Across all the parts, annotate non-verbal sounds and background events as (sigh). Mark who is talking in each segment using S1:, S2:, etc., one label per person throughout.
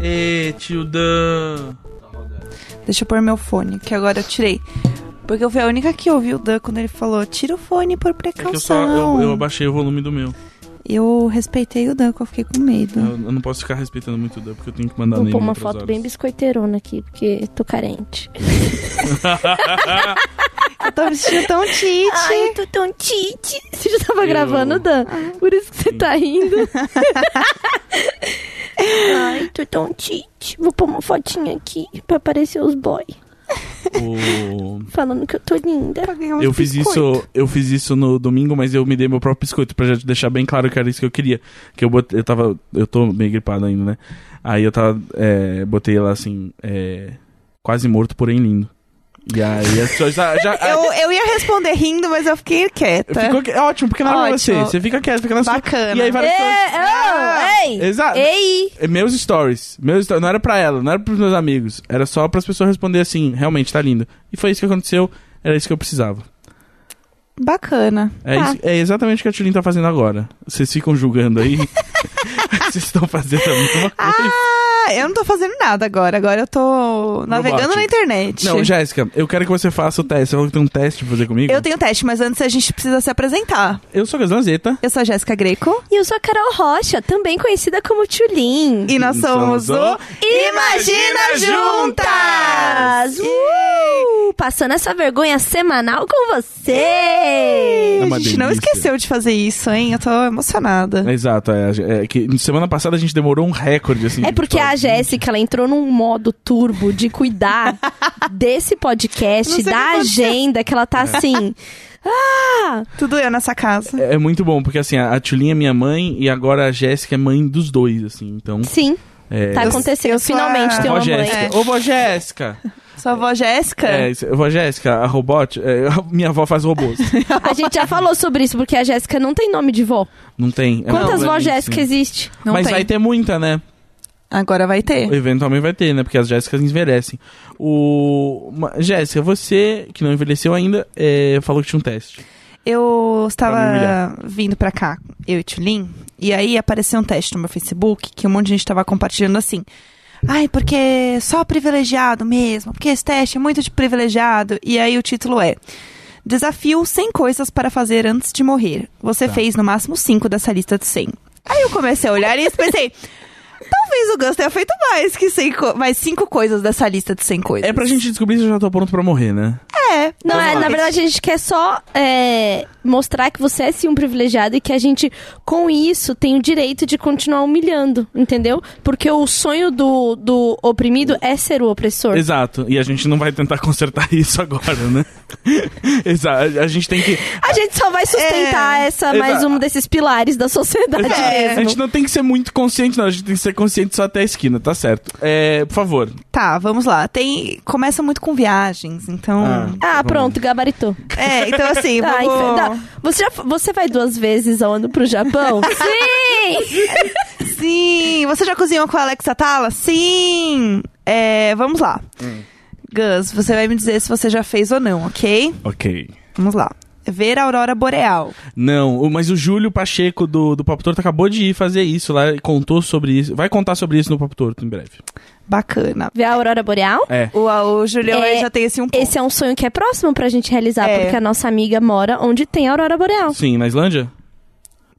S1: Ê, tio Dan.
S2: Deixa eu pôr meu fone, que agora eu tirei. Porque eu fui a única que ouviu o Dan quando ele falou: tira o fone por
S1: É que eu, só,
S2: precaução.
S1: eu, eu
S2: eu,
S1: abaixei o volume do meu.
S3: Tá.
S2: respeitei o Dan, que eu fiquei com medo.
S1: Eu, eu não posso ficar respeitando muito o Dan, porque eu tenho que mandar
S3: Vou
S1: nele
S3: pôr uma
S1: outras
S3: foto
S1: horas.
S3: bem biscoiteirona aqui, porque tô carente.
S2: Eu tô vestindo tão tite.
S3: eu tô tão tite. Você já tava
S1: Eu- Ah.
S3: gravando, Dan? Por isso que você
S1: Sim.
S3: tá
S1: (laughs)
S3: rindo. Ai, tô tão tite. Vou pôr uma fotinha aqui pra aparecer os boy.
S1: O-
S3: Falando que eu tô linda.
S2: pra ganhar um uns
S1: Eu fiz
S2: biscoitos.
S1: isso, eu fiz isso no domingo, mas eu me dei meu próprio biscoito pra já deixar bem claro que era isso que eu queria. Que eu botei, eu tava, eu tô meio gripado ainda, né? Aí eu tava, é, botei lá assim, é, quase morto, porém lindo. E aí as pessoas já,
S3: (laughs)
S1: já
S2: Eu, eu ia responder rindo, mas eu fiquei quieta.
S1: ficou, é ótimo, porque não é pra você,
S2: Ótimo.
S1: você fica quieto, fica na sua.
S2: Bacana.
S1: E aí várias pessoas,
S3: oh, ei!
S1: exato.
S3: Ei!
S1: É Meus stories, meus stories, não era pra ela, não era pros meus amigos, era só pras pessoas responder assim, realmente tá lindo. E foi isso que aconteceu, era isso que eu precisava.
S2: Bacana.
S1: É,
S2: Tá.
S1: isso- é exatamente o que a Tulin tá fazendo agora. Vocês ficam julgando
S3: (laughs)
S1: aí. Vocês estão fazendo a mesma coisa.
S2: Ah, eu não tô fazendo nada agora. Agora eu tô navegando
S1: bate.
S2: na internet.
S1: Não, Jéssica, eu quero que você faça o teste. Você falou que tem um teste pra fazer comigo?
S2: Eu tenho teste, mas antes a gente precisa se apresentar.
S1: Eu sou Gazanzeta.
S2: Eu sou a Jéssica Greco
S3: E eu sou a Carol Rocha, também conhecida como Tulin.
S2: e nós
S1: E
S2: somos o.
S1: somos Imagina Juntas!
S3: Uh! Passando essa vergonha semanal com você!
S1: É
S2: a
S1: uma
S2: gente não
S1: delícia.
S2: esqueceu de fazer isso, hein? Eu tô emocionada.
S1: Exato, é, é que semana passada a gente demorou um recorde, assim.
S3: É
S1: de
S3: porque a
S1: episódio.
S3: Jéssica, ela entrou num modo turbo
S1: (laughs)
S3: de cuidar desse
S2: Não
S3: podcast,
S2: sei o que
S3: da
S2: aconteceu.
S3: agenda, que ela
S1: É.
S3: tá assim. Ah!
S2: Tudo eu nessa casa.
S1: É é muito bom, porque assim, a a Tulin é minha mãe e agora a Jéssica é mãe dos dois, assim. Então,
S3: Sim,
S1: é.
S3: tá
S2: Eu-
S3: acontecendo.
S2: eu sou a-
S3: Finalmente tem
S1: Vó
S3: uma mãe. É. Tá.
S1: Jéssica. Ô, vó Jéssica!
S2: Sua avó Jéssica?
S1: É, isso- vó Jéssica, a robô. (laughs) minha avó faz robôs.
S3: A gente já falou sobre isso, porque a Jéssica não tem nome de vó.
S1: Não tem. é
S3: Quantas
S1: uma
S3: vó
S1: velhice.
S3: Jéssica existe?
S2: Não
S1: Mas
S2: tem.
S1: vai ter muita, né?
S2: Agora vai
S3: É.
S2: ter.
S1: Eventualmente vai ter, né? Porque as Jéssicas envelhecem. O... Ma- Jéssica, você, que não envelheceu ainda, é, falou que tinha um teste.
S2: Eu
S1: Pra me
S2: estava
S1: humilhar.
S2: vindo pra cá, eu e Tulin, e aí apareceu um teste no meu Facebook que um monte de gente tava compartilhando assim. Ai, porque só privilegiado mesmo, porque esse teste é muito de privilegiado. E aí o título é Desafio 100 coisas para fazer antes de morrer. Você
S1: Tá.
S2: fez no máximo 5 dessa lista de 100. Aí eu comecei a olhar e pensei, talvez o Gus tenha feito mais que 100 co- mais 5 coisas dessa lista de 100 coisas.
S1: É pra gente descobrir se eu já tô pronto pra morrer, né?
S2: É.
S3: Não, é, na
S2: exatamente.
S3: verdade a gente quer só é, mostrar que você é sim um privilegiado e que a gente, com isso, tem o direito de continuar humilhando, entendeu? Porque o sonho do, do oprimido é ser o opressor.
S1: Exato. E a gente não vai tentar (laughs) consertar isso agora, né? (laughs) Exato. A gente tem que.
S3: A gente só vai sustentar
S2: É.
S3: essa
S1: Exato.
S3: mais um desses pilares da sociedade
S1: Exato. A gente
S3: mesmo.
S1: não tem que ser muito consciente, não. A gente tem que ser consciente só até a esquina, tá certo. É, por favor.
S2: Tá, vamos lá. Tem começa muito com viagens, então
S3: Ah, pronto, gabaritou.
S2: É, então assim,
S3: Ah,
S2: vamos-
S3: infe- dá- Você, já, você vai duas vezes ao ano pro Japão?
S2: (laughs)
S3: Sim!
S2: Sim, você já cozinhou com a Alexa Tala? Sim! É, vamos lá. Gus, você vai me dizer se você já fez ou não, ok?
S1: Ok.
S2: Vamos lá. Ver a aurora boreal.
S1: Não, o- mas o Júlio Pacheco do, do Papo Torto acabou de ir fazer isso lá e contou sobre isso. Vai contar sobre isso no Papo Torto em breve.
S2: Bacana.
S3: Vê a aurora boreal?
S1: É.
S2: O, o Julião
S3: É,
S2: aí já tem esse um ponto.
S3: Esse é um sonho que é próximo pra gente realizar,
S2: É.
S3: porque a nossa amiga mora onde tem a aurora boreal.
S1: Sim, na Islândia?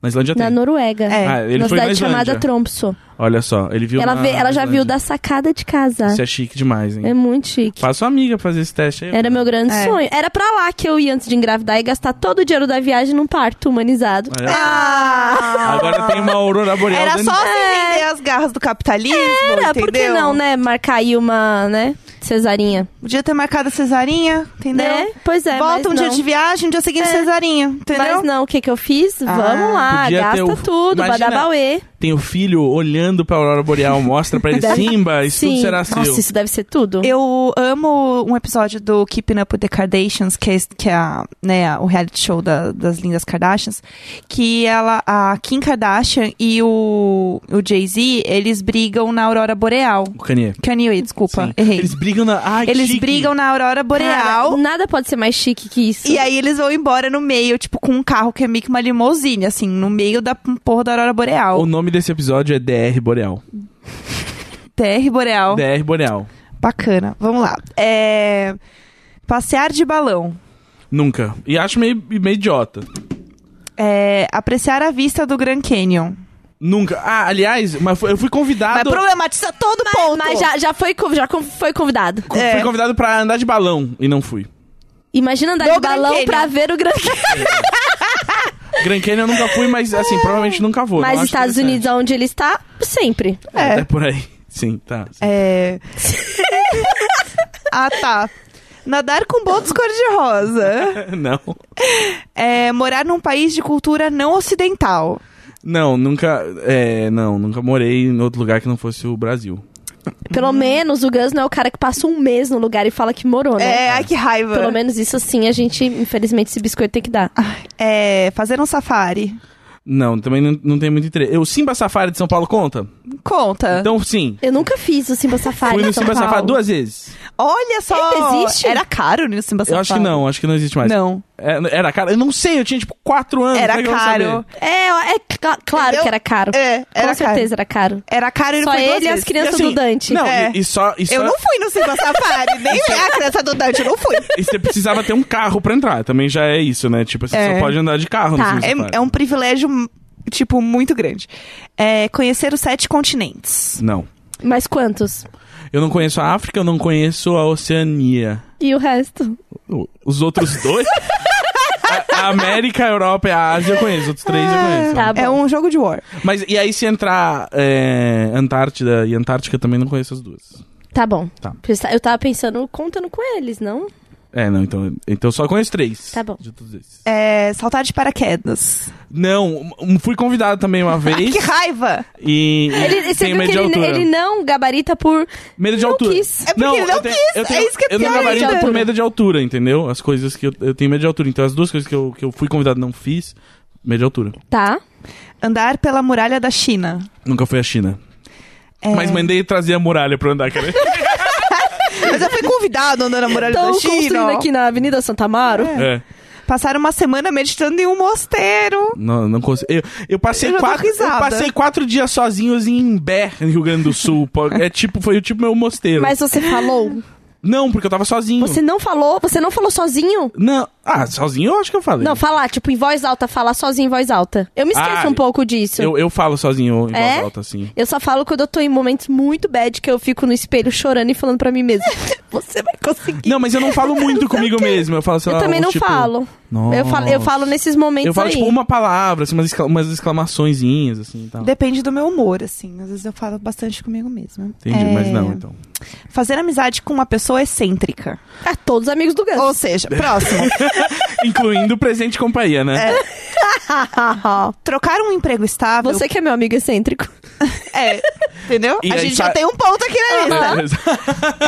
S1: Na Islândia
S3: Na
S1: tem.
S3: Noruega.
S2: É.
S1: Ah, ele
S3: na
S1: foi na
S3: cidade chamada
S1: Islândia.
S3: Tromsø.
S1: Olha só, ele viu
S3: Ela,
S1: na-
S3: vê- ela já
S1: na
S3: viu
S1: Islândia.
S3: da sacada de casa.
S1: Isso é chique demais, hein?
S3: É muito chique.
S1: Faça sua amiga pra fazer esse teste aí.
S3: Era meu grande
S2: É.
S3: sonho. Era pra lá que eu ia antes de engravidar e gastar todo o dinheiro da viagem num parto humanizado.
S1: Olha.
S2: Ah!
S1: Agora tem uma aurora boreal
S2: Era
S1: dentro-
S2: só se vender as garras do capitalismo,
S3: Era,
S2: entendeu?
S3: por que É, não, né? Marcar aí uma, né? Cesarinha.
S2: Podia ter marcado a cesarinha, entendeu?
S3: Né? Pois é, mas
S2: Volta um
S3: não.
S2: dia de viagem, dia seguinte
S3: É.
S2: cesarinha, entendeu? Ah,
S3: Mas não, o que que eu fiz? Vamos lá,
S1: Podia ter
S3: gasta
S1: o-
S3: tudo,
S1: Imagina-
S3: badabauê.
S1: Tem o filho olhando pra aurora boreal, mostra
S3: (laughs)
S1: pra ele,
S3: Deve-
S1: Simba, isso tudo
S3: Sim.
S1: será
S3: Nossa,
S1: seu.
S3: isso deve ser tudo.
S2: Eu amo um episódio do Keeping Up with the Kardashians, que é, esse- que é a, né, a- o reality show da- das lindas Kardashians, que ela, a Kim Kardashian e o, o Jay-Z, eles brigam na Aurora Boreal.
S1: O Kanye.
S2: Kanye, desculpa,
S1: Sim.
S2: errei.
S1: Eles brigam Juna, ai,
S2: Eles
S1: chique.
S2: brigam na Aurora Boreal.
S3: Cara, nada pode ser mais chique que isso.
S2: E aí eles vão embora no meio, tipo, com um carro que é meio que uma limousine, assim, no meio da porra da Aurora Boreal.
S1: O nome desse episódio é DR Boreal.
S2: TR Boreal.
S1: DR Boreal.
S2: Bacana. Vamos lá. É... Passear de balão.
S1: Nunca. E acho meio, meio idiota.
S2: É... Apreciar a vista do Grand Canyon.
S1: Nunca. Ah, aliás, mas fu- eu fui
S2: Mas
S1: convidado.
S2: problematiza todo
S3: Mas-
S2: ponto.
S3: Mas Ah, já, já foi, co- já co- foi convidado.
S1: co-
S2: é.
S1: Fui convidado pra andar de balão e não fui.
S3: Imagina andar
S2: Do
S3: de
S2: Grand
S3: balão
S2: Canyon.
S3: pra ver o Grand
S1: Grand Canyon eu nunca fui, mas assim, provavelmente nunca vou.
S3: (laughs) Mas
S1: Não acho
S3: Estados
S1: interessante.
S3: Unidos, onde ele está, sempre.
S1: É. é por aí. Sim, tá. Sim.
S2: É... (laughs) ah, tá. Nadar com botos cor-de-rosa.
S1: (laughs) Não.
S2: É... Morar num país de cultura não ocidental.
S1: Não, nunca. É, não, nunca morei em outro lugar que não fosse o Brasil.
S3: Pelo
S2: Uhum.
S3: menos o Gus não é o cara que passa um mês no lugar e fala que morou, né?
S2: É, ai que raiva.
S3: Pelo menos isso assim, a gente, infelizmente, esse biscoito tem que dar.
S2: É, fazer um safari.
S1: Não, também não, não tem muito interesse. Eu, Simba Safari de São Paulo conta?
S2: Conta.
S1: Então sim.
S3: Eu nunca fiz o Simba Safari.
S1: Fui
S3: em
S1: no
S3: São
S1: Simba
S3: Paulo.
S1: Safari duas vezes.
S2: Olha só.
S3: Ainda existe?
S2: Era caro no Simba Safari.
S1: Eu acho que não, acho que não existe mais.
S2: Não.
S1: É, era caro? Eu não sei, eu tinha tipo quatro anos.
S2: Era
S1: como é que eu vou
S2: caro.
S1: saber?
S3: É, é cla- claro
S2: Entendeu?
S3: que era caro.
S2: É, era
S3: Com certeza era caro.
S2: Caro. Era caro e não
S3: Só
S2: foi duas
S3: ele e as
S2: vezes.
S3: crianças
S1: assim,
S3: do Dante.
S1: Não,
S2: É.
S1: e, e só. E só
S2: Eu não fui no Simba Safari, nem a criança do Dante, eu não fui.
S1: e você precisava ter um carro pra entrar, também já é isso, né? Tipo, você
S2: É.
S1: só pode andar de carro
S3: Tá,
S1: no Simba Safari.
S2: É, é um privilégio, tipo, muito grande. É, conhecer os sete continentes.
S1: Não.
S3: Mas quantos?
S1: Eu não conheço a África, eu não conheço a Oceania.
S3: E o resto?
S1: O- Os outros dois? a, a América, a Europa e a Ásia eu conheço, os outros três eu conheço.
S3: Tá
S2: é
S3: bom.
S2: um jogo de war.
S1: Mas e aí se entrar é, Antártida e Antártica também não conheço as duas.
S3: Tá bom.
S1: Tá.
S3: Eu tava pensando, contando com eles, não?
S1: É, não, então, então eu só conheço três.
S3: Tá bom.
S1: De todos esses.
S2: É, saltar de paraquedas.
S1: Não, um- fui convidado também
S3: (laughs)
S1: uma
S2: Ah,
S1: vez
S2: que raiva!
S1: e, e
S3: Ele, você
S1: tenho
S3: viu
S1: medo
S3: que
S1: de
S3: ele,
S1: altura.
S3: ele não gabarita por...
S1: Medo de
S3: não
S1: altura.
S3: quis. É
S2: porque ele não
S1: eu tenho,
S2: quis,
S1: Eu tenho,
S2: é isso que é
S1: eu tenho
S2: pior
S1: gabarito
S3: ainda.
S1: por medo de altura, entendeu? As coisas que eu, eu tenho medo de altura. Então as duas coisas que eu, que eu fui convidado e não fiz, medo de altura.
S3: Tá.
S2: Andar pela muralha da China.
S1: Nunca fui à China.
S2: É,
S1: Mas mandei trazer a muralha pra eu andar, cara.
S2: mas eu fui convidado a andar na
S3: (laughs)
S2: muralha
S3: Estão
S2: da China.
S3: construindo aqui na Avenida Santa Amaro.
S1: É.
S2: Passar uma semana meditando em um mosteiro.
S1: Não, não consigo. Eu, eu passei
S2: Eu já dou
S1: quatro. Eu
S2: risada.
S1: passei quatro dias sozinhos em Imbé, no Rio Grande do Sul. Pô, É tipo, foi o tipo meu mosteiro.
S3: Mas você falou?
S1: Não, porque eu tava sozinho.
S3: Você não falou? Você não falou sozinho?
S1: Não. Ah, sozinho eu acho que eu falei.
S3: Não, falar, tipo, em voz alta, falar sozinho em voz alta. Eu me
S1: Ah,
S3: esqueço um pouco disso. Eu...
S1: eu, eu falo sozinho em
S3: É?
S1: voz alta, assim.
S3: só falo quando eu tô em momentos muito bad que eu fico no espelho chorando e falando pra mim mesma. (laughs) Você vai conseguir.
S1: Não, mas eu não falo muito comigo mesmo. Eu falo, sei
S3: eu
S1: lá,
S3: também
S1: uns,
S3: não
S1: tipo,
S3: falo. Eu falo. Eu falo nesses momentos
S1: Eu falo,
S3: aí.
S1: tipo, uma palavra, assim, umas, excla umas exclamaçõezinhas, assim, e tal.
S2: Depende do meu humor, assim. Às vezes eu falo bastante comigo mesma.
S1: Entendi,
S2: É,
S1: mas não, então.
S2: Fazer amizade com uma pessoa excêntrica.
S3: Ah, todos amigos do Gus.
S2: Ou seja, próximo.
S1: Incluindo presente e companhia, né?
S3: É,
S2: Trocar um emprego estável.
S3: Você que é meu amigo excêntrico.
S2: É. Entendeu?
S1: E
S2: a
S1: aí
S2: gente
S1: fa- Ah.
S2: já tem um ponto aqui na lista.
S3: tá.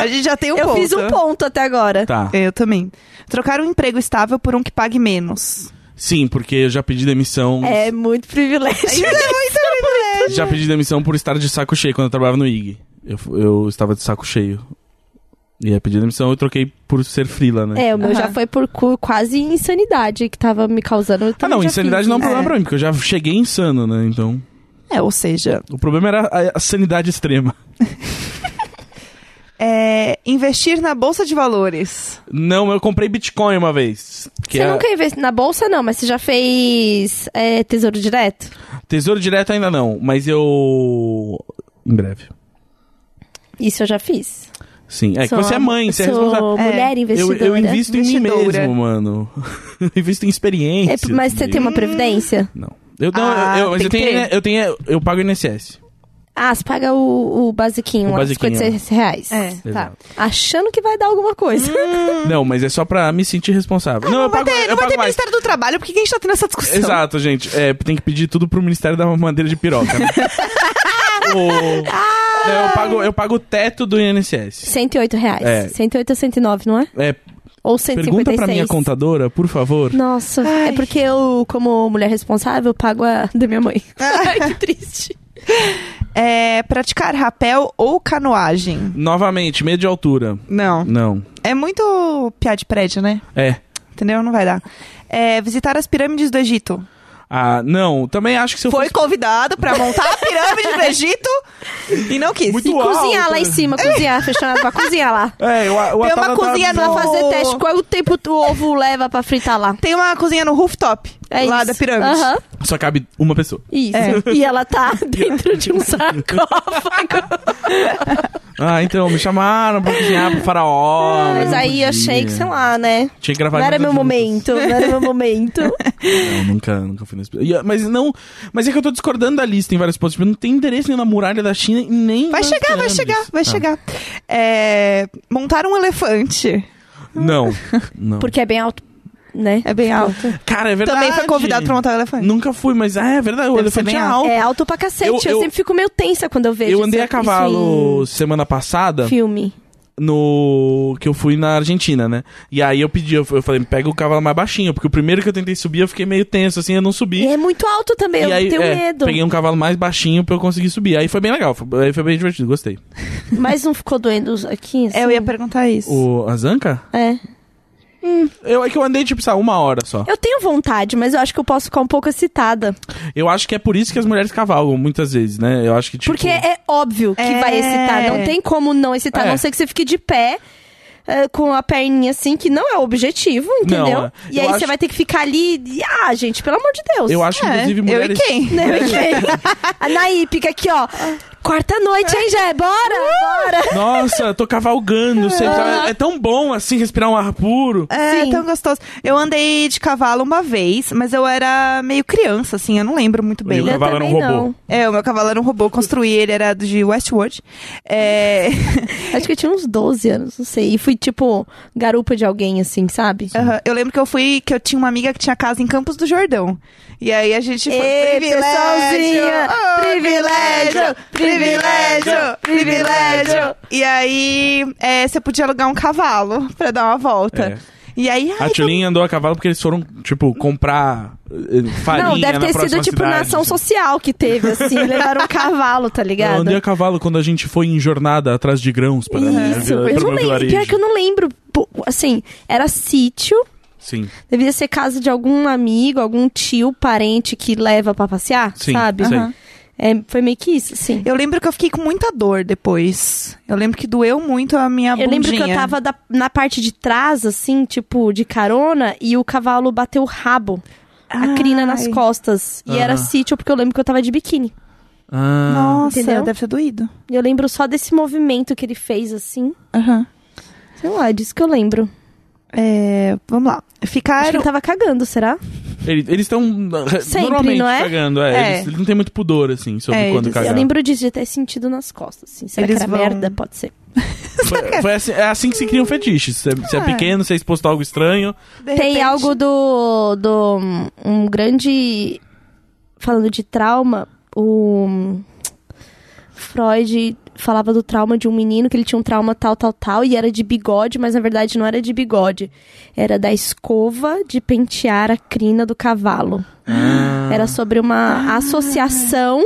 S1: (laughs)
S2: A gente já tem um
S3: eu
S2: ponto. É,
S3: fiz um ponto até agora.
S1: tá.
S2: Eu também. Trocar um emprego estável por um que pague menos.
S1: Sim, porque eu já pedi demissão.
S3: É muito privilégio.
S2: Isso é muito privilégio.
S1: Já pedi demissão por estar de saco cheio quando eu trabalhava no IG. Eu, fu- eu estava de saco cheio. E aí pedi demissão eu troquei por ser frila, né?
S3: É, o meu já
S2: Aham.
S3: foi por cu- quase insanidade que tava me causando. Eu
S1: ah,
S3: também
S1: não,
S3: já
S1: insanidade
S3: fiz
S1: não é um
S3: isso.
S1: problema
S2: É.
S1: pra mim, porque eu já cheguei insano, né? Então,
S2: É, ou seja,
S1: o problema era a- a sanidade extrema.
S2: é, investir na bolsa de valores.
S1: Não, eu comprei Bitcoin uma vez. Que
S3: Você
S1: é-
S3: nunca investiu na bolsa, não, mas você já fez é, tesouro direto?
S1: Tesouro direto ainda não, mas eu. Em breve.
S3: Isso eu já fiz.
S1: Sim. É que
S3: Sou
S1: você é
S3: uma-
S1: mãe, você é responsável.
S3: Sou
S2: É.
S3: mulher
S1: Eu,
S3: investidora.
S1: eu invisto em mim
S2: Investidora.
S1: mesmo, mano. (laughs) Eu invisto em
S3: É,
S1: experiência.
S3: mas você
S1: também.
S3: tem uma previdência?
S1: Não. Eu, não,
S2: Ah,
S1: eu, eu- mas
S2: tem
S1: eu tenho,
S2: que ter.
S1: eu tenho. Eu pago INSS.
S3: Ah, você paga o, o basiquinho,
S1: O
S3: lá,
S1: basiquinho.
S3: 56 reais.
S2: É, Hum.
S3: tá.
S1: Exato.
S3: Achando que vai dar alguma coisa. (laughs) Hum.
S1: Não, mas é só pra me sentir responsável. não, eu
S2: vai
S1: pago,
S2: ter,
S1: eu
S2: não vai
S1: pago
S2: ter
S1: mais.
S2: Ministério do Trabalho, porque a gente tá tendo essa discussão.
S1: Exato, gente. É, tem que pedir tudo pro Ministério da Madeira de Piroca.
S3: (laughs)
S1: Né? o... Não, eu, pago, eu pago o teto do INSS.
S3: 108 reais.
S1: É.
S3: 108 ou 109, não é?
S1: É,
S3: Ou 156.
S1: pergunta pra minha contadora, por favor.
S3: Nossa,
S2: Ai.
S3: é
S2: (laughs)
S3: porque eu, como mulher responsável, pago a da minha mãe. Ai, que triste.
S2: É, praticar rapel ou canoagem.
S1: Novamente, medo de altura.
S2: Não.
S1: Não.
S2: É muito piá de prédio, né?
S1: É.
S2: Entendeu? Não vai dar. É, visitar as pirâmides do Egito.
S1: Ah, não. Também acho que se eu
S2: Foi
S1: fosse...
S2: convidado pra montar a pirâmide do Egito e não quis.
S1: Muito
S3: E
S1: Uau,
S3: cozinhar lá
S1: cara.
S3: em cima, cozinhar, fechando pra cozinhar lá.
S2: (laughs)
S1: É, eu, eu
S2: Tem uma
S1: tava- tava-
S2: cozinha
S3: Pra
S2: Não.
S3: fazer teste, qual é o tempo o ovo leva pra fritar lá?
S2: Tem uma cozinha no rooftop
S3: É
S2: lá
S3: isso.
S2: da pirâmide.
S3: Aham,
S1: Só cabe uma pessoa.
S3: isso.
S2: É.
S3: E
S1: (laughs)
S3: ela tá dentro de um sarcófago.
S1: Ah, então, me chamaram pra cozinhar pro faraó.
S3: Mas
S1: não
S3: aí
S1: podia.
S3: eu achei que, sei lá, né?
S1: Tinha que gravar
S3: Não era
S1: mais
S3: meu
S1: juntas.
S3: momento, não era meu momento.
S1: (laughs) Não, nunca, nunca fui nesse. E, ah, Mas não. Mas é que eu tô discordando da lista em vários pontos. Tipo, eu não tem interesse nem na muralha da China e nem.
S2: Vai
S1: nas
S2: chegar, vai
S1: pirâmides.
S2: chegar, vai
S1: Tá.
S2: chegar. É, montar um elefante (laughs)
S1: Não. não.
S3: Porque é bem alto, né?
S2: é bem alto.
S1: Cara, é verdade.
S2: Também foi convidado pra montar um elefante.
S1: Nunca fui, mas é, é verdade. O
S2: Deve ser
S1: elefante
S2: bem
S1: é
S2: alto.
S1: alto.
S3: É alto pra cacete.
S1: Eu-
S3: Eu,
S1: eu-
S3: sempre fico meio tensa quando eu vejo
S1: Eu andei
S3: isso-
S1: a cavalo semana passada
S3: isso em filme.
S1: no que eu fui na Argentina, né? E aí eu pedi, eu eu falei, pega o cavalo mais baixinho, porque o primeiro que eu tentei subir eu fiquei meio tenso, assim, eu não subi.
S3: E é muito alto também,
S1: e
S3: eu
S1: aí,
S3: tenho
S1: é,
S3: medo.
S1: peguei um cavalo mais baixinho pra eu conseguir subir. Aí foi bem legal, foi, aí foi bem divertido, gostei. um-
S3: Mas não ficou doendo os- aqui? assim?
S2: É, Eu ia perguntar isso.
S1: O, a Zanca?
S3: É.
S1: Eu, é que eu andei, tipo, sabe, uma hora só.
S3: Eu tenho vontade, mas eu acho que eu posso ficar um pouco excitada.
S1: Eu acho que é por isso que as mulheres cavalgam muitas vezes, né? Eu acho que, tipo...
S3: Porque é óbvio que
S2: É.
S3: vai excitar. Não tem como não excitar,
S1: É.
S3: a não ser que você fique de pé. eh, com a perninha assim, que não é o objetivo, entendeu?
S1: é.
S3: E
S1: Eu
S3: aí
S1: acho-
S3: você vai ter que ficar ali. e- ah, gente, pelo amor de Deus.
S1: Eu acho,
S2: É,
S1: inclusive,
S2: eu e
S1: mulheres...
S2: quem?
S3: Né, Mickey? Na hípica aqui, ó. Quarta noite, hein, Jé? Bora! Bora!
S1: Nossa, tô cavalgando, sei lá. É tão bom, assim, respirar um ar puro.
S2: É
S3: Sim.
S2: tão gostoso. Eu andei de cavalo uma vez, mas eu era meio criança, assim, eu não lembro muito bem.
S1: E o
S3: Eu
S1: cavalo era um
S3: também
S1: robô.
S3: não.
S2: É, o meu cavalo era um robô, eu construí ele, era de Westworld. É...
S3: Acho que eu tinha uns 12 anos, não sei. E fui, tipo, garupa de alguém, assim, sabe?
S2: Aham, Eu lembro que eu fui, que eu tinha uma amiga que tinha casa em Campos do Jordão. E aí a gente foi.
S3: Ei, pessoalzinho!
S2: privilégio! Privilégio! Privilégio! E aí é, você podia alugar um cavalo pra dar uma volta.
S1: É.
S2: E aí.
S1: A
S2: ai,
S1: Tulin andou a cavalo porque eles foram, tipo, comprar eh, farinha
S3: não, deve
S1: na
S3: ter sido,
S1: próxima
S3: tipo,
S1: cidade,
S3: na ação
S1: assim.
S3: social que teve, assim. levaram um cavalo, tá
S1: Eu
S3: ligado?
S1: andei a cavalo quando a gente foi em jornada atrás de grãos para
S3: Isso,
S1: para
S3: eu não lembro. Pior que eu não lembro. Pô, Assim, era sítio,
S1: Sim,
S3: devia ser casa de algum amigo, algum tio, parente que leva pra passear,
S1: sim.
S3: sabe?
S1: sei.
S2: Aham.
S3: É, foi meio que isso, sim.
S2: Eu lembro que eu fiquei com muita dor depois. Eu lembro que doeu muito a minha
S3: Eu, lembro que eu
S2: bundinha.
S3: tava da- na parte de trás, assim, tipo, de carona, e o cavalo bateu o rabo. A crina nas
S2: Ai.
S3: costas. E era
S1: Aham.
S3: sítio, porque eu lembro que eu tava de biquíni.
S1: Ah,
S2: Nossa,
S3: Entendeu?
S2: deve ter doído.
S3: E eu lembro só desse movimento que ele fez, assim.
S2: Aham.
S3: Sei lá, é disso que eu lembro.
S2: É, vamos lá. Ficar.
S3: Acho que ele tava cagando, será?
S1: ele- eles estão
S3: Sempre,
S1: normalmente
S3: não é?
S1: cagando, é,
S2: É.
S1: Eles, eles não têm muito pudor, assim, sobre
S2: É,
S1: quando
S2: eles-
S1: cagar.
S3: Eu lembro disso, de ter sentido nas costas, assim. Será
S2: Eles
S3: que era
S2: vão-
S3: merda? Pode ser.
S1: Foi, foi assim, é assim que se criam fetiches. Se é, se é
S2: Ah.
S1: pequeno, se é exposto a algo estranho.
S2: de
S3: Tem
S2: repente-
S3: algo do, do. Um grande. Falando de trauma, o. Freud falava do trauma de um menino, que ele tinha um trauma tal, tal, tal, e era de bigode, mas na verdade não era de bigode. Era da escova de pentear a crina do cavalo.
S1: Ah,
S3: Era sobre uma associação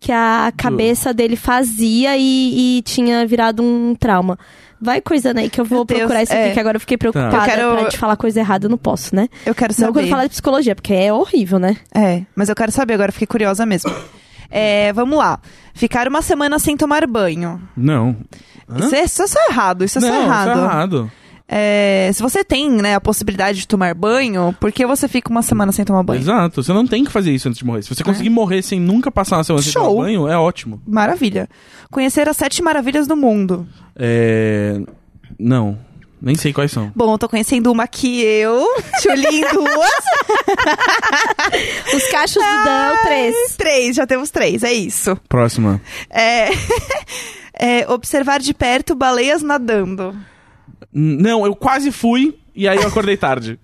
S3: que a cabeça dele fazia e, e tinha virado um trauma. Vai coisando aí que eu
S2: Meu
S3: vou
S2: Deus,
S3: procurar isso aqui,
S2: é.
S3: que agora eu fiquei preocupada
S2: Eu quero-
S3: pra te falar coisa errada, eu não posso, né?
S2: Eu quero
S3: Não quando
S2: saber.
S3: falar de psicologia, porque é horrível, né?
S2: É, mas eu quero saber agora, eu fiquei curiosa mesmo. É, vamos lá. Ficar uma semana sem tomar banho.
S1: Não. Hã?
S2: Isso, é, isso é só errado, isso é
S1: não,
S2: só errado.
S1: Isso é errado.
S2: É, se você tem né, a possibilidade de tomar banho, por que você fica uma semana sem tomar banho?
S1: Exato. Você não tem que fazer isso antes de morrer. Se
S3: é?
S1: você conseguir morrer sem nunca passar uma semana sem
S2: Show.
S1: tomar banho, é ótimo.
S2: Maravilha. Conhecer as sete maravilhas do mundo.
S1: É. Não. Nem sei quais são.
S2: Bom, eu tô conhecendo uma que eu, (laughs) Tchulin duas,
S3: Os cachos do Dan, três.
S2: três, já temos três, é isso.
S1: Próxima.
S2: É, é, observar de perto baleias nadando.
S1: Hum, Não, eu quase fui e aí eu acordei tarde.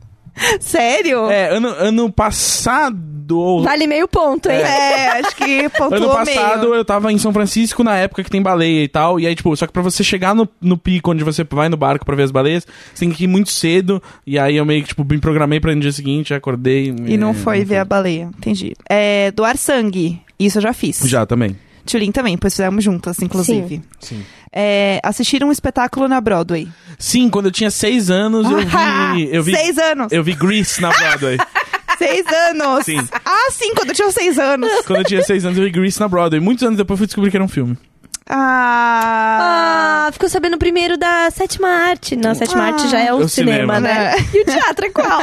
S2: Sério?
S1: É, ano, ano passado. ou-
S3: Vale meio ponto, hein?
S2: É, acho que
S1: Ano
S2: pontuou
S1: passado
S2: meio.
S1: eu tava em São Francisco na época que tem baleia e tal. E aí, tipo, só que pra você chegar no, no pico onde você vai no barco pra ver as baleias, você tem que ir muito cedo. E aí eu meio que, tipo, me programei pra no dia seguinte, acordei.
S2: E não foi ver a baleia, entendi. É, doar sangue, isso eu já fiz.
S1: Já também.
S2: Tulin também, pois fizemos juntas, inclusive.
S1: Sim.
S2: É, assistir um espetáculo na Broadway.
S1: Sim, quando eu tinha seis anos, eu
S2: (laughs)
S1: vi. Eu vi,
S2: Seis anos!
S1: eu vi Grease na Broadway.
S2: Seis anos!
S1: Sim.
S2: Ah, sim, quando eu tinha seis anos.
S1: quando eu tinha seis anos, eu vi Grease na Broadway. Muitos anos depois eu fui descobrir que era um filme.
S2: Ah...
S3: Ah, ficou sabendo primeiro da sétima arte. Não, a sétima
S2: Ah.
S3: arte já é
S1: É
S3: o,
S1: o
S3: cinema,
S1: cinema.
S3: né? (laughs) E o teatro é qual?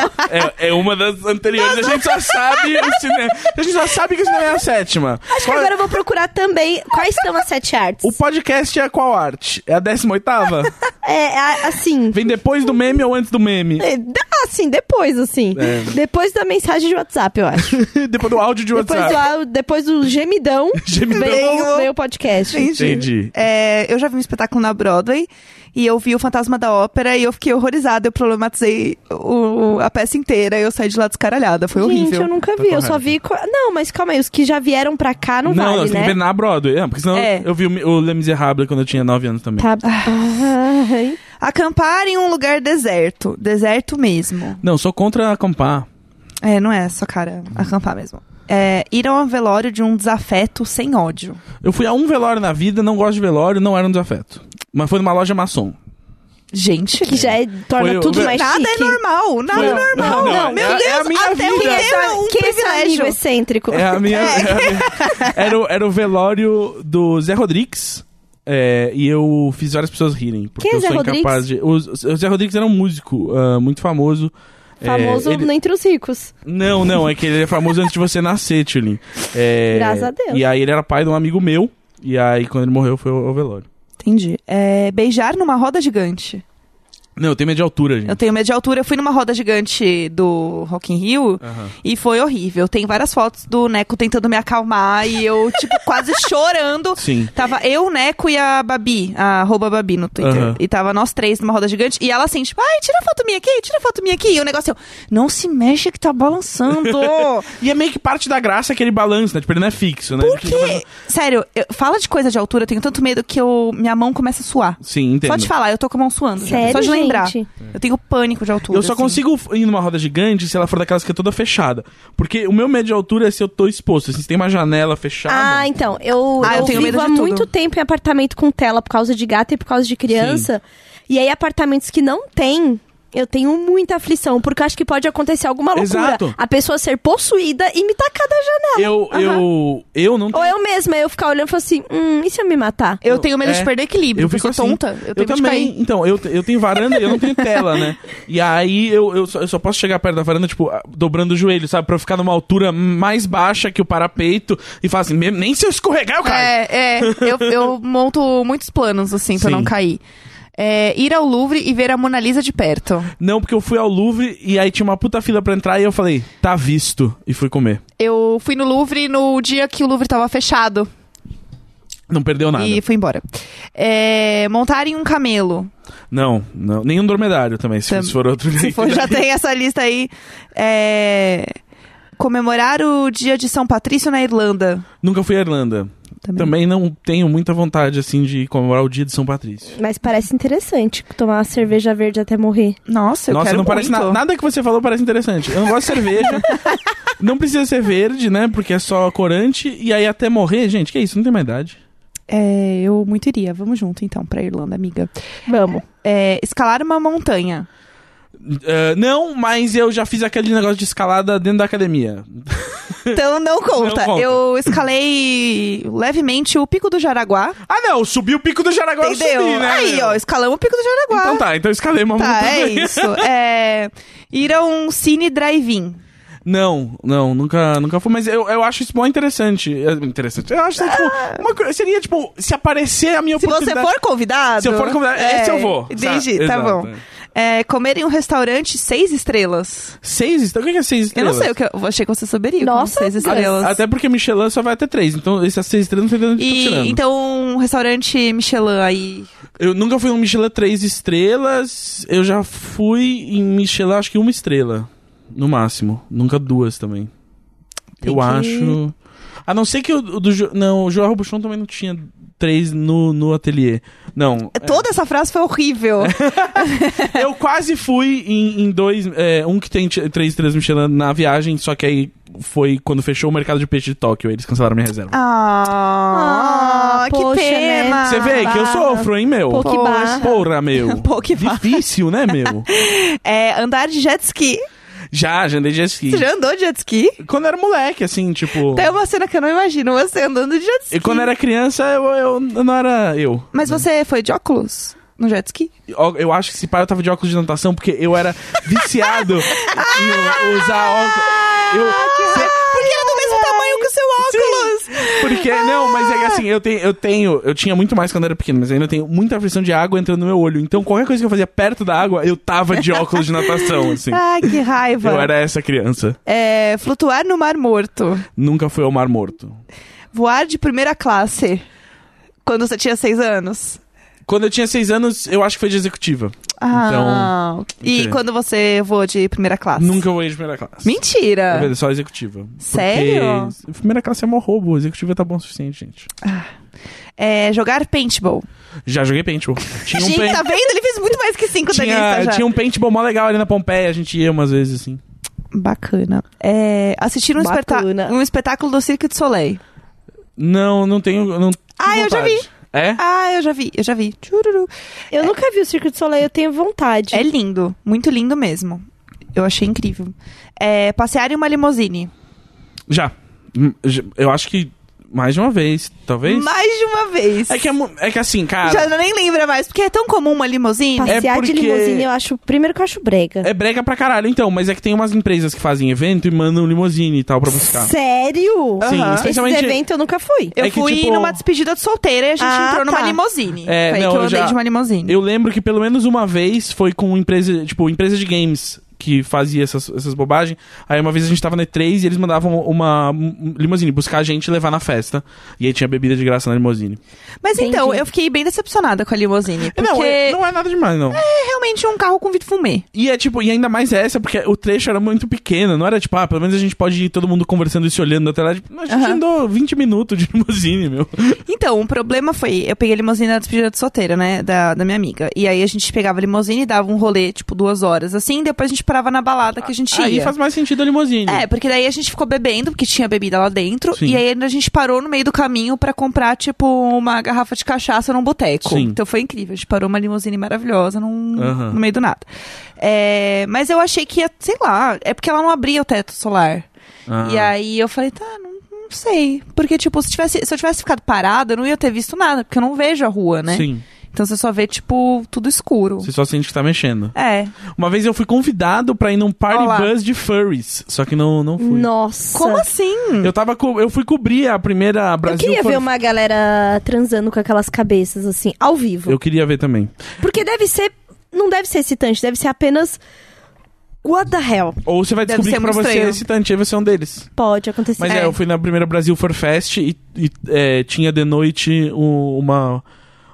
S1: É, é uma das anteriores. A gente só sabe o cinema. A gente só sabe que o cinema é a sétima.
S3: Acho que
S1: Qual-
S3: agora eu vou procurar também quais são as sete artes.
S1: O podcast é qual arte? É a 18ª?
S3: É, a- assim.
S1: Vem depois do meme ou antes do meme? (laughs)
S3: é, dá, Assim, depois, assim.
S1: É.
S3: Depois da mensagem de WhatsApp, eu acho.
S1: depois do áudio (laughs) de
S3: Depois
S1: WhatsApp.
S3: do, au- depois do gemidão,
S1: (laughs) Gemidão.
S3: Vem, o-
S2: Veio-
S3: vem o podcast.
S2: Entendi.
S1: Entendi.
S2: É, eu já vi um espetáculo na Broadway e eu vi o Fantasma da Ópera e eu fiquei horrorizada. Eu problematizei o- a peça inteira e eu saí de lá descaralhada. Foi
S3: Gente,
S2: horrível.
S3: eu nunca
S1: Tá
S3: vi. Eu só
S1: correto.
S3: vi. co- Não, mas calma aí. Os que já vieram pra cá não,
S1: não,
S3: vale,
S1: você tem que ver
S3: né?
S1: na Broadway. É, porque senão
S2: É.
S1: eu vi o, o Les Miserables quando eu tinha 9 anos também.
S3: Tá.
S1: Ah.
S3: Ai.
S2: Acampar em um lugar deserto. Deserto mesmo.
S1: Não, sou contra acampar.
S2: É, não é só cara acampar mesmo. É, ir ao velório de um desafeto sem ódio.
S1: Eu fui a um velório na vida, não gosto de velório, não era um desafeto. Mas foi numa loja maçom.
S2: Gente,
S3: Que já é- torna
S1: Foi o-
S3: tudo mais
S2: nada
S3: chique.
S2: é normal. Nada
S1: Foi-
S2: é normal.
S1: Não, não,
S2: Meu
S1: é-
S2: Deus,
S1: é a minha
S2: até o
S1: vida.
S2: tema é um
S3: Quem é esse amigo
S2: privilégio.
S3: excêntrico?
S1: É a minha. é a minha- era, o- era o velório do Zé Rodrigues. é, e eu fiz várias pessoas rirem. Porque
S3: Quem é
S1: eu
S3: Zé
S1: sou
S3: Rodrigues?
S1: incapaz de. O, o Zé Rodrigues era um músico ah, muito famoso. é,
S3: (laughs) Famoso
S1: ele-
S3: entre os ricos.
S1: Não, não, é que ele é famoso antes de você nascer, Tulin. É,
S3: Graças a Deus.
S1: E aí ele era pai de um amigo meu. E aí quando ele morreu foi ao ao velório.
S2: Entendi. É, beijar numa roda gigante.
S1: Não, eu tenho medo de altura, gente.
S2: Eu tenho medo de altura. Eu fui numa roda gigante do Rock in Rio
S1: Aham.
S2: e foi horrível. Tem várias fotos do Neco tentando me acalmar e eu,
S1: (laughs)
S2: tipo, quase chorando.
S1: Sim.
S2: Tava eu, o Neco e a Babi, a arroba Babi no Twitter.
S1: Aham.
S2: E tava nós três numa roda gigante. E ela assim, tipo, ai, tira foto minha aqui, tira foto minha aqui. E o negócio, eu, não se mexe que tá balançando.
S1: (laughs) E é meio que parte da graça aquele balanço, né? Tipo, ele não é fixo, né? Por
S2: que, sério, eu- fala de coisa de altura, eu tenho tanto medo que eu, minha mão começa a suar.
S1: Sim, entendo.
S2: Só de falar, eu tô com a mão suando. já.
S3: Sério,
S2: só de lembrar.
S3: gente?
S2: Eu tenho pânico de altura.
S1: Eu só
S2: assim.
S1: consigo ir numa roda gigante se ela for daquelas que é toda fechada. Porque o meu medo de altura é se eu tô exposto. Assim, se tem uma janela fechada.
S3: Ah, então, eu,
S2: Tá Ah, eu tenho medo
S3: vivo
S2: de
S3: há
S2: tudo.
S3: muito tempo em apartamento com tela por causa de gato e por causa de criança. E aí, apartamentos que não tem, eu tenho muita aflição, porque eu acho que pode acontecer alguma loucura.
S1: Exato.
S3: A pessoa ser possuída e me tacar da janela.
S1: eu, eu, eu não
S3: Ou eu mesma, eu ficar olhando e falar assim, hum, e se eu me matar?
S2: Eu tenho medo
S1: É.
S2: de perder equilíbrio.
S1: Eu
S2: porque
S1: fico
S2: sou
S1: assim.
S2: tonta. Eu, tenho medo de
S1: também.
S2: cair.
S1: Então, eu, te- eu tenho varanda e eu não tenho tela,
S2: (laughs)
S1: né? E aí eu, eu, só, eu só posso chegar perto da varanda, tipo, a- dobrando o joelho, sabe? Pra eu ficar numa altura mais baixa que o parapeito e falar assim, "Me- nem se eu escorregar, eu caio.
S2: É, é. Eu, eu monto muitos planos, assim, pra
S1: Sim.
S2: não cair. É, ir ao Louvre e ver a Mona Lisa de perto.
S1: Não, porque eu fui ao Louvre e aí tinha uma puta fila pra entrar e eu falei, tá visto. E fui comer.
S2: Eu fui no Louvre no dia que o Louvre tava fechado
S1: Não perdeu nada.
S2: e fui embora. É, montar em um camelo.
S1: Não, não. Nenhum dromedário também, se,
S2: Tam-
S1: se for outro
S2: Se
S1: jeito.
S2: for, Tipo, já tem essa lista aí. É, comemorar o dia de São Patrício na Irlanda.
S1: (laughs) Nunca fui à Irlanda.
S2: Também.
S1: Também não tenho muita vontade, assim, de comemorar o dia de São Patrício.
S3: Mas parece interessante tomar uma cerveja verde até morrer.
S2: Nossa, eu
S1: Nossa,
S2: quero
S1: não parece
S2: muito.
S1: na- nada que você falou parece interessante. Eu não gosto de
S2: (laughs)
S1: cerveja. não precisa ser verde, né? Porque é só corante. E aí até morrer, gente, que isso? Não tem mais idade.
S2: É, eu muito iria. Vamos junto, então, pra Irlanda, amiga.
S3: Vamos.
S2: É, escalar uma montanha.
S1: Ah, não, mas eu já fiz aquele negócio de escalada dentro da academia.
S2: Então não conta.
S1: Não conta.
S2: Eu escalei levemente o Pico do Jaraguá.
S1: Ah, não, subi o pico do Jaraguá, eu
S2: entendeu?
S1: subi, né?
S2: Aí,
S1: meu?
S2: ó, escalamos o Pico do Jaraguá.
S1: Então tá, então eu escalei uma
S2: Tá,
S1: montanha.
S2: é isso. É, ir a um cine drive-in.
S1: Não, não, nunca, nunca fui. Mas eu, eu acho isso bom interessante. É, Interessante. Eu acho, tipo, uma coisa- seria, tipo, se aparecer a minha
S2: Ah. Se você
S1: oportunidade...
S2: for convidado.
S1: Se eu for convidado, esse eu vou.
S2: Entendi,
S1: Exato,
S2: tá bom.
S1: é.
S2: É, comer em um restaurante seis estrelas.
S1: Seis estrelas? O que é seis
S2: Eu
S1: estrelas?
S2: não sei o que eu achei que você saberia. como
S3: Nossa,
S2: seis
S3: Deus.
S2: estrelas.
S1: Até porque Michelin só vai até três. Então, essas seis estrelas não tem de onde eu tô tirando.
S2: E, então, um restaurante Michelin aí.
S1: Eu nunca fui em um Michelin três estrelas. Eu já fui em Michelin, acho que uma estrela. No máximo. Nunca duas também.
S2: Tem
S1: eu
S2: que-
S1: acho. A não ser que o, o do. Jo- Não, o João Robuchon também não tinha três no, no ateliê.
S2: (laughs)
S1: Não. é.
S2: Toda essa frase
S1: (laughs)
S2: foi horrível.
S1: Eu quase fui em, em dois. é, um que tem t- três estrelas Michelin na viagem, só que aí foi quando fechou o mercado de peixe de Tóquio. Eles cancelaram minha reserva.
S2: Ah,
S3: Ah,
S2: que
S3: poxa, né?
S2: pena.
S1: Você vê que eu
S3: barra.
S1: sofro, hein, meu?
S3: Pô, que barra.
S1: Porra,
S2: (laughs)
S1: meu.
S2: Pô, que barra.
S1: Difícil, né,
S2: (laughs)
S1: meu?
S2: É, andar de jet ski.
S1: já, assim. já andei de jet ski.
S2: Você já andou de jet ski?
S1: Quando eu era moleque, assim, tipo...
S2: Tem uma cena que eu não imagino você andando de jet ski.
S1: E quando eu era criança, eu, eu não era eu.
S2: Mas você foi de óculos no jet ski?
S1: Ó, Eu acho que esse pai eu tava de óculos de natação porque eu era viciado (laughs) em usar óculos. Eu, cê-
S2: Porque era do mesmo tamanho que o seu óculos.
S1: porque, não, mas é que assim, eu tenho, eu tenho, eu tinha muito mais quando eu era pequeno, mas ainda tenho muita aflição de água entrando no meu olho. Então, qualquer coisa que eu fazia perto da água, eu tava de óculos de natação, assim.
S2: Ai, que raiva.
S1: Eu era essa criança.
S2: É, flutuar no mar morto.
S1: Nunca fui ao Mar Morto.
S2: Voar de primeira classe. Quando você tinha seis anos.
S1: Quando eu tinha seis anos, eu acho que foi de executiva.
S2: Ah. e
S1: Então, ok.
S2: quando você voou de primeira classe?
S1: Nunca voei de primeira classe.
S2: Mentira.
S1: Tá vendo? Só executiva.
S2: É. Sério?
S1: Porque primeira classe é mó roubo, executiva tá bom o suficiente, gente.
S2: É, jogar paintball.
S1: Já joguei paintball. Tinha um,
S2: Gente,
S1: paint...
S2: tá vendo? Ele fez muito mais que cinco da
S1: tinha,
S2: lista já.
S1: tinha um paintball mó legal ali na Pompeia, a gente ia umas vezes assim.
S2: Bacana. É, assistir um, espetá-
S3: Bacana.
S2: um espetáculo do Cirque du Soleil.
S1: Não, não tenho. Não tenho
S2: Ah, eu já
S1: vontade.
S2: vi.
S1: É?
S2: Ah, eu já vi, eu já vi. Tchururu.
S3: Eu nunca vi o Circo de Soleil, eu tenho vontade.
S2: É lindo, muito lindo mesmo. Eu achei incrível. É, passear em uma limusine.
S1: Já. Hum, já- Eu acho que mais de uma vez, talvez.
S2: Mais de uma vez.
S1: É que, é, mu- é que assim, cara.
S2: Já nem lembra mais, porque é tão comum uma limusine.
S1: É
S3: Passear de
S1: porque-
S3: limusine, eu acho. Primeiro que eu acho brega.
S1: É brega pra caralho, então, mas é que tem umas empresas que fazem evento e mandam limusine e tal pra buscar.
S3: Sério?
S1: Sim,
S2: Aham.
S1: especialmente.
S3: Esse evento eu nunca fui.
S2: Eu
S1: é que,
S2: fui
S1: tipo-
S2: numa despedida de solteira e a gente
S3: Ah,
S2: entrou numa
S3: tá.
S2: limusine.
S1: É,
S2: Foi
S1: não,
S2: que eu
S1: eu
S2: andei
S1: já-
S2: de uma limusine.
S1: Eu lembro que pelo menos uma vez foi com empresa, tipo, empresa de games que fazia essas, essas bobagens. Aí uma vez a gente tava na E3 e eles mandavam uma um, limusine buscar a gente e levar na festa. E aí tinha bebida de graça na limusine.
S2: Mas então,
S3: Entendi.
S2: eu fiquei bem decepcionada com a limusine. Porque
S1: Não, é, não é nada demais, não.
S2: é realmente um carro com vidro fumê.
S1: E é tipo, e ainda mais essa, porque o trecho era muito pequeno, não era tipo, ah, pelo menos a gente pode ir todo mundo conversando e se olhando na tela. Tipo, a gente
S2: Aham.
S1: andou 20 minutos de limusine, meu.
S2: Então, o problema foi, eu peguei a limusine na despedida de solteira, né, da, da minha amiga. E aí a gente pegava a limusine e dava um rolê, tipo, duas horas, assim, depois a gente parava na balada que a gente
S1: Aí é
S2: ia.
S1: faz mais sentido a limusine.
S2: É, porque daí a gente ficou bebendo, porque tinha bebida lá dentro,
S1: Sim.
S2: e aí a gente parou no meio do caminho pra comprar, tipo, uma garrafa de cachaça num boteco.
S1: Sim.
S2: Então foi incrível, a gente parou uma limusine maravilhosa num-
S1: Aham.
S2: no meio do nada. É, mas eu achei que ia, sei lá, é porque ela não abria o teto solar.
S1: Ah.
S2: E aí eu falei, tá, não, não sei. Porque, tipo, se, tivesse, se eu tivesse ficado parada, eu não ia ter visto nada, porque eu não vejo a rua, né?
S1: Sim,
S2: Então você só vê, tipo, tudo escuro.
S1: você só sente que tá mexendo.
S2: É.
S1: Uma vez eu fui convidado pra ir num party
S2: Olá.
S1: bus de furries, só que não, não fui.
S3: Nossa.
S2: Como assim?
S1: Eu tava co- eu fui cobrir a primeira
S3: Eu
S1: Brasil
S3: queria
S1: Fur-
S3: ver uma galera transando com aquelas cabeças, assim, ao vivo.
S1: Eu queria ver também.
S3: Porque deve ser. Não deve ser excitante, deve ser apenas. What the hell?
S1: Ou você vai
S2: Deve
S1: descobrir
S2: ser
S1: que pra
S2: muito
S1: você é
S2: estranho.
S1: excitante, aí você é um deles.
S3: Pode acontecer.
S1: Mas é,
S2: É.
S1: eu fui na primeira Brasil For Fest e, e, é, tinha de noite um- uma,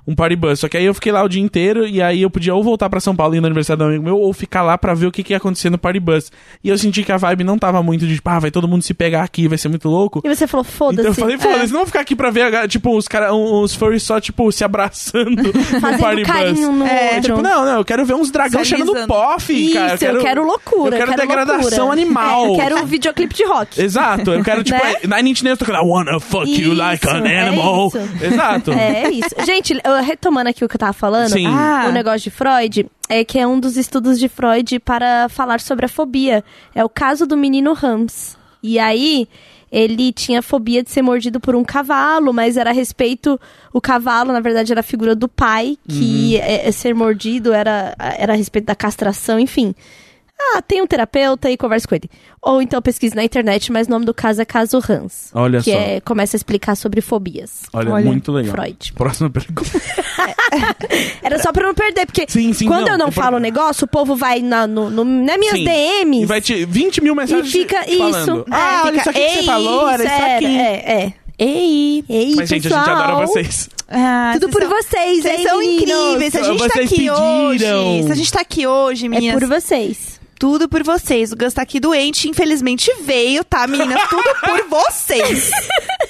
S1: um party bus. Só que aí eu fiquei lá o dia inteiro e aí eu podia ou voltar pra São Paulo e ir no aniversário do amigo meu ou ficar lá pra ver o que, que ia acontecer no party bus. E eu senti que a vibe não tava muito de tipo, ah, vai todo mundo se pegar aqui, vai ser muito louco.
S3: E você falou, foda-se.
S1: Então
S3: é."
S1: eu falei, foda-se, não vou ficar aqui pra ver, a ga- tipo, os caras, os furries só, tipo, se abraçando (laughs) no party
S3: Fazendo
S1: bus.
S3: carinho no
S2: É,
S3: outro.
S1: Tipo, não, não, eu quero ver uns dragão
S2: Se
S1: cheirando
S2: alisando.
S1: poff,
S3: Ah, Isso,
S1: cara.
S3: eu quero loucura.
S1: Eu quero, degradação
S3: loucura.
S1: animal.
S3: É, eu quero um videoclipe de rock.
S1: Exato, eu quero, tipo,
S3: (laughs) Né?
S1: é, Nine Inch Nails tocando I wanna fuck you
S3: Isso,
S1: like an
S3: é
S1: animal.
S3: isso.
S1: Exato.
S3: É, é isso. Gente, eu- retomando aqui o que eu tava falando,
S1: Sim.
S2: Ah.
S3: o negócio de Freud é que é um dos estudos de Freud para falar sobre a fobia. É o caso do menino Hans. E aí, ele tinha fobia de ser mordido por um cavalo, mas era a respeito. O cavalo, na verdade, era a figura do pai, que
S1: Uhum.
S3: é- é ser mordido era, era a respeito da castração, enfim. Ah, tem um terapeuta e conversa com ele. Ou então pesquise na internet, mas o nome do caso é caso Hans.
S1: Olha
S3: que
S1: só.
S3: é- começa a explicar sobre fobias.
S1: Olha,
S2: Olha,
S1: muito legal.
S3: Freud.
S1: Próxima pergunta.
S3: Era só pra eu não perder, porque
S1: Sim, sim,
S3: quando
S1: não,
S3: eu não
S1: é pra-
S3: falo o negócio, o povo vai na, no, no, nas minhas
S1: Sim.
S3: DMs
S1: E vai te 20 mil mensagens
S3: e fica
S1: te falando.
S3: isso.
S1: Ah,
S3: É,
S1: olha
S3: fica,
S1: isso aqui que você
S3: "Ei,
S1: falou, era isso
S3: era,
S1: aqui.
S3: É, é.
S2: Ei.
S1: Mas,
S3: Ei,
S1: gente, a gente
S3: pessoal, É
S1: adora vocês.
S2: Ah,
S3: Tudo
S2: vocês
S3: por
S2: são-
S3: vocês,
S2: Vocês
S3: hein,
S2: são
S3: meninos?
S2: incríveis. Se a gente tá
S1: Vocês
S2: aqui hoje.
S1: pediram.
S2: Se a gente tá aqui hoje,
S3: É
S2: meninas.
S3: por vocês.
S2: Tudo por vocês. O Gus tá aqui doente, infelizmente veio, tá, meninas? Tudo
S3: (laughs)
S2: por vocês.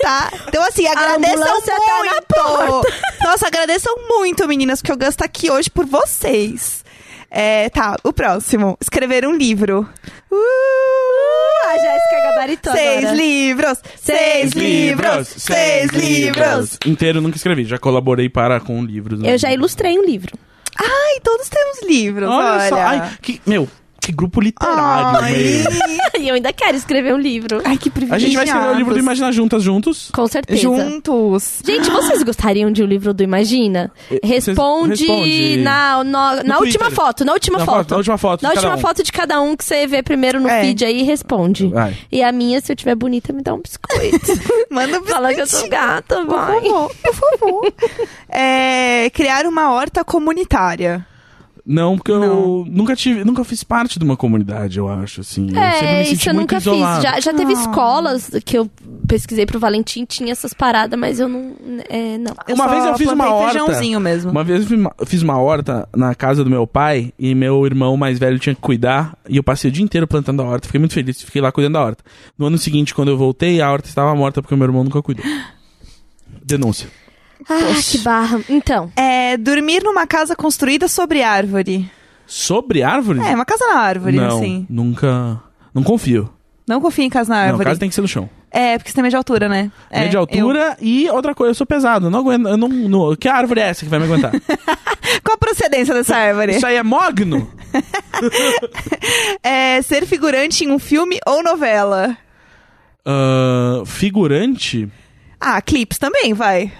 S2: Tá? Então, assim, agradeçam
S3: ambulância tá na
S2: muito. Nossa, agradeçam muito, meninas, porque o Gus tá aqui hoje por vocês. É, tá, o próximo. Escrever um livro. Uh,
S3: A Jéssica gabaritou
S2: Seis
S3: agora.
S2: livros! Seis livros! Seis livros!
S1: Inteiro nunca escrevi, já colaborei para com livros. né?
S3: Eu já ilustrei um livro.
S2: Ai, todos temos livros,
S1: Olha,
S2: Então, olha.
S1: só, ai, que, meu, que grupo literário,
S2: Ai.
S1: meu.
S3: (laughs) e eu ainda quero escrever um livro.
S2: Ai, que privilégio.
S1: A gente vai escrever o livro do Imaginar Juntas juntos.
S3: Com certeza.
S2: Juntos.
S3: Gente, vocês gostariam de um livro do Imagina?
S1: Eh, vocês-
S3: Responde,
S1: responde.
S3: na, na, na
S1: No
S3: última
S1: Twitter.
S3: foto, na última
S1: Na
S3: foto.
S1: foto, na última foto
S3: Na
S1: de cada
S3: última
S1: um.
S3: foto de cada um que você vê primeiro no
S2: É.
S3: feed aí e responde.
S1: Vai.
S3: E a minha, se eu tiver bonita, me dá um (laughs) biscoito.
S2: Manda um
S3: Fala que eu sou
S2: biscoitinho.
S3: gata,
S2: Por
S3: vai.
S2: favor, por favor. (laughs) É, criar uma horta comunitária.
S1: Não, porque eu nunca tive, nunca fiz parte de uma comunidade, eu acho, assim. eu sempre
S3: É,
S1: me senti
S3: isso eu
S1: muito
S3: nunca
S1: isolado.
S3: fiz. Já, já teve
S2: Ah.
S3: escolas que eu pesquisei pro Valentim, tinha essas paradas, mas eu não. É, não.
S1: Uma
S2: só
S1: vez eu fiz uma
S2: plantei
S1: horta.
S2: feijãozinho mesmo.
S1: Uma vez eu fiz uma- fiz uma horta na casa do meu pai e meu irmão mais velho tinha que cuidar e eu passei o dia inteiro plantando a horta. Fiquei muito feliz, fiquei lá cuidando da horta. No ano seguinte, quando eu voltei, a horta estava morta porque meu irmão nunca cuidou. Denúncia.
S3: Ah, que barra. Então.
S2: É, dormir numa casa construída sobre árvore.
S1: Sobre árvores?
S2: É, uma casa na árvore,
S1: não,
S2: assim.
S1: nunca. Não confio.
S2: Não confia em casa na
S1: Não,
S2: árvore.
S1: o caso tem que ser no chão.
S2: É, porque você tem meio de altura, né? É,
S1: Meio de altura e outra coisa, eu sou pesado. eu Não aguento. Eu não, não- que árvore é essa que vai me aguentar?
S2: eu- Qual a procedência dessa árvore?
S1: Isso aí é mogno?
S2: É, ser figurante em um filme ou novela.
S1: Ahn, figurante?
S2: Ah, clipes também, vai.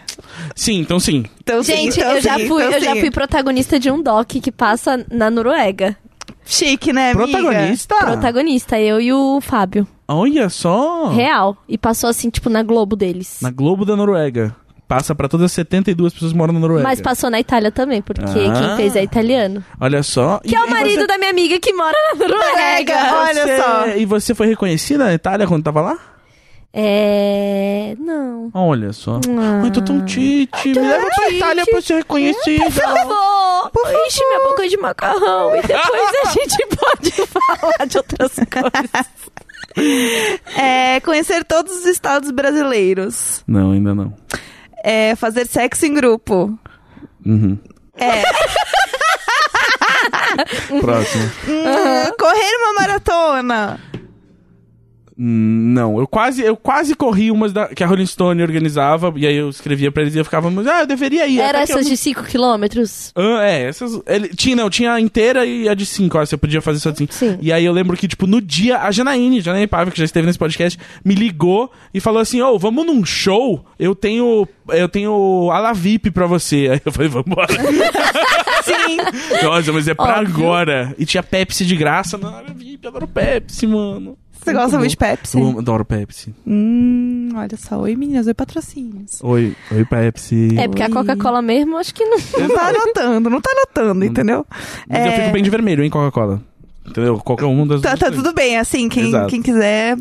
S1: Sim, então sim.
S2: Então, sim,
S3: Gente,
S2: então
S3: eu já
S2: sim,
S3: fui,
S2: então
S3: eu já
S2: sim.
S3: fui protagonista de um doc que passa na Noruega.
S2: Chique, né, amiga?
S3: Tá.
S1: Protagonista?
S3: Protagonista, eu e o Fábio.
S1: Olha só!
S3: Real. E passou assim, tipo, na Globo deles.
S1: Na Globo da Noruega. Passa pra todas as 72 pessoas que moram na Noruega.
S3: Mas passou na Itália também, porque
S1: Ah.
S3: quem fez é italiano.
S1: Olha só.
S3: Que é o marido da minha amiga que mora na
S2: Noruega.
S3: Noruega.
S2: Olha só.
S1: E você foi reconhecida na Itália quando tava lá?
S3: É. Não.
S1: Olha só.
S3: Ah.
S1: Ai, tô tão tite. Me leva pra Itália pra ser
S3: (laughs)
S1: reconhecida.
S3: Vou! Enche minha boca de macarrão e depois a (laughs) gente pode falar de outras coisas.
S2: É, conhecer todos os estados brasileiros.
S1: Não, ainda não.
S2: É, fazer sexo em grupo.
S1: Uhum.
S2: É,
S1: (laughs) Próximo.
S2: hum, (laughs) correr uma maratona.
S1: Hum, Não, eu quase, eu quase corri umas da- que a Rolling Stone organizava, e aí eu escrevia pra eles e eu ficava, mas, ah, eu deveria ir.
S3: Era
S1: até que eu
S3: essas
S1: não-
S3: de 5 quilômetros?
S1: Ah, é, essas. Ele, tinha, não, tinha a inteira e a de 5, ó. Você podia fazer só de 5.
S3: Sim.
S1: E aí eu lembro que, tipo, no dia, a Janaíne, Janaíne Paiva, que já esteve nesse podcast, me ligou e falou assim: Ô, vamos num show? Eu tenho. Eu tenho a La VIP pra você. Aí eu falei,
S3: (laughs)
S1: vambora.
S2: Sim.
S1: Nossa, mas é pra
S3: Óbvio.
S1: agora. E tinha Pepsi de graça na La VIP, eu adoro Pepsi, mano.
S2: Você gosta muito de Pepsi?
S1: Eu adoro Pepsi.
S2: Hum, olha só. Oi, meninas. Oi, patrocínios.
S1: Oi, oi, Pepsi.
S3: É, porque a
S2: Oi.
S3: Coca-Cola mesmo, acho que não.
S2: Não tá anotando, não tá anotando, entendeu?
S1: Mas eu
S2: É.
S1: fico bem de vermelho, hein, Coca-Cola. Entendeu? Qualquer um das
S2: Tá,
S1: duas
S2: tá
S1: coisas.
S2: tudo bem, assim, quem,
S1: Exato.
S2: quem quiser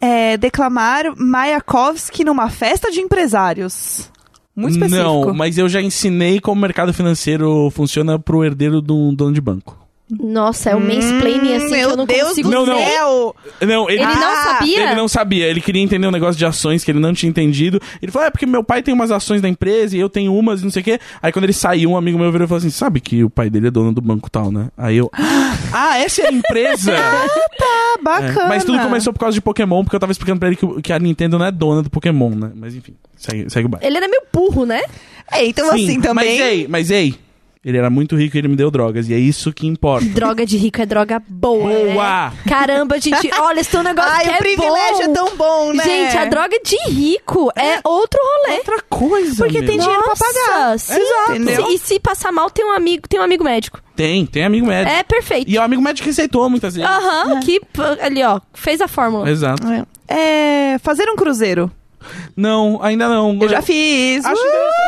S2: é, declamar Mayakovsky numa festa de empresários. Muito específico.
S1: Não, mas eu já ensinei como o mercado financeiro funciona pro herdeiro de um dono de banco.
S3: Nossa, é um mansplaining assim que eu não
S2: Hum, Deus
S3: consigo
S1: Não,
S2: do
S1: não.
S3: ver.
S2: céu!
S1: Não, ele,
S3: Ele não
S2: Ah,
S3: sabia?
S1: ele não sabia. Ele queria entender um negócio de ações que ele não tinha entendido. Ele falou, é porque meu pai tem umas ações da empresa e eu tenho umas e não sei o quê. Aí quando ele saiu, um amigo meu virou e falou assim, sabe que o pai dele é dono do banco tal, né? Aí
S2: (gasps)
S1: eu, ah, essa é a empresa!
S2: (laughs) Ah,
S1: É,
S2: bacana.
S1: Mas tudo começou por causa de Pokémon, porque eu tava explicando pra ele que, que a Nintendo não é dona do Pokémon, né? Mas enfim, segue, segue o bairro.
S3: Ele era meio burro, né?
S2: É, então assim também.
S1: Mas ei, mas ei, ele era muito rico e ele me deu drogas, e é isso que importa.
S3: Droga de rico é droga boa.
S1: Boa!
S3: né? Caramba, gente, olha, esse teu
S2: (laughs)
S3: negócio
S2: Ai,
S3: que
S2: o
S3: é
S2: privilégio
S3: bom.
S2: é tão bom, né?
S3: Gente, a droga de rico (laughs) é outro rolê.
S1: Outra coisa,
S2: Porque tem
S1: meu.
S2: dinheiro pra pagar.
S3: Sim.
S2: Entendeu?
S3: Se- E se passar mal, tem um amigo, tem um amigo médico.
S1: Tem, tem amigo médico.
S3: É Ah. perfeito.
S1: E o amigo médico receitou muitas vezes.
S3: Aham, que p- ali, ó, fez a fórmula.
S1: Exato.
S2: É, fazer um cruzeiro.
S1: Não, ainda não.
S2: Eu já fiz.
S1: Acho
S2: Uh!
S1: interessante.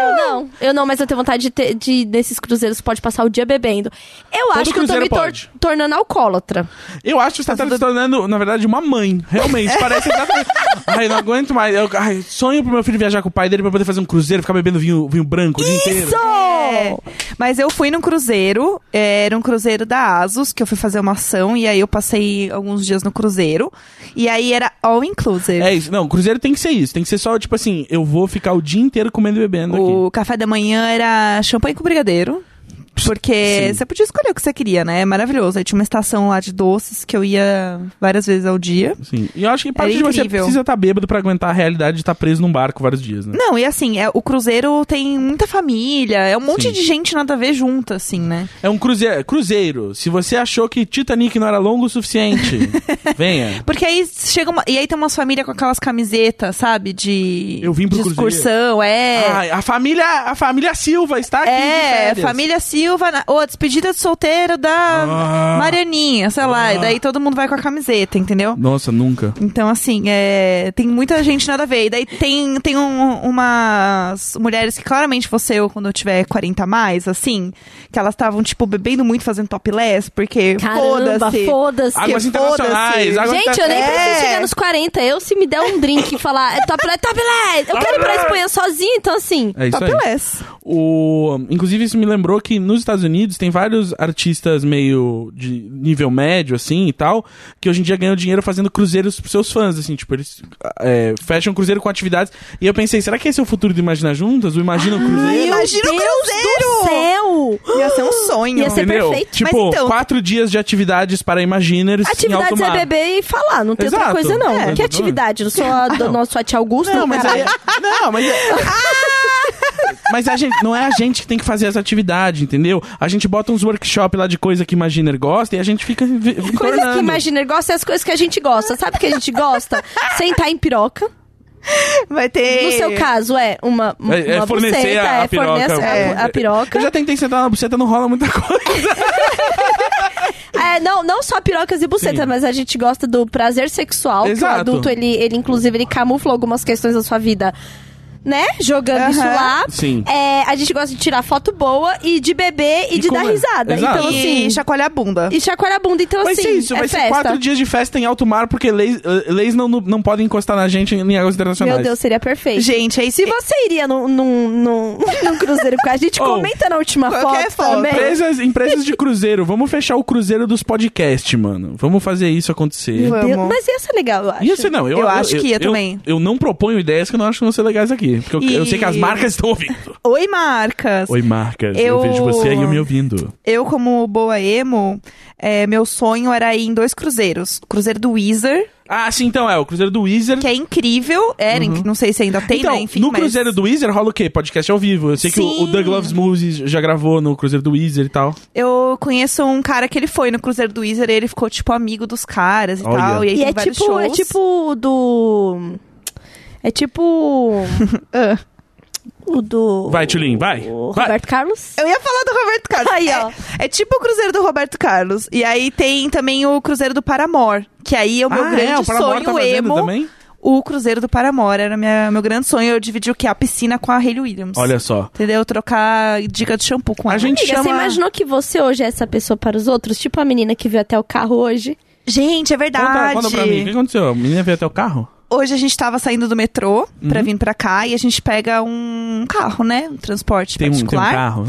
S3: Eu não, eu não, mas eu tenho vontade de, ter, de nesses cruzeiros pode passar o dia bebendo. Eu acho que eu tô
S1: cruzeiro
S3: me tor-
S1: pode.
S3: tornando alcoólatra.
S1: Eu acho que você tá se tornando, na verdade, uma mãe. Realmente, parece exatamente. Ai, não aguento mais. Eu, ai, sonho pro meu filho viajar com o pai dele pra poder fazer um cruzeiro, ficar bebendo vinho, vinho branco o dia inteiro.
S2: É, mas eu fui num cruzeiro, era um cruzeiro da Asus, que eu fui fazer uma ação, e aí eu passei alguns dias no cruzeiro, e aí era all inclusive.
S1: É isso. Não, cruzeiro tem que ser isso. Tem que ser só, tipo assim, eu vou ficar o dia inteiro comendo e bebendo
S2: o café da manhã era champanhe com brigadeiro.
S1: aqui.
S2: Porque
S1: Sim.
S2: você podia escolher o que você queria, né? É maravilhoso. Aí tinha uma estação lá de doces que eu ia várias vezes ao dia.
S1: Sim. E eu acho que parte
S2: Era
S1: de você
S2: incrível.
S1: precisa estar bêbado pra aguentar a realidade de estar preso num barco vários dias, né?
S2: Não, e assim, é- o cruzeiro tem muita família, é um monte
S1: Sim.
S2: de gente nada a ver junta, assim, né?
S1: É um cruzeiro. Cruzeiro. Se você achou que Titanic não era longo o suficiente, venha.
S2: Porque aí chega uma. E aí tem umas famílias com aquelas camisetas, sabe? De.
S1: Eu vim pro
S2: de
S1: cruzeiro.
S2: excursão, é.
S1: Ai, a família, a família Silva está aqui. de
S2: É,
S1: férias.
S2: família Silva, na- ou a despedida de solteiro da
S1: Ah.
S2: Marianinha, sei lá, e
S1: Ah.
S2: daí todo mundo vai com a camiseta, entendeu?
S1: Nossa, nunca.
S2: Então, assim, é, tem muita gente nada a ver. E daí tem, tem um- umas mulheres que claramente você, eu, quando eu tiver 40 a mais, assim, que elas estavam, tipo, bebendo muito, fazendo topless, porque
S3: Caramba,
S2: foda-se.
S3: foda-se.
S1: Águas
S2: que
S1: internacionais.
S2: foda-se.
S1: Águas É.
S3: Gente, eu nem
S2: É.
S3: preciso chegar nos 40. Eu, se me der um drink e falar, é top left, top left. Eu quero ir pra Espanha sozinha, então assim.
S1: É
S2: Tá
S1: isso aí.
S2: topless.
S1: O, inclusive, isso me lembrou que nos Estados Unidos tem vários artistas meio de nível médio, assim, e tal, que hoje em dia ganham dinheiro fazendo cruzeiros pros seus fãs, assim, tipo, eles é, fecham cruzeiro com atividades. E eu pensei, será que esse é o futuro do Imagina Juntas? O Imagina
S3: Ah,
S1: o Cruzeiro?
S2: Imagina o
S3: Deus
S2: cruzeiro!
S3: do céu!
S2: Ia ser um sonho.
S3: Ia ser
S1: Entendeu?
S3: perfeito.
S1: Tipo,
S2: Mas então-
S1: quatro dias de atividades para Imaginers em alto
S3: Atividades
S1: mar.
S3: é beber e falar, não tem
S1: Exato.
S3: outra coisa
S1: É,
S3: não. que
S1: exatamente.
S3: atividade? Eu sou a do nosso Tia Augusto,
S1: Não, mas aí,
S3: caralho.
S1: não, mas é- Mas a gente, não é a gente que tem que fazer essa atividade, entendeu? A gente bota uns workshops lá de coisa que Imaginer gosta e a gente fica vi- vi-
S3: Coisas que
S1: tornando.
S3: imagina, gosta é as coisas que a gente gosta. Sabe o que a gente gosta? Sentar em piroca.
S2: Vai ter.
S3: No seu caso, é uma, uma
S1: É, é fornecer
S3: buceta,
S1: a,
S3: é
S1: a piroca.
S3: fornecer a, a piroca.
S1: Eu já tentei sentar na buceta, não rola muita coisa.
S3: É, não, não só pirocas e buceta,
S1: Sim.
S3: mas a gente gosta do prazer sexual. que
S1: Exato.
S3: o adulto, ele, ele, inclusive, ele camufla algumas questões da sua vida, né? Jogando
S2: Aham.
S3: isso lá.
S1: Sim.
S3: É, a gente gosta de tirar foto boa e de beber e,
S1: E
S3: de dar
S1: comer.
S3: risada.
S1: Exato.
S3: Então,
S2: E
S3: assim...
S2: chacoalhar a bunda.
S3: E chacoalha a bunda, então
S1: Vai
S3: assim,
S1: ser isso, vai
S3: é
S1: ser
S3: festa.
S1: quatro dias de festa em alto mar, porque leis, eh, leis não, não podem encostar na gente em águas internacionais.
S3: Meu Deus, seria perfeito.
S2: Gente, é isso.
S3: Se você iria num, num, num, (laughs) num cruzeiro com a gente,
S1: Oh.
S3: comenta na última
S2: Qualquer
S3: foto,
S2: foto.
S3: também.
S1: Empresas, empresas de cruzeiro, vamos fechar o cruzeiro dos podcasts, mano. Vamos fazer isso acontecer.
S2: Vamos.
S3: Deus, Mas ia ser legal, eu acho.
S1: Ia ser, não, eu,
S2: Eu acho que ia também.
S1: Eu não proponho ideias que eu não acho que vão ser legais aqui. Porque eu, eu
S2: E-
S1: sei que as marcas estão
S3: (laughs)
S1: ouvindo.
S2: É. Oi, Marcas.
S1: Oi, marcas. Eu,
S2: Eu-
S1: vejo você aí me ouvindo.
S2: Eu, como boa emo, é, meu sonho era ir em dois cruzeiros. O cruzeiro do Weezer,
S1: Ah, sim, então é. O Cruzeiro do Weezer.
S2: que é incrível. Era, inc- não sei se ainda tem,
S1: Uhum. então,
S2: né? Enfim,
S1: no
S2: mas-
S1: Cruzeiro do Weezer rola o quê? Podcast ao vivo. Eu sei que o, o
S2: Sim.
S1: Doug Loves Movies já gravou no Cruzeiro do Weezer e tal.
S2: Eu conheço um cara que ele foi no Cruzeiro do Weezer e ele ficou, tipo, amigo dos caras e
S1: Olha.
S2: tal. E aí
S3: E
S2: tem
S3: é
S2: vários
S3: tipo, é
S2: shows.
S3: tipo o do. É tipo.
S2: Ah.
S3: o do.
S1: Vai, Tulin, vai,
S3: O
S1: vai.
S3: Roberto Carlos?
S2: Eu ia falar do Roberto Carlos.
S3: Aí,
S2: é,
S3: ó.
S2: é tipo o Cruzeiro do Roberto Carlos. E aí tem também o Cruzeiro do Paramore, que aí é o meu
S1: ah,
S2: grande
S1: é, o Paramore
S2: sonho
S1: tá fazendo
S2: emo.
S1: também?
S2: O Cruzeiro do Paramore era minha, meu grande sonho. Eu dividi o que? A piscina com a Hayley Williams.
S1: Olha só.
S2: Entendeu? Trocar dica de shampoo com
S1: A
S2: ela.
S1: gente
S3: Amiga,
S1: chama...
S3: você imaginou que você hoje é essa pessoa para os outros? Tipo a menina que veio até o carro hoje.
S2: Gente, é
S1: Conta,
S2: verdade.
S1: conta pra mim, o que aconteceu? A menina veio até o carro?
S2: Hoje a gente tava saindo do metrô
S1: Uhum.
S2: pra vir pra cá e a gente pega um carro, né? Um transporte
S1: Tem um, tem um
S2: particular.
S1: carro?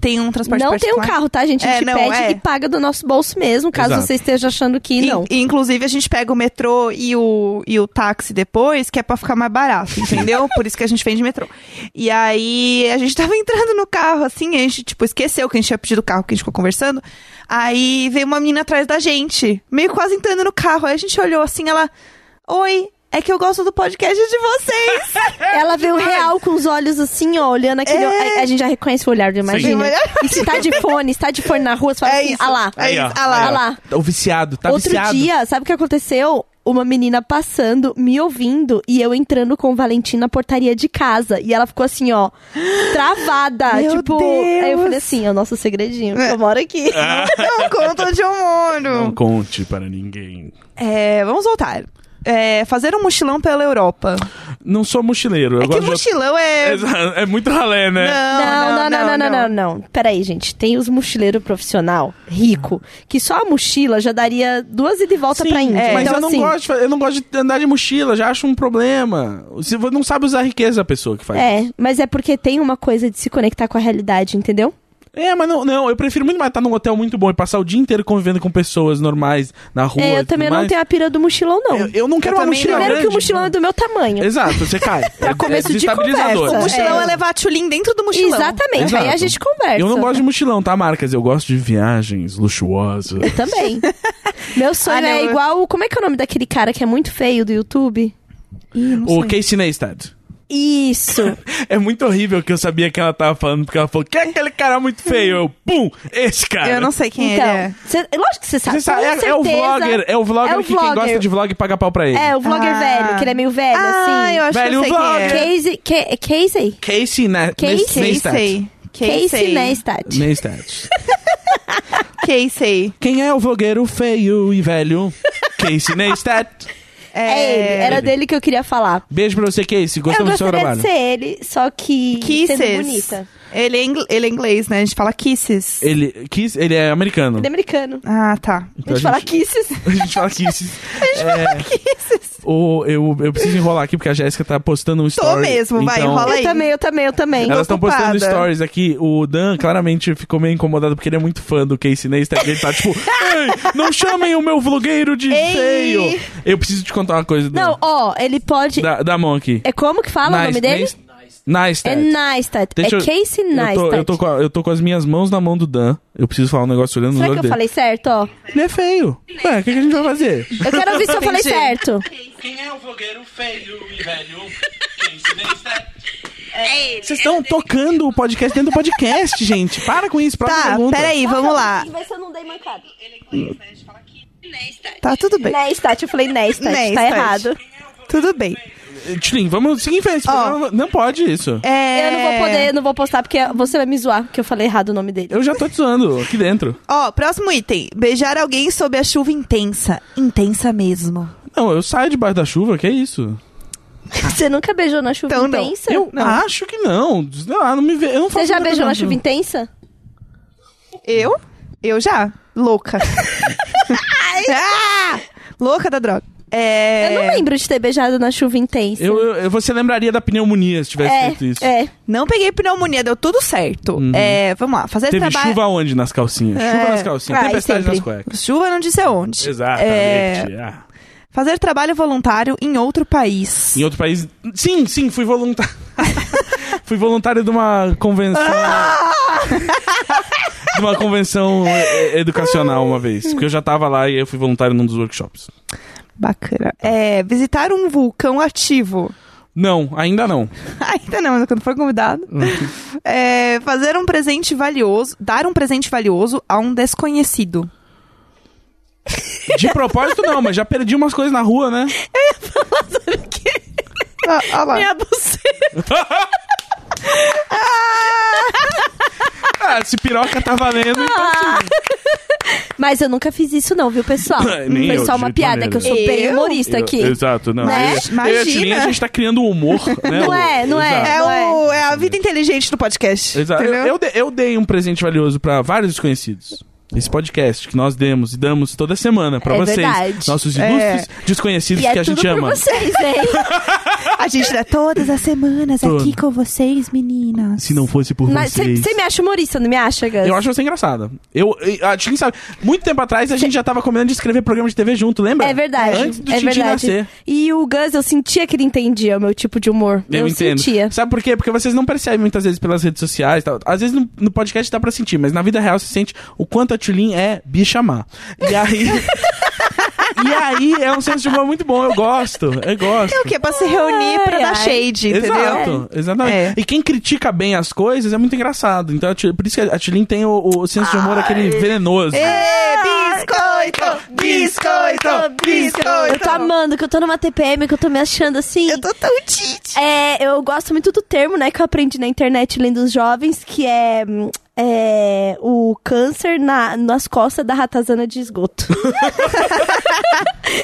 S2: tem, um transporte
S3: não tem
S2: particular.
S3: um carro, tá, gente? A
S2: É,
S3: gente
S2: não,
S3: pede
S2: é.
S3: e paga do nosso bolso mesmo, caso
S1: Exato.
S3: você esteja achando que
S2: E-
S3: não.
S2: e, inclusive, a gente pega o metrô e o, e o táxi depois, que é pra ficar mais barato, entendeu? Por isso que a gente vem de metrô. E aí, a gente tava entrando no carro, assim, e a gente, tipo, esqueceu que a gente tinha pedido o carro, que a gente ficou conversando. Aí, veio uma menina atrás da gente, meio quase entrando no carro. Aí, a gente olhou assim, ela... Oi, é que eu gosto do podcast
S1: (laughs)
S2: de vocês.
S3: Ela veio real com os olhos assim, ó, olhando aquele. A, a gente já reconhece o
S2: (laughs)
S3: olhar, imagina.
S2: É. Sim.
S3: E se tá de fone, se tá de fone na rua, você fala
S2: É
S3: assim,
S2: isso.
S3: ah lá.
S2: É isso, ah lá.
S3: Ah lá.
S1: O viciado, tá
S3: Outro
S1: viciado.
S3: dia, sabe o que aconteceu? Uma menina passando, me ouvindo, e eu entrando com o Valentim na portaria de casa. E ela ficou assim, ó, travada.
S2: Meu
S3: tipo,
S2: Deus.
S3: aí eu falei assim, é o nosso segredinho, que eu moro aqui.
S2: É. Não conta onde eu
S1: Não
S2: moro.
S1: conte para ninguém.
S2: É, vamos voltar. É, fazer um mochilão pela Europa.
S1: Não sou mochileiro. Eu
S2: é que
S1: gosto de-
S2: mochilão é...
S1: Exa- É muito ralé, né?
S2: Não,
S3: não, não, não, não, não, não. Peraí, gente. Tem os mochileiros profissional, rico, que só a mochila já daria duas ida e volta pra Índia.
S1: é. Mas
S3: então,
S1: eu, não
S3: assim,
S1: gosto de, fa- eu não gosto de andar de mochila, já acho um problema. Você vo- não sabe usar a riqueza a pessoa que faz.
S3: É, mas é porque tem uma coisa de se conectar com a realidade, entendeu?
S1: É, mas não, não, eu prefiro muito mais estar num hotel muito bom e passar o dia inteiro convivendo com pessoas normais na rua.
S3: É,
S1: e
S3: eu
S1: tudo
S3: também não
S1: mais.
S3: tenho a pira do mochilão, não.
S1: Eu, eu não quero uma
S2: também
S1: mochila
S2: não.
S3: Primeiro
S1: grande.
S3: que o mochilão é do meu tamanho.
S1: Exato, você
S3: (laughs)
S1: cai. pra
S3: começo
S1: é
S3: de
S1: desestabilizador.
S2: O
S3: conversa.
S2: mochilão é,
S3: É.
S2: levar a Tulin dentro do mochilão.
S3: Exatamente,
S1: Exato.
S3: aí a gente conversa.
S1: Eu não gosto de mochilão, tá, Marcas? Eu gosto de viagens
S3: (laughs)
S1: luxuosas.
S3: Eu
S1: (laughs)
S3: também. Meu sonho
S2: Ah, não,
S3: é
S2: eu-
S3: igual. Como é que é o nome daquele cara que é muito feio do YouTube? Ih, não
S1: o
S3: sei.
S1: Casey Neistat.
S3: Isso.
S1: É muito horrível que eu sabia que ela tava falando, porque ela falou que aquele cara é muito feio. Eu, pum, esse cara.
S2: Eu não sei quem
S3: (laughs) então,
S2: ele é.
S3: cê- lógico que você sabe.
S1: Você sabe,
S3: com
S1: é, é o
S3: certeza.
S1: vlogger, é o vlogger
S3: É o
S1: que quem
S3: vlogger.
S1: gosta de vlog paga pau pra ele.
S3: É, o vlogger
S2: Ah.
S3: velho, que ele é meio velho,
S2: Ah,
S3: assim.
S2: eu acho que
S1: Velho
S2: eu sei quem é.
S3: Casey. Ca- Casey?
S1: Casey Ne-
S3: Casey
S1: Neistat.
S2: Casey.
S3: Casey
S2: Casey.
S3: Neistat.
S1: Neistat.
S2: Casey.
S1: Quem é o vlogueiro feio e velho? Casey Neistat.
S3: É ele, era dele que eu queria falar.
S1: Beijo pra você, Casey.
S3: eu
S1: Gostamos do seu
S3: gostaria
S1: trabalho.
S3: de ser ele, só que sendo
S2: Kisses.
S3: bonita.
S2: Ele é, ingl- ele é inglês, né? A gente fala kisses.
S1: Ele, Kiss, ele é americano.
S3: Ele é americano.
S2: Ah, tá.
S1: Então
S3: a gente fala kisses.
S1: (laughs) A gente fala
S3: (laughs)
S1: Kisses. A gente fala Kisses. eu, eu preciso enrolar aqui, porque a Jéssica tá postando um story.
S2: mesmo, vai,
S1: então,
S2: enrola aí.
S3: Eu também, eu também, eu também.
S1: Elas estão postando
S2: ocupada.
S1: stories aqui. O Dan claramente ficou meio incomodado porque ele é muito fã do Casey Neistat. Ele tá tipo,
S3: (laughs)
S1: ei, não chamem o meu vlogueiro de
S2: Ei!
S1: feio. Eu preciso te contar uma coisa, Dan.
S3: Não, ó, ele pode.
S1: Da, da Monkey.
S3: É como que fala o nome dele?
S1: Neistat.
S3: É Neistat. É
S1: Deixa eu-
S3: Casey
S1: Eu
S3: Neistat.
S1: tô, eu, tô com a- eu tô com as minhas mãos na mão do Dan. Eu preciso falar um negócio olhando
S3: Será
S1: no
S3: que eu
S1: olho dele.
S3: falei certo, ó?
S1: Ele é feio. Ué, o que, que a gente vai fazer?
S3: Eu quero ouvir se eu falei
S2: Entendi.
S3: certo.
S4: Quem é o fogueiro feio e velho? Quem se nem está.
S1: Vocês estão tocando o podcast dentro do podcast, gente. Para com isso, próxima
S2: Tá,
S1: pergunta.
S2: peraí, vamos lá.
S3: Vai se eu não dei mancada.
S2: Tá, tudo bem.
S3: Neistat, eu falei Neistat. Tá
S2: Neistat.
S3: errado.
S2: Tudo bem.
S1: Tilin, Eh, vamos seguir em frente. esse
S2: Ó.
S1: programa Não pode isso.
S2: É...
S3: Eu não vou poder, não vou postar porque você vai me zoar, que eu falei errado o nome dele.
S1: Eu já tô te zoando aqui dentro.
S2: Ó, próximo item. Beijar alguém sob a chuva intensa. Intensa mesmo.
S1: Não, eu saio debaixo da chuva, que é isso?
S3: Você nunca beijou na chuva
S2: Então não.
S3: intensa?
S1: eu
S2: não.
S1: acho que não. Sei lá, não me vê. Eu não
S3: Você
S1: faço
S3: já
S1: muita
S3: beijou na
S1: coisa
S3: chuva intensa?
S2: Eu? Eu já. Louca. (laughs) Ah! Louca da droga. É...
S3: Eu não lembro de ter beijado na chuva intensa.
S1: Eu, eu- eu- você lembraria da pneumonia se tivesse
S3: é,
S1: feito isso.
S3: é.
S2: Não peguei pneumonia, deu tudo certo.
S1: Uhum.
S2: É, vamos lá. Fazer
S1: Teve
S2: trabalho...
S1: chuva onde nas calcinhas?
S2: É,
S1: Chuva nas calcinhas,
S3: Ah,
S2: vai,
S1: tempestade
S2: sempre.
S1: nas cuecas.
S2: Chuva não disse aonde. É,
S1: Exatamente. Ah.
S2: fazer trabalho voluntário em outro país.
S1: Em outro país. Sim, sim, fui voluntário. (laughs) fui voluntário de uma convenção.
S3: Ah!
S1: de uma convenção é, é, educacional uma vez. Porque eu já tava lá e eu fui voluntário num dos workshops.
S2: Bacana. É, visitar um vulcão ativo. (laughs)
S1: Não, ainda não.
S2: Ainda não, mas quando for convidado.
S1: Uhum.
S2: É, fazer um presente valioso, dar um presente valioso a um desconhecido.
S1: De propósito, não, mas já perdi umas coisas na rua, né?
S2: Ah, ah lá.
S3: Minha buceta.
S1: Ah, se piroca tá valendo, então sim.
S3: Mas eu nunca fiz isso não, viu, pessoal?
S1: (laughs) Nem
S3: Foi
S1: eu,
S3: só
S1: de
S3: uma
S1: jeito
S3: piada
S1: maneiro.
S3: que eu sou bem
S2: Eu?
S3: humorista aqui.
S1: Eu- então. exato, não.
S3: Né?
S1: Eu, eu e a Tilin, a
S2: Imagina.
S1: gente tá criando humor, né?
S3: Não é, não é.
S1: Exato.
S2: É, o- é a vida inteligente do podcast.
S1: Exato. Eu,
S2: entendeu?
S1: eu, de- eu dei um presente valioso pra vários desconhecidos. Esse podcast que nós demos e damos toda semana pra
S3: É
S1: vocês,
S3: verdade.
S1: nossos
S2: É.
S1: ilustres desconhecidos
S3: E é
S1: que a
S3: tudo
S1: gente
S3: pra
S1: ama.
S3: vocês, né? hein?
S2: A gente tá todas as semanas
S1: Todo.
S2: aqui com vocês, meninas.
S1: Se não fosse por
S3: Mas
S1: vocês.
S3: Você me acha humorista, não me acha, Gus?
S1: Eu acho você engraçada. Eu, eu- a Tim sabe, muito tempo atrás a gente já tava combinando de escrever programa de TV junto, lembra?
S3: É verdade.
S1: Antes do
S3: é
S1: Tintin
S3: verdade.
S1: nascer.
S3: E o Gus, eu sentia que ele entendia o meu tipo de humor.
S1: Eu, entendo.
S3: sentia.
S1: Sabe por quê? Porque vocês não percebem muitas vezes pelas redes sociais. e Tal. Às vezes no, no podcast dá pra sentir, mas na vida real você sente o quanto a Tulin é bicha má. E
S3: (laughs)
S1: aí. e aí é um senso de humor muito bom. Eu gosto. Eu
S3: É
S1: gosto.
S2: O que? Pra se reunir pra
S3: Ai,
S2: dar
S3: ai.
S2: shade, entendeu?
S1: Exato, exatamente.
S2: É.
S1: E quem critica bem as coisas é muito engraçado. Então, a Ti- por isso que a Tilin tem o, o senso de humor
S3: Ah, é.
S1: aquele venenoso.
S2: Ê, É, biscoito! Biscoito! Biscoito!
S3: Eu tô amando, que eu tô numa TPM, que eu tô me achando assim.
S2: então. Eu tô tão tite.
S3: É, eu gosto muito do termo, né, que eu aprendi na internet lendo os jovens, que é, hum, é, o câncer na, nas costas da ratazana
S2: (laughs)
S3: de esgoto.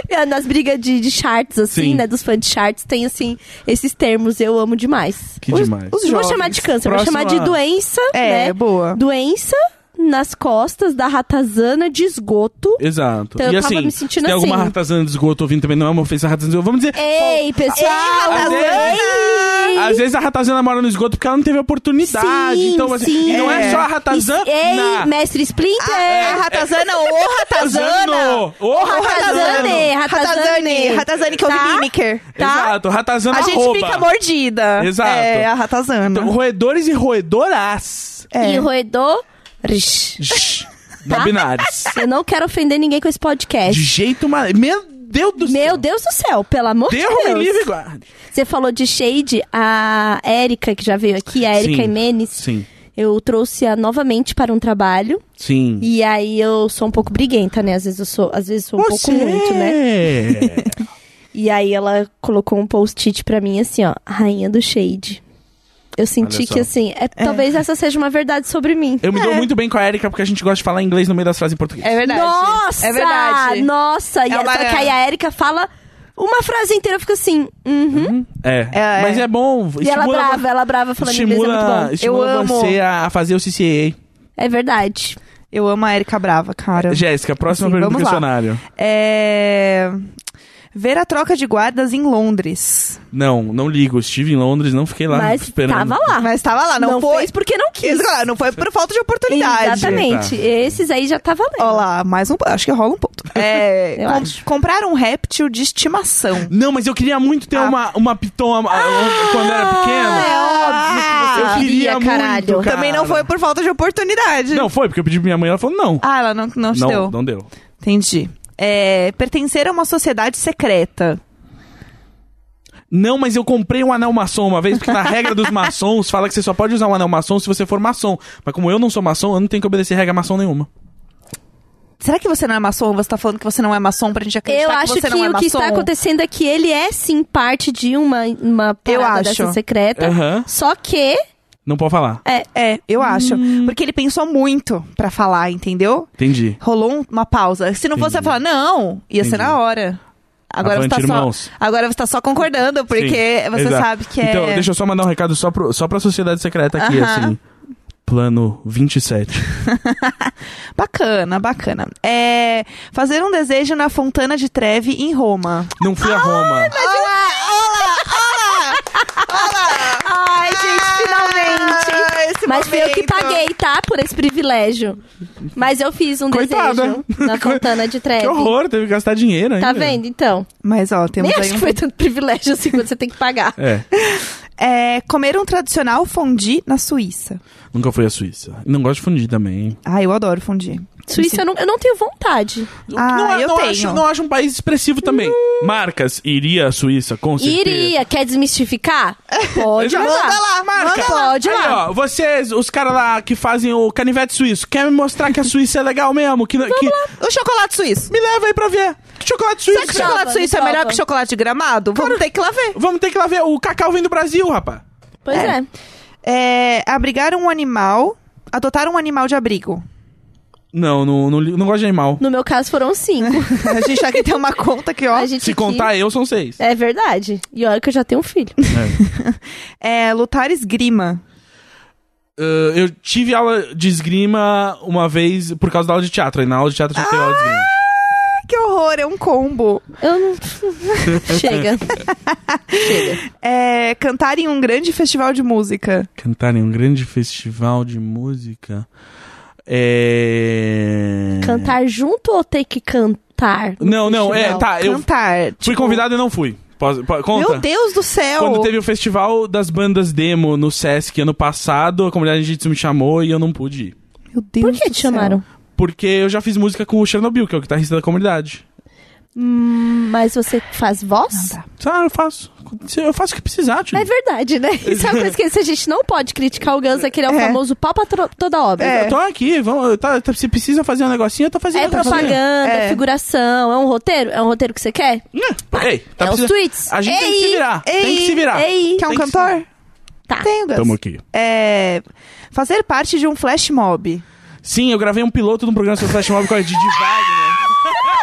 S3: É, nas brigas de, de charts, assim,
S1: Sim.
S3: né, dos fãs de charts, tem, assim, esses termos, eu amo demais.
S1: Que demais.
S2: os
S3: não vou
S2: jovens.
S3: chamar de câncer,
S1: Próximo
S3: vou chamar de
S1: a-
S3: doença,
S2: É,
S3: né,
S2: boa.
S3: doença nas costas da ratazana de esgoto.
S1: Exato.
S3: Então,
S1: e
S3: eu tava
S1: assim,
S3: me
S1: se
S3: sentindo
S1: tem alguma
S3: assim.
S1: ratazana de esgoto ouvindo também, não é uma ofensa à ratazana de esgoto. Vamos dizer,
S3: Ei, pessoal!
S1: Às vezes-
S3: ei!
S1: às vezes a ratazana mora no esgoto porque ela não teve oportunidade.
S3: Sim,
S1: então, assim,
S3: sim.
S1: E não é, só a ratazana. Ah,
S3: Is- Ei, mestre Splinter!
S2: É, ratazana ou ratazana.
S1: Ratazano! Ô,
S3: ratazane,
S1: ratazana!
S2: Ratazane, ratazane que é o
S3: Tá?
S2: Mimiker.
S1: Exato, ratazana
S2: A gente
S1: arroba.
S2: fica mordida.
S1: Exato.
S2: É, a ratazana.
S1: Então, roedores e roedoras.
S2: É.
S3: E roedor. Rish. (laughs)
S1: Shhh, Não binários.
S3: Eu não quero ofender ninguém com esse
S1: De
S3: podcast.
S1: jeito mal. Meu Deus do céu.
S3: É. Meu Deus do céu, pelo amor de
S1: Deus me
S3: Deus.
S1: livre, e guarde.
S3: Você falou de shade, a Érica que já veio aqui, a Érica
S1: Sim.
S3: Imenes.
S1: Sim,
S3: Eu trouxe-a novamente para um trabalho.
S1: sim.
S3: E aí eu sou um pouco briguenta, né? Às vezes eu sou, às vezes sou um
S1: Você
S3: pouco muito, né?
S1: (laughs) é.
S3: E aí ela colocou um post-it pra mim assim, ó, rainha do shade. Eu senti
S1: Olha só.
S3: que assim, é, talvez essa seja uma verdade sobre mim.
S1: Eu me dou muito bem com a Erika porque a gente gosta de falar inglês no meio das frases em português.
S2: É verdade.
S3: Nossa!
S2: É verdade.
S3: Nossa! e
S2: É uma-
S3: só que aí a Erika fala uma frase inteira, eu fico assim, uhum.
S1: É.
S2: É,
S1: Mas
S2: é.
S1: é bom. Estimula,
S3: E ela brava, ela brava falando inglês, é
S1: estimula,
S3: muito bom.
S1: estimula
S2: Eu amo.
S1: você a fazer o CCA.
S3: É verdade.
S2: Eu amo a Erika Brava, cara.
S1: Jéssica, próxima
S2: Sim,
S1: pergunta do
S2: vamos lá.
S1: questionário.
S2: É... Ver a troca de guardas em Londres.
S1: Não, não ligo. Estive em Londres, não fiquei lá
S3: Mas
S1: esperando.
S3: tava lá.
S2: Mas tava lá, não, foi.
S3: fez porque não quis.
S2: Isso, claro, Não foi por falta de oportunidade.
S1: Tá.
S3: Exatamente. Esses aí já tá valendo.
S2: Olha lá, mais um. Acho que rola um ponto. É,
S3: (laughs) Eu
S2: com-
S3: acho.
S2: Comprar um réptil de estimação.
S1: Não, mas eu queria muito ter
S2: Ah.
S1: uma, uma pitoma ah, quando eu era pequeno.
S2: Ah,
S3: É óbvio que você
S1: eu queria
S3: queria, caralho.
S1: muito, cara.
S2: Também não foi por falta de oportunidade.
S1: Não, foi, porque eu pedi pra minha mãe ela falou não.
S2: Ah, ela não, não te
S1: não,
S2: deu.
S1: não deu.
S2: Entendi. É, pertencer a uma sociedade secreta.
S1: Não, mas eu comprei um anel maçom uma vez, porque na regra dos maçons fala que você só pode usar um anel maçom se você for maçom. Mas como eu não sou maçom, eu não tenho que obedecer regra maçom nenhuma.
S2: Será que você não é maçom? Você tá falando que você não é maçom pra gente acreditar
S3: Eu
S2: que
S3: acho
S2: você
S3: que,
S2: não é
S3: o
S2: maçom?
S3: que está acontecendo é que ele é sim parte de uma, uma
S2: Eu
S3: parada
S2: acho.
S3: dessa secreta.
S1: Aham.
S3: Só que.
S1: Não pode falar.
S2: É, eu acho.
S3: Hum.
S2: Porque ele pensou muito pra falar, entendeu?
S1: Entendi.
S2: Rolou um- uma pausa. Se não fosse, eu ia
S1: Entendi.
S2: falar, não, ia ser
S1: Entendi.
S2: na hora. Agora
S1: Avante,
S2: você, tá
S1: irmãos.
S2: só, agora você tá só concordando, porque
S1: Sim,
S2: você
S1: exato.
S2: sabe que é.
S1: Então, deixa eu só mandar um recado só, pro, só pra sociedade secreta aqui,
S2: Aham.
S1: assim. Plano 27.
S2: Bacana, bacana. É. Fazer um desejo na Fontana de Trevi, em Roma.
S1: Não fui a Roma.
S3: Ai, gente, finalmente!
S2: Ah,
S3: Ah, Mas foi eu que paguei, tá? Por esse privilégio. Mas eu fiz um
S1: Coitada.
S3: desejo na
S1: (laughs)
S3: Fontana de Trevi.
S1: Que horror, teve que gastar dinheiro ainda.
S3: Tá vendo, então?
S2: Mas, ó,
S3: Nem
S2: temos aí
S3: acho
S2: um
S3: que foi tanto privilégio assim quando você tem
S1: (laughs)
S3: que pagar.
S1: É,
S2: É, comer um tradicional fondue na Suíça.
S1: nunca fui à Suíça. Não gosto de fundir também.
S2: Ah, eu adoro fondue.
S3: Suíça, eu não, eu não tenho vontade.
S2: Ah,
S1: não, é-
S2: eu
S1: não
S2: tenho. Hum.
S1: Acho, não acho um país expressivo também. Marcas, iria à Suíça, com certeza.
S3: Iria, quer desmistificar? Pode
S1: Exato.
S3: mandar.
S1: Manda lá, marca.
S3: Manda, Pode
S1: Aí,
S3: lá.
S1: ó, vocês, os caras lá que fazem o canivete suíço, quer me mostrar que a Suíça é legal mesmo? Que, que...
S2: O chocolate suíço.
S1: Me leva aí pra ver. Que chocolate
S2: Será que
S1: suíço,
S2: o
S1: cara?
S2: chocolate
S3: Prova,
S2: suíço é
S3: prova.
S2: melhor que o chocolate de gramado? Vamos ter que ir lá ver.
S1: Vamos ter que ir lá ver. O Cacau vem do Brasil, rapaz.
S3: Pois é.
S2: É, abrigar um animal. Adotar um animal de abrigo. (laughs)
S1: Não, não, não, li- não gosto de animal.
S3: No meu caso foram cinco.
S2: A gente aqui tem uma conta que, ó.
S3: A gente
S1: Se
S3: aqui-
S1: contar eu, são seis. Ah,
S3: É verdade. E olha que eu já tenho um filho.
S2: É, lutar esgrima.
S1: Uh, eu tive aula de esgrima uma vez por causa da aula de teatro. Aí na aula de teatro eu já teve aula de esgrima.
S2: Ah! Que horror, é um combo.
S3: Eu não. (laughs)
S2: (laughs)
S3: Chega. Chega.
S2: É, cantar em um grande festival de música.
S1: Cantar em um grande festival de música. É.
S3: Cantar junto ou ter que cantar? no
S1: Não, não, é,
S3: festival?
S1: tá. Eu
S2: um Cantar.
S1: fui
S2: tipo,
S1: convidado e não fui. Posso- po- conta.
S2: Meu Deus do céu.
S1: Quando teve o festival das bandas demo no Sesc ano passado, a comunidade jiu-jitsu me chamou e eu não pude ir.
S2: Meu Deus
S3: Por que
S2: do
S3: te
S2: céu.
S3: chamaram?
S1: Porque eu já fiz música com o Chernobyl, que é o guitarrista da comunidade.
S3: Hum, mas você faz voz?
S1: Ah, eu faço. Eu faço o que precisar, tio.
S3: É
S2: (laughs)
S3: verdade, né? Isso é uma coisa que a gente não pode criticar o Ganso, é que ele é o
S2: É.
S3: famoso pau pra tro- toda obra.
S2: É.
S1: Eu tô aqui, vamos, eu tá, tá- se precisa fazer um negocinho, eu tô fazendo
S3: É
S1: um negocinho.
S3: propaganda, é
S2: É.
S3: figuração, é um roteiro? É um roteiro que você quer?
S1: Hum, Ei, tá
S3: é os
S1: precisando-
S3: tweets?
S1: A gente tem que
S3: Ei,
S1: se virar, tem que se virar.
S3: Ei,
S2: Quer um
S1: Tem que ser.
S2: cantor?
S3: Tá.
S2: Tem, Gus.
S1: Tamo aqui.
S2: É, fazer parte de um flash mob.
S1: Sim, eu gravei um piloto de um programa sobre flash mob com a Didi Wagner.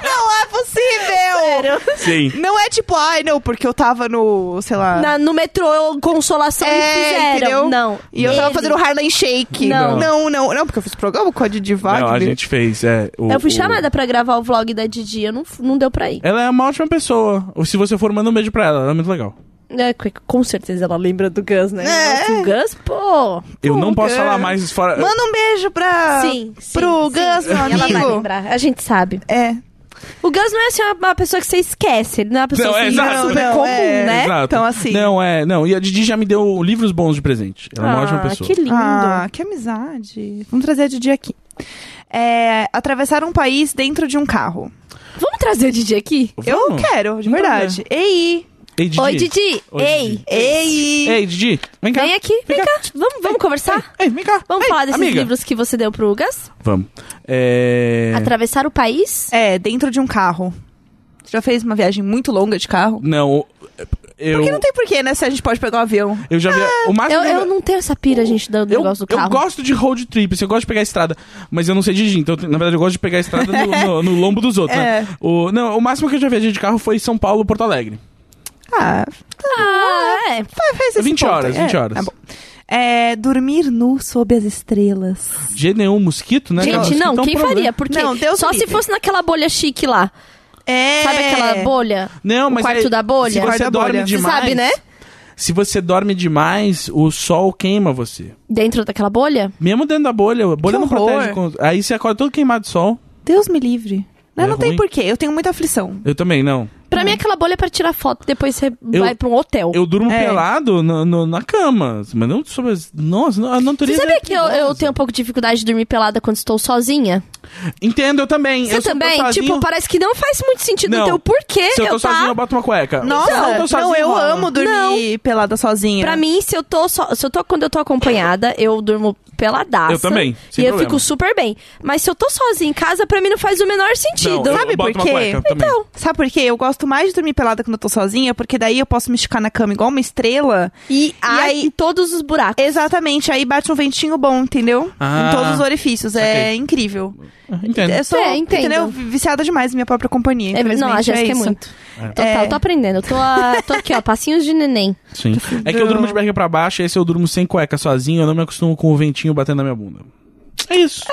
S2: Não é possível!
S1: Sim.
S2: Não é tipo, ai, não, porque eu tava no, sei lá...
S3: Na- no metrô Consolação me
S2: Ah. é,
S3: fizeram.
S2: entendeu?
S3: Não.
S2: E eu tava
S3: Ele-
S2: fazendo Harlem Shake.
S3: Não.
S2: Não, não, não, porque eu fiz programa com a Didi Wagner.
S1: Não, a gente fez, é. o-
S3: Eu fui
S1: o-
S3: chamada pra gravar o vlog da Didi, eu não, f- não deu pra ir.
S1: Ela é uma ótima pessoa. Ou se você for, manda um beijo pra ela, ela é muito legal.
S3: É, que- com certeza ela lembra do Gus, né?
S2: É.
S3: O Gus, pô.
S1: Eu
S2: Pô,
S1: não posso
S3: é?
S2: cara.
S1: falar mais fora.
S2: Manda um beijo pra.
S3: Sim, sim,
S2: pro
S3: sim.
S2: Gus, meu
S3: Ela vai
S2: amigo.
S3: lembrar, a gente sabe.
S2: É.
S3: O Gus não é assim, uma, uma pessoa que você esquece, ele não é uma pessoa
S1: Não, é
S3: assim,
S1: exato.
S3: super
S2: Não,
S3: comum,
S2: é,
S3: né?
S1: Exato.
S2: Então, assim-
S1: Não, é. Não, e a Didi já me deu livros bons de presente. Ela é uma ótima
S3: ah,
S1: pessoa.
S3: que lindo.
S2: Ah, que amizade. Vamos trazer a Didi aqui. É, atravessar um país dentro de um carro.
S3: Vamos trazer o Didi aqui?
S2: Eu
S1: Vamos?
S2: quero, de
S1: Vamos
S2: verdade. Ei!
S1: Ei, Didi.
S3: Oi, Didi.
S1: Oi,
S3: Ei,
S1: Didi.
S2: Ei!
S1: Ei, Didi. Vem cá.
S3: vem aqui, vem, cá. Vamos, vamos conversar?
S1: Ei, vem cá.
S3: Vamos
S1: Ei,
S3: falar desses
S1: amiga.
S3: livros que você deu pro Gus?
S1: Vamos. É...
S3: Atravessar o país?
S2: É, dentro de um carro. Você já fez uma viagem muito longa de carro?
S1: Não, eu.
S2: Porque não tem porquê, né? Se a gente pode pegar um avião.
S1: Eu já vi. o
S2: É,
S1: máximo.
S3: Eu,
S1: que
S3: eu não tenho essa pira, gente, do do
S1: eu,
S3: negócio do
S1: eu
S3: carro.
S1: gosto de road trip, assim, eu gosto de pegar a estrada, mas eu não sei dirigir, então, na verdade, eu gosto de pegar a estrada no, no- no lombo dos outros,
S3: É.
S1: né? O, não, o máximo que eu já viajei de carro foi São Paulo, Porto Alegre.
S2: Ah,
S3: Ah, é.
S2: fa- faz esse
S1: 20
S2: ponto.
S1: horas,
S2: É,
S1: 20 horas.
S2: Tá bom. É, dormir nu sob as estrelas.
S1: De jeito nenhum mosquito, né? cara?
S3: Gente,
S1: Mosquito é
S3: não,
S1: um
S3: quem
S1: problema.
S3: faria? Porque
S2: Não, Deus
S3: só
S2: me
S3: se
S2: livre.
S3: fosse naquela bolha chique lá.
S2: É.
S3: Sabe aquela bolha?
S1: Não,
S3: O
S1: mas
S3: quarto
S1: aí,
S3: da bolha?
S1: Se você
S2: Quarto da
S1: dorme
S2: bolha. Você
S1: demais,
S3: sabe, né?
S1: Se você dorme demais, o sol queima você.
S3: Dentro daquela bolha?
S1: Mesmo dentro da bolha, a bolha
S2: Que
S1: não protege.
S2: horror.
S1: contra- Aí você acorda todo queimado de sol.
S2: Deus me livre. Não,
S1: É
S2: não tem
S1: ruim.
S2: porquê. Eu tenho muita aflição.
S1: Eu também, não.
S3: Pra mim, aquela bolha é pra tirar foto, depois você
S1: Hum. Eu-
S3: vai pra um hotel.
S1: Eu durmo
S2: É.
S1: pelado no- no- na cama. Mas não sobre. as- Nossa, a
S3: Você
S1: natureza.
S3: sabia
S1: é
S3: que eu, eu
S1: perigosa.
S3: tenho um pouco de dificuldade de dormir pelada quando estou sozinha?
S1: Entendo, eu também.
S3: Você
S1: eu se eu tô
S3: também?
S1: sozinho-
S3: Tipo, parece que não faz muito sentido
S1: Não.
S3: então por que
S1: Se eu tô sozinho, eu
S3: tá...
S1: boto uma cueca.
S2: Nossa,
S1: Se eu não, tô sozinho,
S2: não, eu
S1: rola.
S2: amo dormir pelada sozinha.
S3: Pra mim, se eu tô só, se eu tô quando eu tô acompanhada, eu durmo peladaça.
S1: Eu também,
S3: E
S1: sem
S3: eu
S1: problema.
S3: fico super bem. Mas se eu tô sozinha em casa, pra mim não faz o menor
S1: Não,
S3: sentido.
S1: eu
S2: Sabe
S1: boto
S2: por
S1: uma
S2: quê?
S1: cueca também.
S3: Então.
S2: Sabe por quê? Eu gosto mais de dormir pelada quando eu tô sozinha, porque daí eu posso me esticar na cama igual uma estrela.
S3: E, aí
S2: aí-
S3: todos os buracos.
S2: Exatamente, aí bate um ventinho bom, entendeu?
S1: Ah.
S2: em todos os orifícios. É
S1: Saquei.
S2: incrível.
S1: Ah, Entendo.
S2: Eu sou,
S3: É, entendo.
S2: entendeu? Viciada demais em minha própria companhia.
S3: É,
S2: infelizmente,
S3: não, a Jéssica é,
S2: isso.
S3: muito.
S1: É.
S3: Total, tô aprendendo. Eu Tô, a- tô aqui, ó, passinhos de neném.
S1: Sim. É que eu durmo de berga pra baixo, e esse eu durmo sem cueca sozinho, eu não me acostumo com o ventinho batendo na minha bunda. É isso.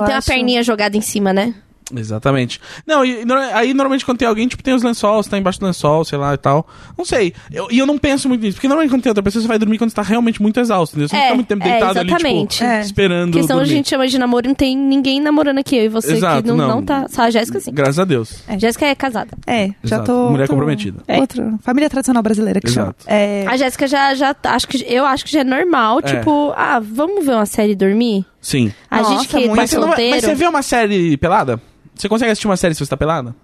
S2: Eu
S3: tem uma
S2: acho-
S3: perninha jogada em cima, né?
S1: Exatamente. Não, e, e nor- aí normalmente quando tem alguém, tipo, tem os lençol, você tá embaixo do lençol, sei lá e tal. Não sei. Eu- e eu não penso muito nisso, porque normalmente quando tem outra pessoa, você vai dormir quando você tá realmente muito exausto, entendeu? Você
S3: É,
S1: não fica muito tempo
S3: é,
S1: deitado ali,
S3: exatamente.
S1: tipo,
S2: É.
S1: esperando
S3: Questão a
S1: dormir.
S3: gente chama de namoro e não tem ninguém namorando aqui. Eu e você que
S1: Exato,
S3: não,
S1: não.
S3: não tá. Só a Jéssica sim.
S1: Graças a Deus.
S2: É.
S3: Jéssica é casada.
S2: É, já
S1: Exato.
S2: tô.
S1: Mulher
S2: tô-
S1: comprometida.
S2: É. Outra. Família tradicional brasileira que
S1: Exato.
S2: chama. É,
S3: A Jéssica já, já tá- acho que eu acho que já é normal,
S1: É.
S3: tipo, ah, vamos ver uma série e dormir?
S1: Sim.
S3: A
S2: Nossa,
S3: gente que
S2: muito.
S3: tá
S1: Mas você, não- mas
S3: solteiro.
S1: você vê uma série pelada? Você consegue assistir uma série se você tá pelada?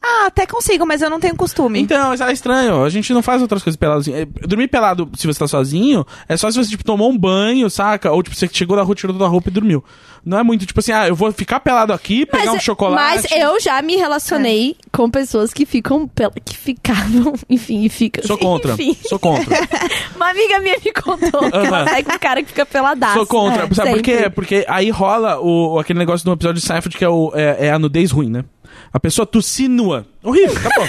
S2: Ah, até consigo, mas eu não tenho costume.
S1: Então, mas é estranho. A gente não faz outras coisas peladas. É, Dormir pelado se você tá sozinho é só se você, tipo, tomou um banho, saca? Ou, tipo, você chegou da rua, tirou da roupa e dormiu. Não é muito, tipo assim, ah, eu vou ficar pelado aqui, pegar um
S3: é-
S1: chocolate.
S3: mas eu já me
S2: É.
S3: relacionei com pessoas que ficam pela, que ficavam, (laughs) enfim, e ficam.
S2: (laughs)
S1: Sou contra.
S3: (laughs) Enfim,
S1: Sou contra.
S3: uma amiga minha me contou que ela
S1: Aham.
S3: sai com um cara que fica peladaço.
S1: Sou contra.
S3: É,
S1: Sabe por quê?
S3: sempre.
S1: Porque aí rola o, aquele negócio do episódio de Seinfeld que é, o, é, é a nudez ruim, né? A pessoa tossir nua. Horrível,
S2: (laughs)
S1: acabou.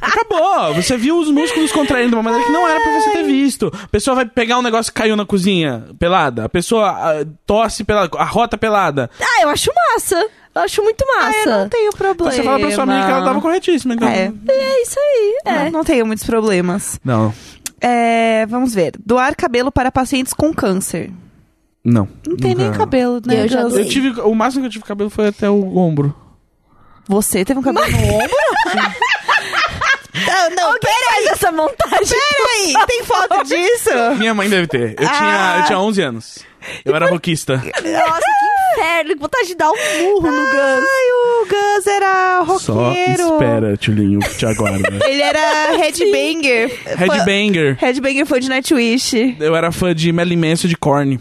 S1: acabou. Você viu os músculos contraindo de uma maneira que não era pra você ter visto. A pessoa vai pegar um negócio que caiu na cozinha, pelada. A pessoa ah, tosse pelada, arrota pelada.
S3: Ah, eu acho massa. Eu acho muito
S2: Ah, eu não
S3: massa.
S2: tenho problema.
S1: Então você fala pra sua amiga que ela tava corretíssima. Então...
S2: É.
S3: é isso aí. É.
S2: Não, não tenho muitos problemas.
S1: Não,
S2: É, vamos ver. Doar cabelo para pacientes com câncer.
S1: não.
S2: Não tem
S1: Nunca-
S2: nem cabelo, né?
S3: Eu já
S2: Gus?
S3: doei.
S1: Eu tive, o máximo que eu tive cabelo foi até o ombro.
S2: Você teve um cabelo no
S3: (laughs)
S2: ombro? não, não,
S3: Faz essa montagem.
S2: peraí! Tem foto disso? (laughs)
S1: Minha mãe deve ter. Eu,
S2: Ah.
S1: tinha, eu tinha 11 anos. Eu era roquista.
S3: (laughs) Nossa, que inferno. Que vontade de dar um murro no Gus.
S2: Ai, o Gus era
S1: Só
S2: roqueiro.
S1: espera, Tulinho, te (laughs) aguarda.
S2: Ele
S3: (laughs)
S2: era headbanger. Foi-
S1: Headbanger.
S2: Headbanger foi de Nightwish.
S1: Eu era fã de Marilyn Manson de Korn.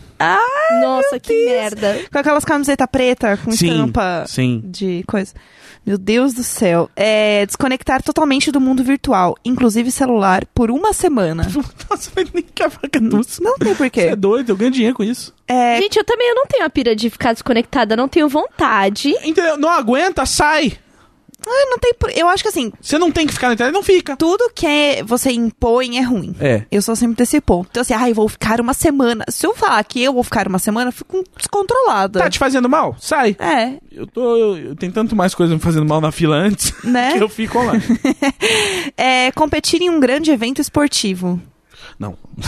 S3: Nossa, que merda.
S2: Com aquelas camisetas preta com
S1: Sim,
S2: estampa
S1: sim.
S2: de coisa. Meu Deus do céu. É, desconectar totalmente do mundo virtual, inclusive celular, por uma semana.
S1: (laughs) Nossa, mas nem que a vaca doce.
S2: Não tem
S1: Você é (laughs)
S2: porquê.
S1: doido, eu ganho dinheiro com isso.
S2: É,
S3: Gente, eu também eu não tenho a pira de ficar desconectada. eu Não tenho vontade.
S1: Entendeu? Não aguenta, sai.
S2: Ah, não tem. por- Eu acho que assim,
S1: Você não tem que ficar na internet, não fica.
S2: tudo que você impõe é ruim.
S1: É.
S2: Eu sou sempre desse ponto. Então, assim, ai, vou ficar uma semana. Se eu falar que eu vou ficar uma semana, eu fico descontrolada.
S1: Tá te fazendo mal? Sai.
S2: É,
S1: Eu tô. Eu, eu- tem tanto mais coisa me fazendo mal na fila antes
S2: né?
S1: que eu fico online.
S2: É competir em um grande evento esportivo.
S1: Não, (laughs)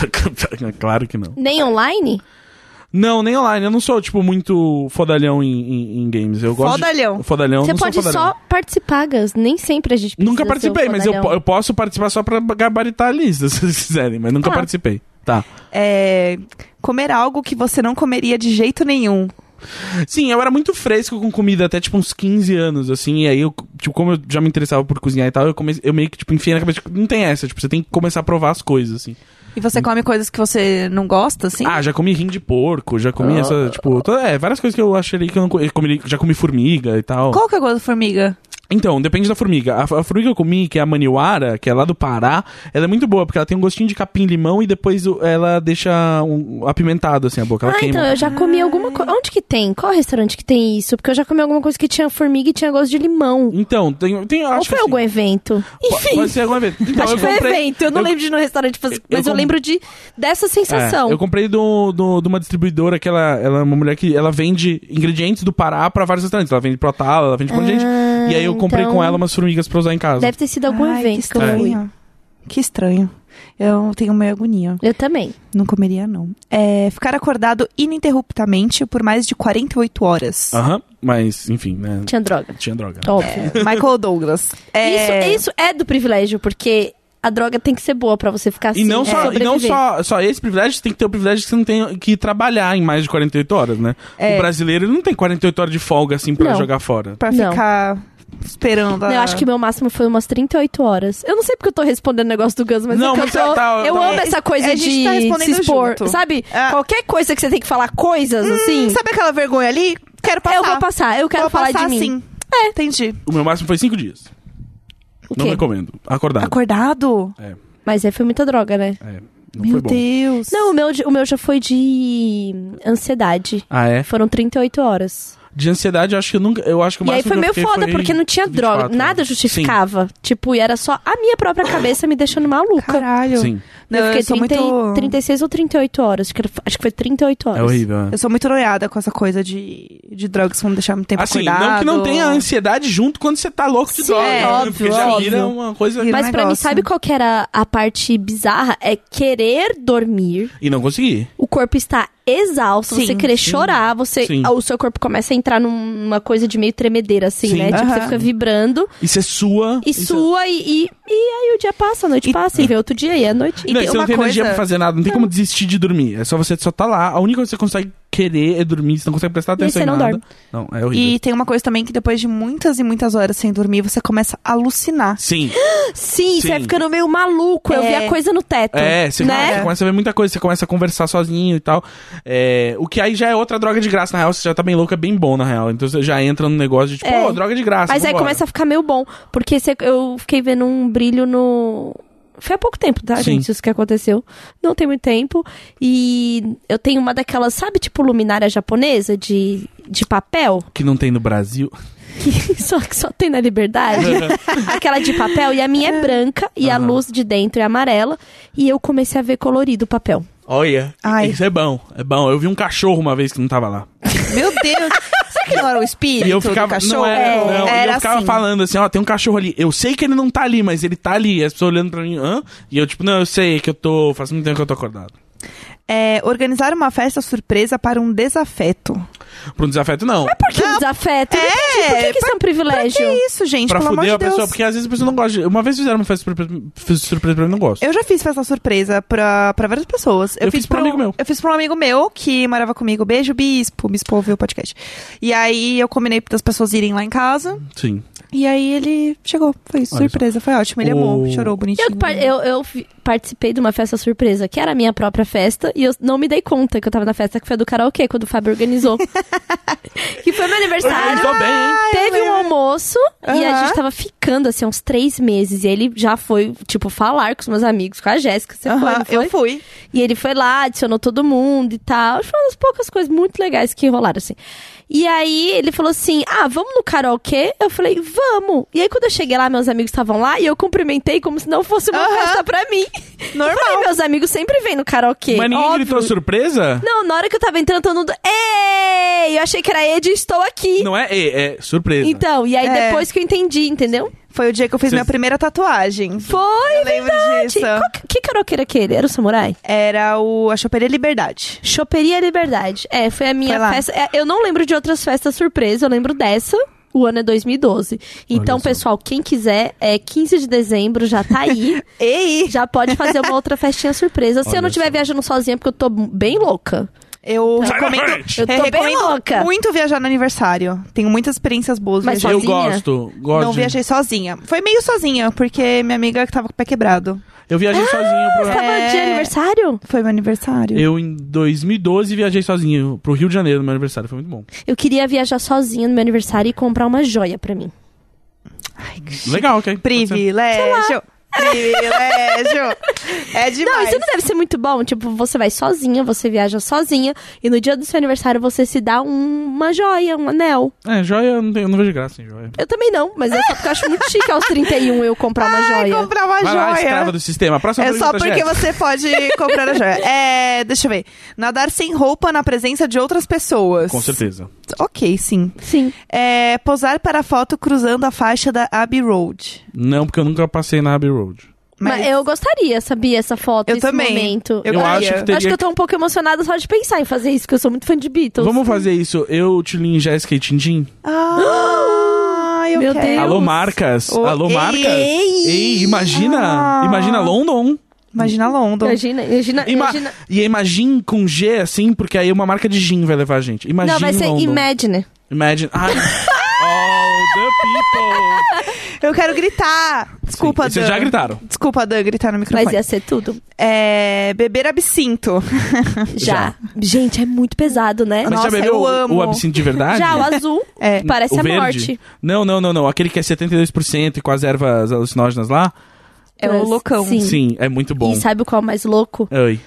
S1: claro que não.
S3: Nem online?
S1: Não, nem online. Eu não sou, tipo, muito fodalhão em, em- em games. Eu gosto. de-
S2: Fodalhão.
S1: Fodalhão,
S3: Você
S1: não
S3: pode
S1: sou fodalhão.
S3: só participar, Gus. Nem sempre a gente precisa
S1: Nunca
S3: ser o
S1: participei, mas eu,
S3: fodalhão.
S1: po- eu posso participar só pra gabaritar a lista, (laughs) se vocês quiserem, mas nunca
S3: Tá.
S1: participei. Tá.
S2: É comer algo que você não comeria de jeito nenhum.
S1: Sim, eu era muito fresco com comida até tipo uns 15 anos, assim, e aí eu, tipo, como eu já me interessava por cozinhar e tal, eu, comecei, eu meio que, tipo, enfiei na cabeça, tipo, não tem essa, tipo, você tem que começar a provar as coisas, assim.
S2: E você come coisas que você não gosta, assim?
S1: Ah, já comi rim de porco, já comi
S3: Ah.
S1: essa, tipo, to- é, várias coisas que eu achei que eu não co- eu comi, já comi formiga e tal.
S2: Qual que é o gosto da formiga?
S1: Então, depende da formiga. A, a formiga que eu comi, que é a maniwara, que é lá do Pará, ela é muito boa, porque ela tem um gostinho de capim-limão e depois o- ela deixa um, apimentado, assim, a boca, ela
S3: Ah,
S1: queima.
S3: então eu já comi alguma coisa. Onde que tem? Qual restaurante que tem isso? Porque eu já comi alguma coisa que tinha formiga e tinha gosto de limão.
S1: Então, tem, tem acho
S3: Ou foi
S1: que,
S3: algum
S1: assim,
S3: evento? Enfim.
S1: Pode ser algum evento. Então,
S3: Acho
S1: eu
S3: que foi
S1: comprei-
S3: evento, eu não lembro de ir no restaurante, mas
S1: eu
S3: mas eu,
S1: com-
S3: lembro de dessa
S1: É,
S3: sensação.
S1: eu comprei do- do- de uma distribuidora que ela, ela é uma mulher que ela vende ingredientes do Pará pra vários restaurantes. Ela vende Protala, ela vende um monte de gente.
S3: Ah,
S1: E aí eu comprei
S3: então
S1: com ela umas formigas pra usar em casa.
S3: Deve ter sido algum
S2: Ai, que
S3: evento que eu fui.
S2: estranho. Que estranho. Eu tenho meio agonia.
S3: Eu também.
S2: Não comeria, não. É, ficar acordado ininterruptamente por mais de 48 horas.
S1: Aham, mas enfim, né?
S3: Tinha droga.
S1: Tinha droga.
S3: Óbvio.
S2: Michael Douglas. É,
S3: Isso, isso é do privilégio, porque a droga tem que ser boa pra você ficar assim.
S1: E não, só, e
S3: sobreviver.
S1: não só, só esse privilégio, você tem que ter o privilégio que você não tem que trabalhar em mais de 48 horas, né?
S2: É.
S1: O brasileiro ele não tem 48 horas de folga assim pra
S3: Não.
S1: jogar fora.
S2: Pra
S3: Não.
S2: ficar esperando. a-
S3: Eu acho que meu máximo foi umas 38 horas. Eu não sei porque eu tô respondendo o negócio do Gus, mas
S1: Não,
S3: é que
S1: mas
S3: eu, tô-
S1: tá- tá- É.
S3: eu
S1: tá-
S3: amo essa
S2: a
S3: coisa
S2: gente
S3: de
S2: tá respondendo
S3: se expor.
S2: junto.
S3: Sabe?
S2: Ah.
S3: Qualquer coisa que você tem que falar coisas assim.
S2: Hum, sabe aquela vergonha ali? Quero passar.
S3: Eu vou passar, eu quero
S2: Vou
S3: falar
S2: passar
S3: de mim.
S2: sim. É. Entendi.
S1: O meu máximo foi 5 dias.
S3: O
S1: Não
S3: quê?
S1: recomendo. Acordado.
S2: Acordado?
S1: É,
S3: Mas aí foi muita droga, né?
S1: é. Não foi
S2: Meu
S1: bom.
S2: Deus.
S3: Não, o meu, de- o meu já foi de ansiedade.
S1: Ah, é?
S3: Foram 38 horas.
S1: De ansiedade, eu acho que eu nunca. Eu acho que o
S3: E aí
S1: máximo
S3: foi
S1: que eu
S3: meio
S1: fiquei
S3: foda,
S1: foi
S3: porque não tinha
S1: 24,
S3: droga. Nada
S1: né?
S3: justificava. Tipo, e era só a minha própria
S1: Ah.
S3: cabeça me deixando maluca.
S2: Caralho.
S1: Sim, sim.
S2: Não,
S3: eu
S2: eu,
S3: fiquei
S2: sou
S3: 30 e-
S2: muito.
S3: 36 ou 38 horas. Acho que, era- acho que foi 38 horas.
S1: É horrível. é.
S2: Eu sou muito noiada com essa coisa de, de drogas que vão me deixar muito tempo
S1: Assim,
S2: acordado.
S1: não que não tenha ansiedade junto quando você tá louco de
S3: Sim,
S1: droga.
S2: é,
S1: né?
S3: óbvio,
S1: porque já
S3: óbvio.
S1: vira uma coisa.
S2: Vira-
S3: Mas pra mim,
S2: negócio. né?
S3: sabe qual que era a parte bizarra? É querer dormir.
S1: E não consegui.
S3: O corpo está exausto,
S2: Sim,
S3: você querer chorar, você,
S1: Sim.
S3: o seu corpo começa a entrar numa coisa de meio tremedeira, assim,
S1: Sim.
S3: né? Tipo, você
S2: Aham.
S3: fica vibrando
S1: E você é sua.
S3: e sua e, e, e aí o dia passa, a noite passa, e vem outro dia e a noite.
S1: Não, e
S2: tem
S1: você não
S2: uma
S1: tem energia
S2: coisa-
S1: pra fazer nada, não tem como desistir de dormir. É só você só tá lá. A única coisa que você consegue querer é dormir, você não consegue prestar
S3: E aí
S1: atenção
S3: você
S1: em
S3: não
S1: nada.
S3: dorme.
S1: Não, é horrível.
S2: E tem uma coisa também que depois de muitas e muitas horas sem dormir, você começa a alucinar.
S1: Sim.
S3: Sim, você
S1: Sim.
S3: vai ficando meio maluco. Eu
S2: É.
S3: vi a coisa no teto.
S1: É, você,
S3: né?
S1: você começa a ver muita coisa, você começa a conversar sozinho e tal. É, o que aí já é outra droga de graça, na real, você já tá bem louco, é bem bom, na real. Então você já entra no negócio de tipo,
S3: É.
S1: pô, droga de graça.
S3: Mas aí
S1: vambora.
S3: começa a ficar meio bom. Porque você- eu fiquei vendo um brilho no. Foi há pouco tempo, tá,
S1: Sim.
S3: gente? Isso que aconteceu. Não tem muito tempo. E eu tenho uma daquelas, sabe, tipo luminária japonesa de, de papel? (laughs)
S1: Que não tem no Brasil.
S3: Que só, que só tem na liberdade. (laughs) Aquela de papel. E a minha é branca. E a
S1: Aham.
S3: luz de dentro é amarela. E eu comecei a ver colorido o papel.
S1: Olha,
S2: Ai.
S1: isso é bom, é bom. Eu vi um cachorro uma vez que não tava lá.
S2: Meu Deus! (laughs) Será que não era o espírito
S1: E eu
S2: do
S1: ficava,
S2: cachorro?
S1: não era, não. E
S2: era
S1: eu ficava
S2: assim.
S1: falando assim, ó, tem um cachorro ali. Eu sei que ele não tá ali, mas ele tá ali. E as pessoas olhando pra mim, hã? E eu tipo, não, eu sei que eu tô, faz muito tempo que eu tô acordado.
S2: É, organizar uma festa surpresa para um desafeto.
S1: Pra um desafeto, não.
S3: Por que desafeto? Não entendi. Por que, que isso é um privilégio?
S2: Que isso, gente?
S1: pra
S2: pelo amor de
S1: fuder a
S2: Deus.
S1: pessoa, porque às vezes a pessoa não gosta. de- Uma vez fizeram uma festa surpresa, fiz surpresa pra mim, não gosto.
S2: Eu já fiz festa surpresa pra, pra várias pessoas.
S1: Eu fiz pra um amigo meu.
S2: Eu fiz pra um amigo meu que morava comigo. Beijo, Bispo. Bispo ouviu o podcast. E aí eu combinei das pessoas irem lá em casa.
S1: Sim.
S2: E aí ele chegou. Foi isso,
S1: Olha só.
S2: surpresa. Foi ótimo. Ele amou,
S1: O-
S2: chorou bonitinho.
S3: Eu, par- eu, eu fi- participei de uma festa surpresa, que era a minha própria festa, e eu não me dei conta que eu tava na festa, que foi a do karaokê, quando o Fábio (laughs) organizou. que foi meu aniversário.
S1: Organizou bem, hein?
S3: Teve um almoço e a
S2: Aham.
S3: gente tava ficando, assim, uns três meses. E ele já foi, tipo, falar com os meus amigos, com a Jéssica. Você foi,
S2: Aham,
S3: não foi?
S2: Eu fui.
S3: E ele foi lá, adicionou todo mundo e tal. Acho que Foi umas poucas coisas muito legais que rolaram, assim. E aí ele falou assim: Ah, vamos no karaokê? Eu falei, vamos. vamos. E aí, quando eu cheguei lá, meus amigos estavam lá e eu cumprimentei como se não fosse uma
S2: Aham.
S3: festa pra mim.
S2: Normal.
S3: Eu falei, meus amigos sempre vêm no karaokê.
S1: Mas ninguém
S3: óbvio.
S1: gritou surpresa?
S3: Não, na hora que eu tava entrando, todo mundo. Ei! Eu achei que era Ed e estou aqui.
S1: Não é, é, é surpresa.
S3: Então, e aí
S2: É.
S3: depois que eu entendi, entendeu?
S2: Foi o dia que eu fiz
S1: Vocês-
S2: minha primeira tatuagem.
S3: Foi,
S2: Eu lembro
S3: verdade.
S2: disso.
S3: Qual que, que karaokê era aquele? Era o Samurai?
S2: Era o A Choperia Liberdade.
S3: Choperia Liberdade. É, foi a minha
S2: Foi lá.
S3: festa. é, Eu não lembro de outras festas surpresa, eu lembro dessa. O ano é 2012. Então,
S1: só.
S3: pessoal, quem quiser, é 15 de dezembro, já
S2: (laughs)
S3: tá aí.
S2: Ei!
S3: já pode fazer uma outra festinha surpresa. Se eu não
S1: Olha
S3: estiver
S1: só.
S3: viajando sozinha, porque eu tô bem louca.
S2: Eu
S1: Sai da
S2: recomendo.
S1: frente!
S3: Tá Eu tô
S2: eu
S3: bem
S2: recomendo
S3: louca.
S2: muito viajar no aniversário. Tenho muitas experiências boas
S3: Mas
S1: Eu
S2: viajando.
S3: sozinha?
S1: gosto, gosto.
S2: Não
S1: de-
S2: viajei sozinha. Foi meio sozinha, porque minha amiga que tava com o pé quebrado.
S1: Eu
S2: Ah,
S1: viajei sozinho
S3: Você
S1: pra...
S3: tava de aniversário?
S2: Foi meu aniversário.
S1: Eu, em 2012, viajei sozinho pro Rio de Janeiro no meu aniversário. Foi muito bom.
S3: Eu queria viajar sozinha no meu aniversário e comprar uma joia pra mim.
S1: Legal, ok.
S2: Privilégio!
S3: (laughs)
S2: Privilégio! É demais.
S3: Não, isso não deve ser muito bom. Tipo, você vai sozinha, você viaja sozinha, e no dia do seu aniversário você se dá um- uma joia, um anel.
S1: É, joia, eu não, tenho, eu não vejo graça em joia.
S3: Eu também não, mas é só porque eu acho muito chique aos 31 eu comprar uma
S2: Ai,
S3: joia.
S2: comprar uma
S1: Vai lá,
S2: joia.
S1: escrava do sistema. A próxima
S2: É só
S1: pergunta,
S2: porque
S1: Jéssica.
S2: você
S1: (laughs)
S2: pode comprar a joia. É, deixa eu ver. Nadar sem roupa na presença de outras pessoas.
S1: Com certeza.
S2: Ok, sim.
S3: Sim.
S2: É, posar para foto cruzando a faixa da Abbey Road.
S1: Não, porque eu nunca passei na Abbey Road.
S3: Mas,
S2: Mas-
S3: eu gostaria, sabia, essa foto,
S2: Eu
S3: esse
S2: também.
S3: momento.
S2: Eu
S1: Eu acho
S2: queria.
S1: que teria
S3: Acho que eu tô um pouco emocionada só de pensar em fazer isso, porque eu sou muito fã de Beatles.
S1: Vamos fazer isso. Eu, Tilin, Jéssica e Tintin.
S2: Ah, eu
S3: Meu
S2: quero.
S3: Deus.
S1: Alô, marcas.
S2: Oh,
S1: Alô,
S2: ei.
S1: marcas. Ei, imagina.
S2: Ah.
S1: Imagina London.
S2: Imagina London.
S3: Imagina, imagina,
S1: Ima
S3: imagina.
S1: E imagine com G, assim, porque aí uma marca de gin vai levar a gente. Imagine
S3: Não, vai
S2: um
S3: ser
S1: London.
S3: Imagine.
S1: Imagine.
S2: (laughs)
S1: Ai. All the people.
S2: Eu quero gritar. Desculpa,
S1: Sim, Vocês
S2: Dan.
S1: já gritaram.
S2: Desculpa, Dan, gritar no microfone.
S3: Mas ia ser tudo.
S2: É, beber absinto. (laughs)
S3: Já. Gente, é muito pesado, né?
S1: Mas
S2: Nossa,
S1: já bebeu
S2: eu
S1: o-
S2: amo.
S1: o absinto de verdade?
S3: Já, o azul
S2: (laughs) É.
S3: parece
S1: o
S3: a
S1: verde?
S3: morte.
S1: Não, não, não, não. Aquele que é 72% e com as ervas alucinógenas lá.
S2: É o loucão.
S3: Sim.
S1: Sim, é muito bom.
S3: E sabe qual é o mais louco?
S1: Oi.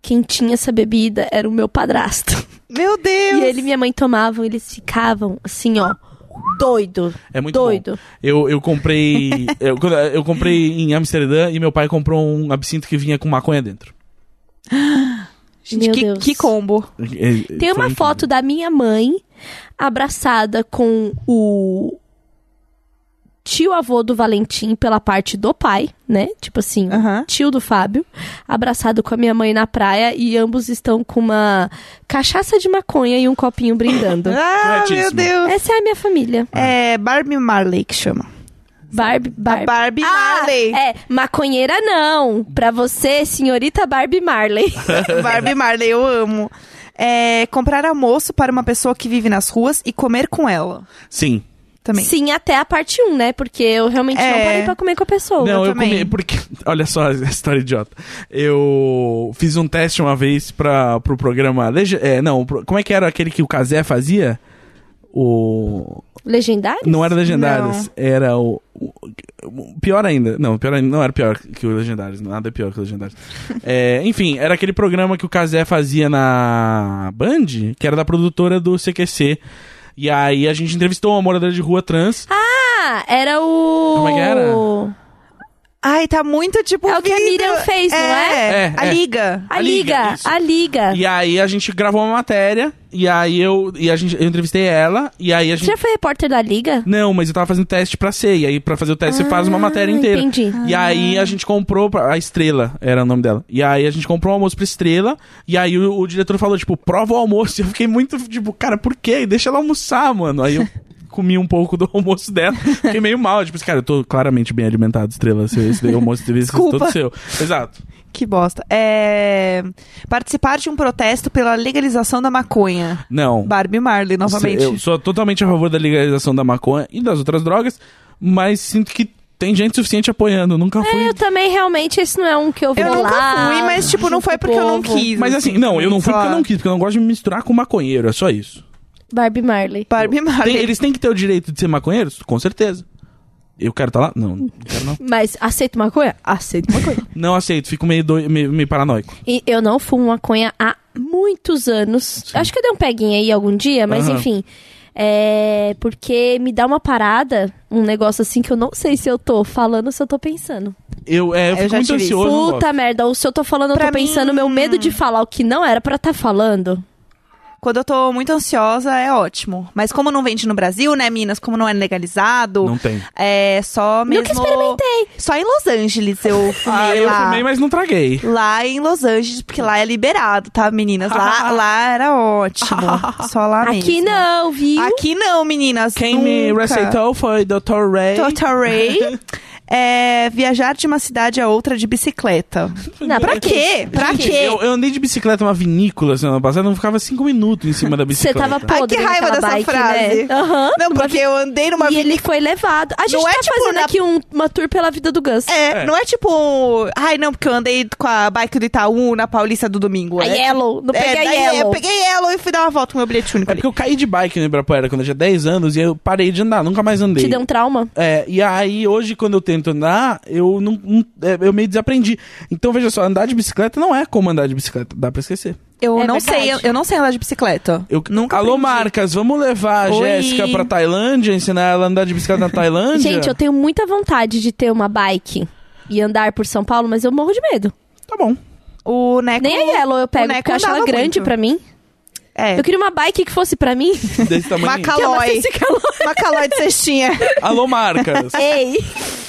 S3: Quem tinha essa bebida era o meu padrasto.
S2: Meu Deus.
S3: E ele e minha mãe tomavam, eles ficavam assim, ó, doido.
S1: É muito
S3: doido.
S1: bom. Eu, eu
S3: (laughs)
S1: comprei. eu, quando- eu comprei em Amsterdã e meu pai comprou um absinto que vinha com maconha dentro.
S2: Gente,
S3: Meu
S2: que,
S3: Deus.
S2: que combo.
S1: É,
S3: Tem uma foto da minha mãe abraçada com o tio avô do Valentim pela parte do pai, né? Tipo assim,
S2: Aham.
S3: tio do Fábio, abraçado com a minha mãe na praia e ambos estão com uma cachaça de maconha e um
S2: (laughs)
S3: copinho brindando.
S2: Ah, meu
S1: Corretíssimo.
S2: Deus.
S3: Essa é a minha família.
S2: É Barbie Marley que chama.
S3: Barbie, Barbie.
S2: Barbie
S3: Ah,
S2: Marley.
S3: é, maconheira não. Pra você, senhorita Barbie Marley.
S2: (laughs) Barbie Marley, eu amo. É, comprar almoço para uma pessoa que vive nas ruas e comer com ela.
S1: Sim.
S2: Também.
S3: Sim, até a parte 1, né? Porque eu realmente não
S2: É.
S3: parei pra comer com a pessoa.
S1: Não, eu
S2: também.
S1: comi. Porque. (laughs) Olha só a história idiota. Eu fiz um teste uma vez pra, pro programa. Lege- É, não, pro- como é que era aquele que o Kazé fazia? O.
S3: Legendário?
S1: Não era Legendários. Era o, o- o- Pior ainda. Não, pior ainda. Não era pior que o Legendários. Nada é pior que o Legendários. É, enfim, era aquele programa que o Kazé fazia na Band, que era da produtora do CQC. E aí a gente entrevistou uma moradora de rua trans.
S3: Ah, era o.
S1: Como é que era?
S2: Ai, tá muito tipo.
S3: É o que a
S2: vida.
S3: Miriam fez, não é?
S1: É,
S2: A
S1: é.
S2: liga.
S3: A
S1: A
S3: Liga,
S1: Liga, isso.
S3: a Liga.
S1: E aí a gente gravou uma matéria. E aí eu, e a gente, eu entrevistei ela. E aí a
S3: Você
S1: gente.
S3: já foi repórter da Liga?
S1: Não, mas eu tava fazendo teste pra ser. E aí, pra fazer o teste, você faz uma matéria
S3: Ah,
S1: inteira.
S3: Entendi.
S1: E aí a gente comprou pra- a estrela, era o nome dela. E aí a gente comprou um almoço pra estrela. E aí o, o diretor falou, tipo, prova o almoço. (laughs) E eu fiquei muito, tipo, cara, por quê? Deixa ela almoçar, mano. Aí eu comi um pouco do almoço dela. Fiquei meio mal. Tipo, cara, eu tô claramente bem alimentado, estrela. Se esse daí almoço devia ser
S2: Desculpa.
S1: todo seu. Exato.
S2: Que bosta. É, Participar de um protesto pela legalização da maconha.
S1: Não.
S2: Barbie Marley, novamente.
S1: Eu sou totalmente a favor da legalização da maconha e das outras drogas, mas sinto que tem gente suficiente apoiando. Nunca fui.
S3: Eu também, realmente, esse não é um que eu vou
S2: Eu nunca
S3: lá.
S2: fui, mas tipo, não
S3: junto
S2: foi
S3: com o
S2: porque eu não
S3: povo.
S2: quis.
S1: Mas assim, não, eu não fui
S2: só-
S1: porque eu não quis, porque eu não gosto de me misturar com maconheiro, é só isso.
S3: Barbie Marley.
S2: Barbie Marley.
S1: Tem- eles têm que ter o direito de ser maconheiros? Com certeza. Eu quero estar lá? Não, não quero não.
S3: Mas aceito maconha? Aceito maconha.
S1: Não aceito, fico meio, doi- meio, meio paranoico.
S3: E eu não fumo maconha há muitos anos. Acho que eu dei um peguinho aí algum dia, mas
S1: Aham.
S3: enfim. É, porque me dá uma parada, um negócio assim que eu não sei se eu tô falando ou se eu tô pensando.
S1: Eu, é, eu
S2: Eu
S1: fico
S2: já
S1: muito
S2: tive isso.
S1: ansioso. não
S3: Puta merda, ou se eu tô falando, eu
S2: Pra
S3: tô pensando,
S2: mim-
S3: meu medo de falar o que não era pra tá falando.
S2: Quando eu tô muito ansiosa, é ótimo. Mas como não vende no Brasil, né, Minas? Como não é legalizado,
S1: gosto. Não tem.
S2: é só mesmo...
S3: Nunca experimentei.
S2: Só em Los Angeles eu
S1: (laughs) Ah,
S2: fumei
S1: eu
S2: lá.
S1: fumei, mas não traguei.
S2: Lá em Los Angeles, porque lá é liberado, tá,
S1: (laughs)
S2: meninas? Lá, lá era ótimo. Só lá mesmo.
S3: Aqui não, viu?
S2: Aqui não, meninas.
S1: Quem
S2: nunca.
S1: me receitou foi Dr. Ray.
S2: Total Ray.
S1: (laughs)
S2: é, viajar de uma cidade a outra de bicicleta.
S3: Não,
S2: Pra quê? Pra
S1: Gente,
S2: quê?
S1: Eu, eu andei de bicicleta numa vinícola semana passada, não ficava cinco minutos em cima da
S3: Você
S1: bicicleta.
S3: tava
S2: Ai,
S3: podre
S2: que raiva
S3: naquela
S2: dessa
S3: bike,
S2: frase.
S3: né? Aham.
S2: Não, porque eu andei numa
S3: E
S2: vi-
S3: ele foi levado. A gente
S2: Não é
S3: tá
S2: tipo
S3: fazendo
S2: na-
S3: aqui um- uma tour pela vida do Gus.
S2: É,
S1: É.
S2: não é tipo. um, Ai, não, porque eu andei com a bike do Itaú na Paulista do domingo.
S3: A
S2: é,
S3: Yellow. Não
S2: É,
S3: peguei a
S2: daí Eu
S3: Yellow.
S2: peguei Yellow e fui dar uma volta com o meu bilhete único
S1: É
S2: ali.
S1: porque eu caí de bike no Ibirapuera quando eu tinha 10 anos e eu parei de andar, nunca mais andei.
S3: Te deu um trauma?
S1: É, e aí hoje quando eu tento andar, eu não, não- é, eu meio desaprendi. Então veja só, andar de bicicleta não é como andar de bicicleta, dá pra esquecer.
S2: Eu
S3: É
S2: não
S3: verdade.
S2: sei, eu, eu não sei andar de bicicleta.
S1: Eu,
S2: Nunca
S1: Alô
S2: aprendi.
S1: marcas, vamos levar a
S2: Oi.
S1: Jéssica pra Tailândia, ensinar ela a andar de bicicleta na Tailândia?
S3: Gente, eu tenho muita vontade de ter uma bike e andar por São Paulo, mas eu morro de medo.
S1: Tá bom.
S2: O Neco.
S3: Nem a Yellow eu pego,
S2: É boneco
S3: porque eu achava
S2: andava
S3: grande
S2: muito.
S3: pra mim.
S2: É.
S3: Eu queria uma bike que fosse pra mim.
S1: Desse
S3: (laughs)
S1: tamanho.
S2: Macalói.
S3: Que
S2: (laughs)
S3: eu não sei se
S2: Macalói
S1: (laughs)
S2: de cestinha.
S1: Alô
S3: (laughs)
S1: marcas.
S3: calor- Ei,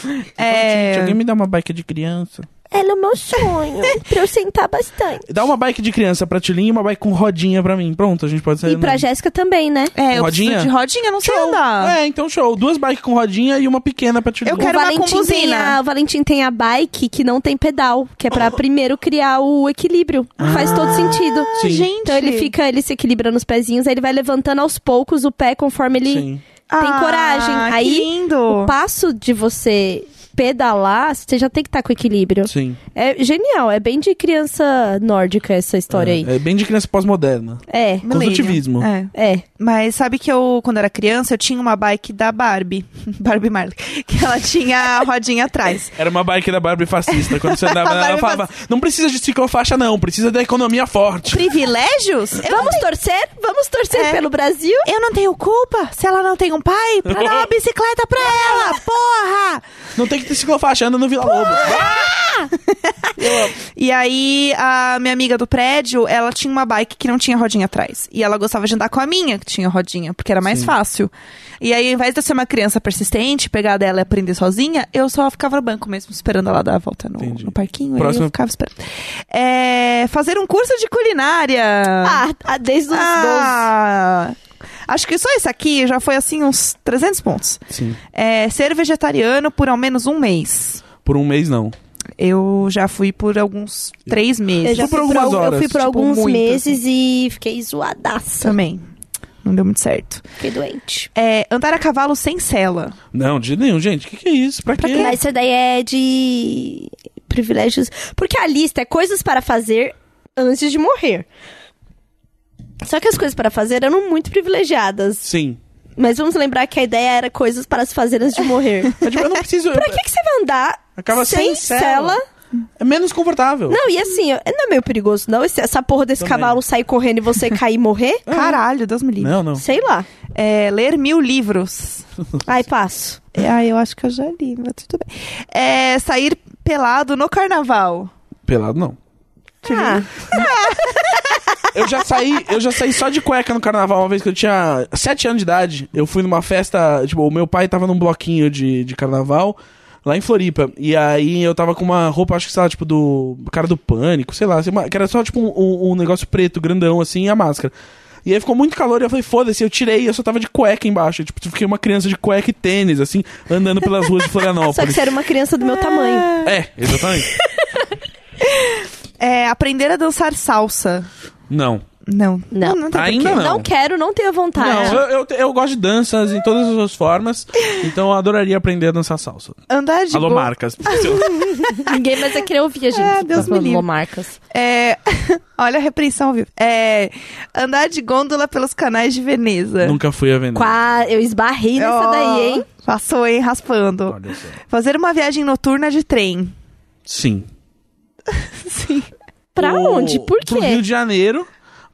S1: Gente, alguém
S2: É.
S1: me dá uma bike de criança.
S3: ela é o meu sonho, pra eu sentar bastante.
S1: Dá uma bike de criança pra Tilinha e uma bike com rodinha pra mim. Pronto, a gente pode sair.
S3: E pra
S1: andando.
S3: Jéssica também, né?
S2: É, eu
S1: Rodinha?
S2: preciso de rodinha, não sei
S1: Show.
S2: andar.
S1: É, então show. Duas bikes com rodinha e uma pequena pra Tilinha.
S2: Eu quero
S3: o
S2: uma
S3: Valentim
S2: com
S3: tem
S2: buzina.
S3: a, o Valentim tem a bike que não tem pedal, que é pra primeiro criar o equilíbrio. Faz todo sentido.
S1: Sim.
S2: gente.
S3: Então ele fica, ele se equilibra nos pezinhos, aí ele vai levantando aos poucos o pé conforme ele
S1: Sim.
S3: tem
S2: Ah,
S3: coragem.
S2: que
S3: Aí
S2: lindo.
S3: o passo de você pedalar, você já tem que estar com equilíbrio.
S1: Sim.
S3: É genial, é bem de criança nórdica essa história aí.
S1: É, é bem de criança pós-moderna.
S3: É,
S2: Millennium.
S1: Construtivismo.
S2: É.
S3: é.
S2: Mas sabe que eu, quando era criança, eu tinha uma bike da Barbie. (laughs) Barbie Marley. Que ela tinha a rodinha atrás.
S1: Era uma bike da Barbie fascista. Quando você
S3: (laughs)
S1: andava, ela
S2: Barbie
S1: falava: não precisa de ciclofaixa, não. Precisa da economia forte.
S2: Privilégios? Eu,
S3: Vamos torcer? Vamos torcer
S2: É.
S3: pelo Brasil?
S2: eu não tenho culpa se ela não tem um pai pra dar uma
S3: (laughs)
S2: bicicleta pra ela, porra!
S1: Não tem que ter ciclofaixa, anda no Vila Lobo.
S2: E aí, a minha amiga do prédio, ela tinha uma bike que não tinha rodinha atrás. E ela gostava de andar com a minha, que tinha rodinha, porque era mais fácil. E aí, ao invés de eu ser uma criança persistente, pegar dela e aprender sozinha, eu só ficava no banco mesmo, esperando ela dar a volta no,
S1: Entendi.
S2: no parquinho. e
S1: Próxima-
S2: eu ficava esperando. É, fazer um curso de culinária.
S3: Ah, ah, desde os 12.
S2: Ah, Acho que só esse aqui já foi, assim, uns 300 pontos.
S1: Sim.
S2: É, ser vegetariano por ao menos um mês.
S1: Por um mês, não.
S2: Eu já fui por alguns três meses.
S3: Eu já
S1: Fui
S3: fui
S1: por
S3: por,
S1: algumas
S3: al- eu
S1: horas,
S3: fui por
S2: tipo,
S3: alguns
S2: muito,
S3: meses e fiquei zoadaça.
S2: Também. Não deu muito certo.
S3: Fiquei doente.
S2: É, andar a cavalo sem cela.
S1: Não, de jeito nenhum, gente. O que, que é isso? Pra, quê?
S3: Mas isso daí é de privilégios. Porque a lista é coisas para fazer antes de morrer. Só que as coisas para fazer eram muito privilegiadas.
S1: Sim.
S3: Mas vamos lembrar que a ideia era coisas para se fazer antes de
S1: (laughs)
S3: morrer.
S1: Mas, tipo, eu não preciso.
S3: pra que, que você vai andar
S1: Acaba sem
S3: sem,
S1: cela?
S3: cela?
S1: É menos confortável.
S3: Não, e assim, eu- não é meio perigoso, não? Esse- essa porra desse
S1: Também.
S3: cavalo sair correndo e
S1: (laughs)
S3: você cair e morrer?
S2: Ah. Caralho, Deus me livre.
S1: Não, não.
S3: Sei lá.
S2: É, ler mil livros.
S3: Ai, passo.
S2: É, ah, eu acho que eu já li, mas tudo bem. É, sair pelado no carnaval.
S1: Pelado, não.
S3: Ah,
S1: Eu já saí, eu já saí só de cueca no carnaval uma vez que eu tinha 7 anos de idade. Eu fui numa festa, tipo, o meu pai tava num bloquinho de, de carnaval lá em Floripa. E aí eu tava com uma roupa, acho que sei lá, tipo, do cara do pânico, sei lá, assim, uma- que era só tipo um, um negócio preto, grandão, assim, e a máscara. E aí ficou muito calor e eu falei, foda-se, eu tirei, eu só tava de cueca embaixo. Tipo, eu fiquei uma criança de cueca e tênis, assim, andando pelas
S3: (laughs)
S1: ruas de
S3: Ah, só que
S1: Florianópolis.
S3: você era uma criança do meu tamanho.
S1: É, exatamente.
S2: É, aprender a dançar salsa.
S1: Não.
S2: Não.
S3: Não.
S2: tem
S1: Ainda
S2: porquê.
S1: não.
S3: Não quero, não tenho vontade.
S1: Não, eu, eu, eu gosto de danças em todas as suas
S3: (laughs)
S1: formas, então eu adoraria aprender a dançar salsa.
S2: Andar de
S1: Alô,
S2: go-
S1: marcas.
S3: Ninguém mais vai querer ouvir a
S1: É,
S3: gente.
S2: Ah, Deus me
S3: falando
S2: livre.
S3: marcas.
S2: É, (laughs) olha a repreensão ao vivo. É, andar de gôndola pelos canais de
S3: (laughs)
S2: Veneza.
S1: Nunca fui a vender.
S3: Quá, eu
S1: É,
S3: esbarrei nessa
S2: É, Ó,
S3: daí, hein?
S2: Passou, hein, raspando.
S1: Olha só.
S2: Fazer uma viagem noturna de trem.
S1: Sim.
S2: Sim.
S3: Pra
S1: O-
S3: onde? Por
S1: Pro Rio
S3: quê?
S1: de Janeiro,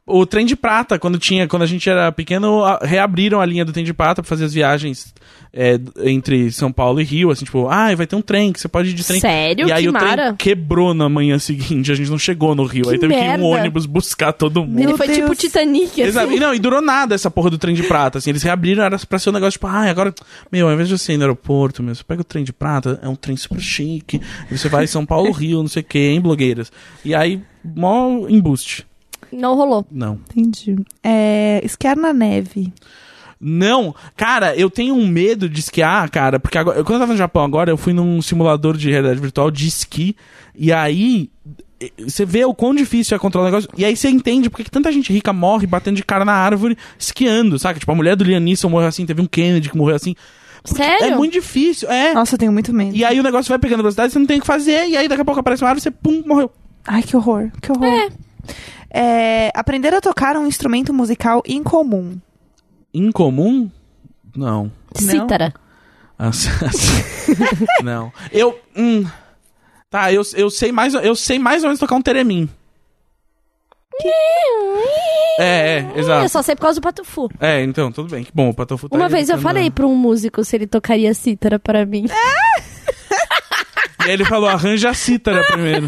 S1: O trem de prata, quando tinha, quando a gente era pequeno, a- reabriram a linha do trem de prata pra fazer as viagens é, d- entre São Paulo e Rio, assim, tipo, ah, vai ter um trem que você pode ir de trem.
S3: Sério?
S1: E aí
S3: que
S1: o trem
S3: mara?
S1: quebrou na manhã (laughs) seguinte, a gente não chegou no Rio.
S3: Que
S1: aí teve que ir
S3: merda.
S1: um ônibus buscar todo mundo.
S3: Ele
S2: Meu
S3: foi
S2: Deus.
S3: tipo Titanic, assim.
S1: Exato. E não, e durou nada essa porra do trem de prata, assim. Eles reabriram, era pra ser um negócio tipo, ai, agora, meu, ao invés de você ir no aeroporto, meu, você pega o trem de prata, é um trem super chique, e você vai em São Paulo, Rio, não sei o quê, em blogueiras. E aí, mó embuste.
S3: Não rolou.
S1: Não.
S2: Entendi. É, esquiar na neve.
S1: Não, cara, eu tenho um medo de esquiar, cara, porque agora, quando eu tava no Japão agora, eu fui num simulador de realidade virtual de esqui, e aí eh, você vê o quão difícil é controlar o negócio, e aí você entende porque que tanta gente rica morre batendo de cara na árvore esquiando, saca? Tipo, a mulher do Lianisson morreu assim, teve um Kennedy que morreu assim.
S3: Sério?
S1: É muito difícil, é.
S2: Nossa, eu tenho muito medo.
S1: E aí o negócio vai pegando velocidade, você não tem o que fazer, e aí daqui a pouco aparece uma árvore, você pum, morreu.
S2: Ai, que horror, que horror. É, aprender a tocar um instrumento musical incomum.
S1: Incomum? Não.
S3: Cítara.
S1: As- as- (laughs) não. Eu. hum. Tá, eu, eu sei mais. Eu sei mais ou menos tocar um teremim. É, é,
S3: Eu
S1: exato.
S3: só sei por causa do Patufu.
S1: É, então, tudo bem. Que bom, o Patofu tá
S3: Uma
S1: aí
S3: vez eu
S1: tocando-
S3: falei pra um músico se ele tocaria cítara pra mim.
S1: É E aí ele falou: arranja a
S3: (laughs)
S1: cítara primeiro.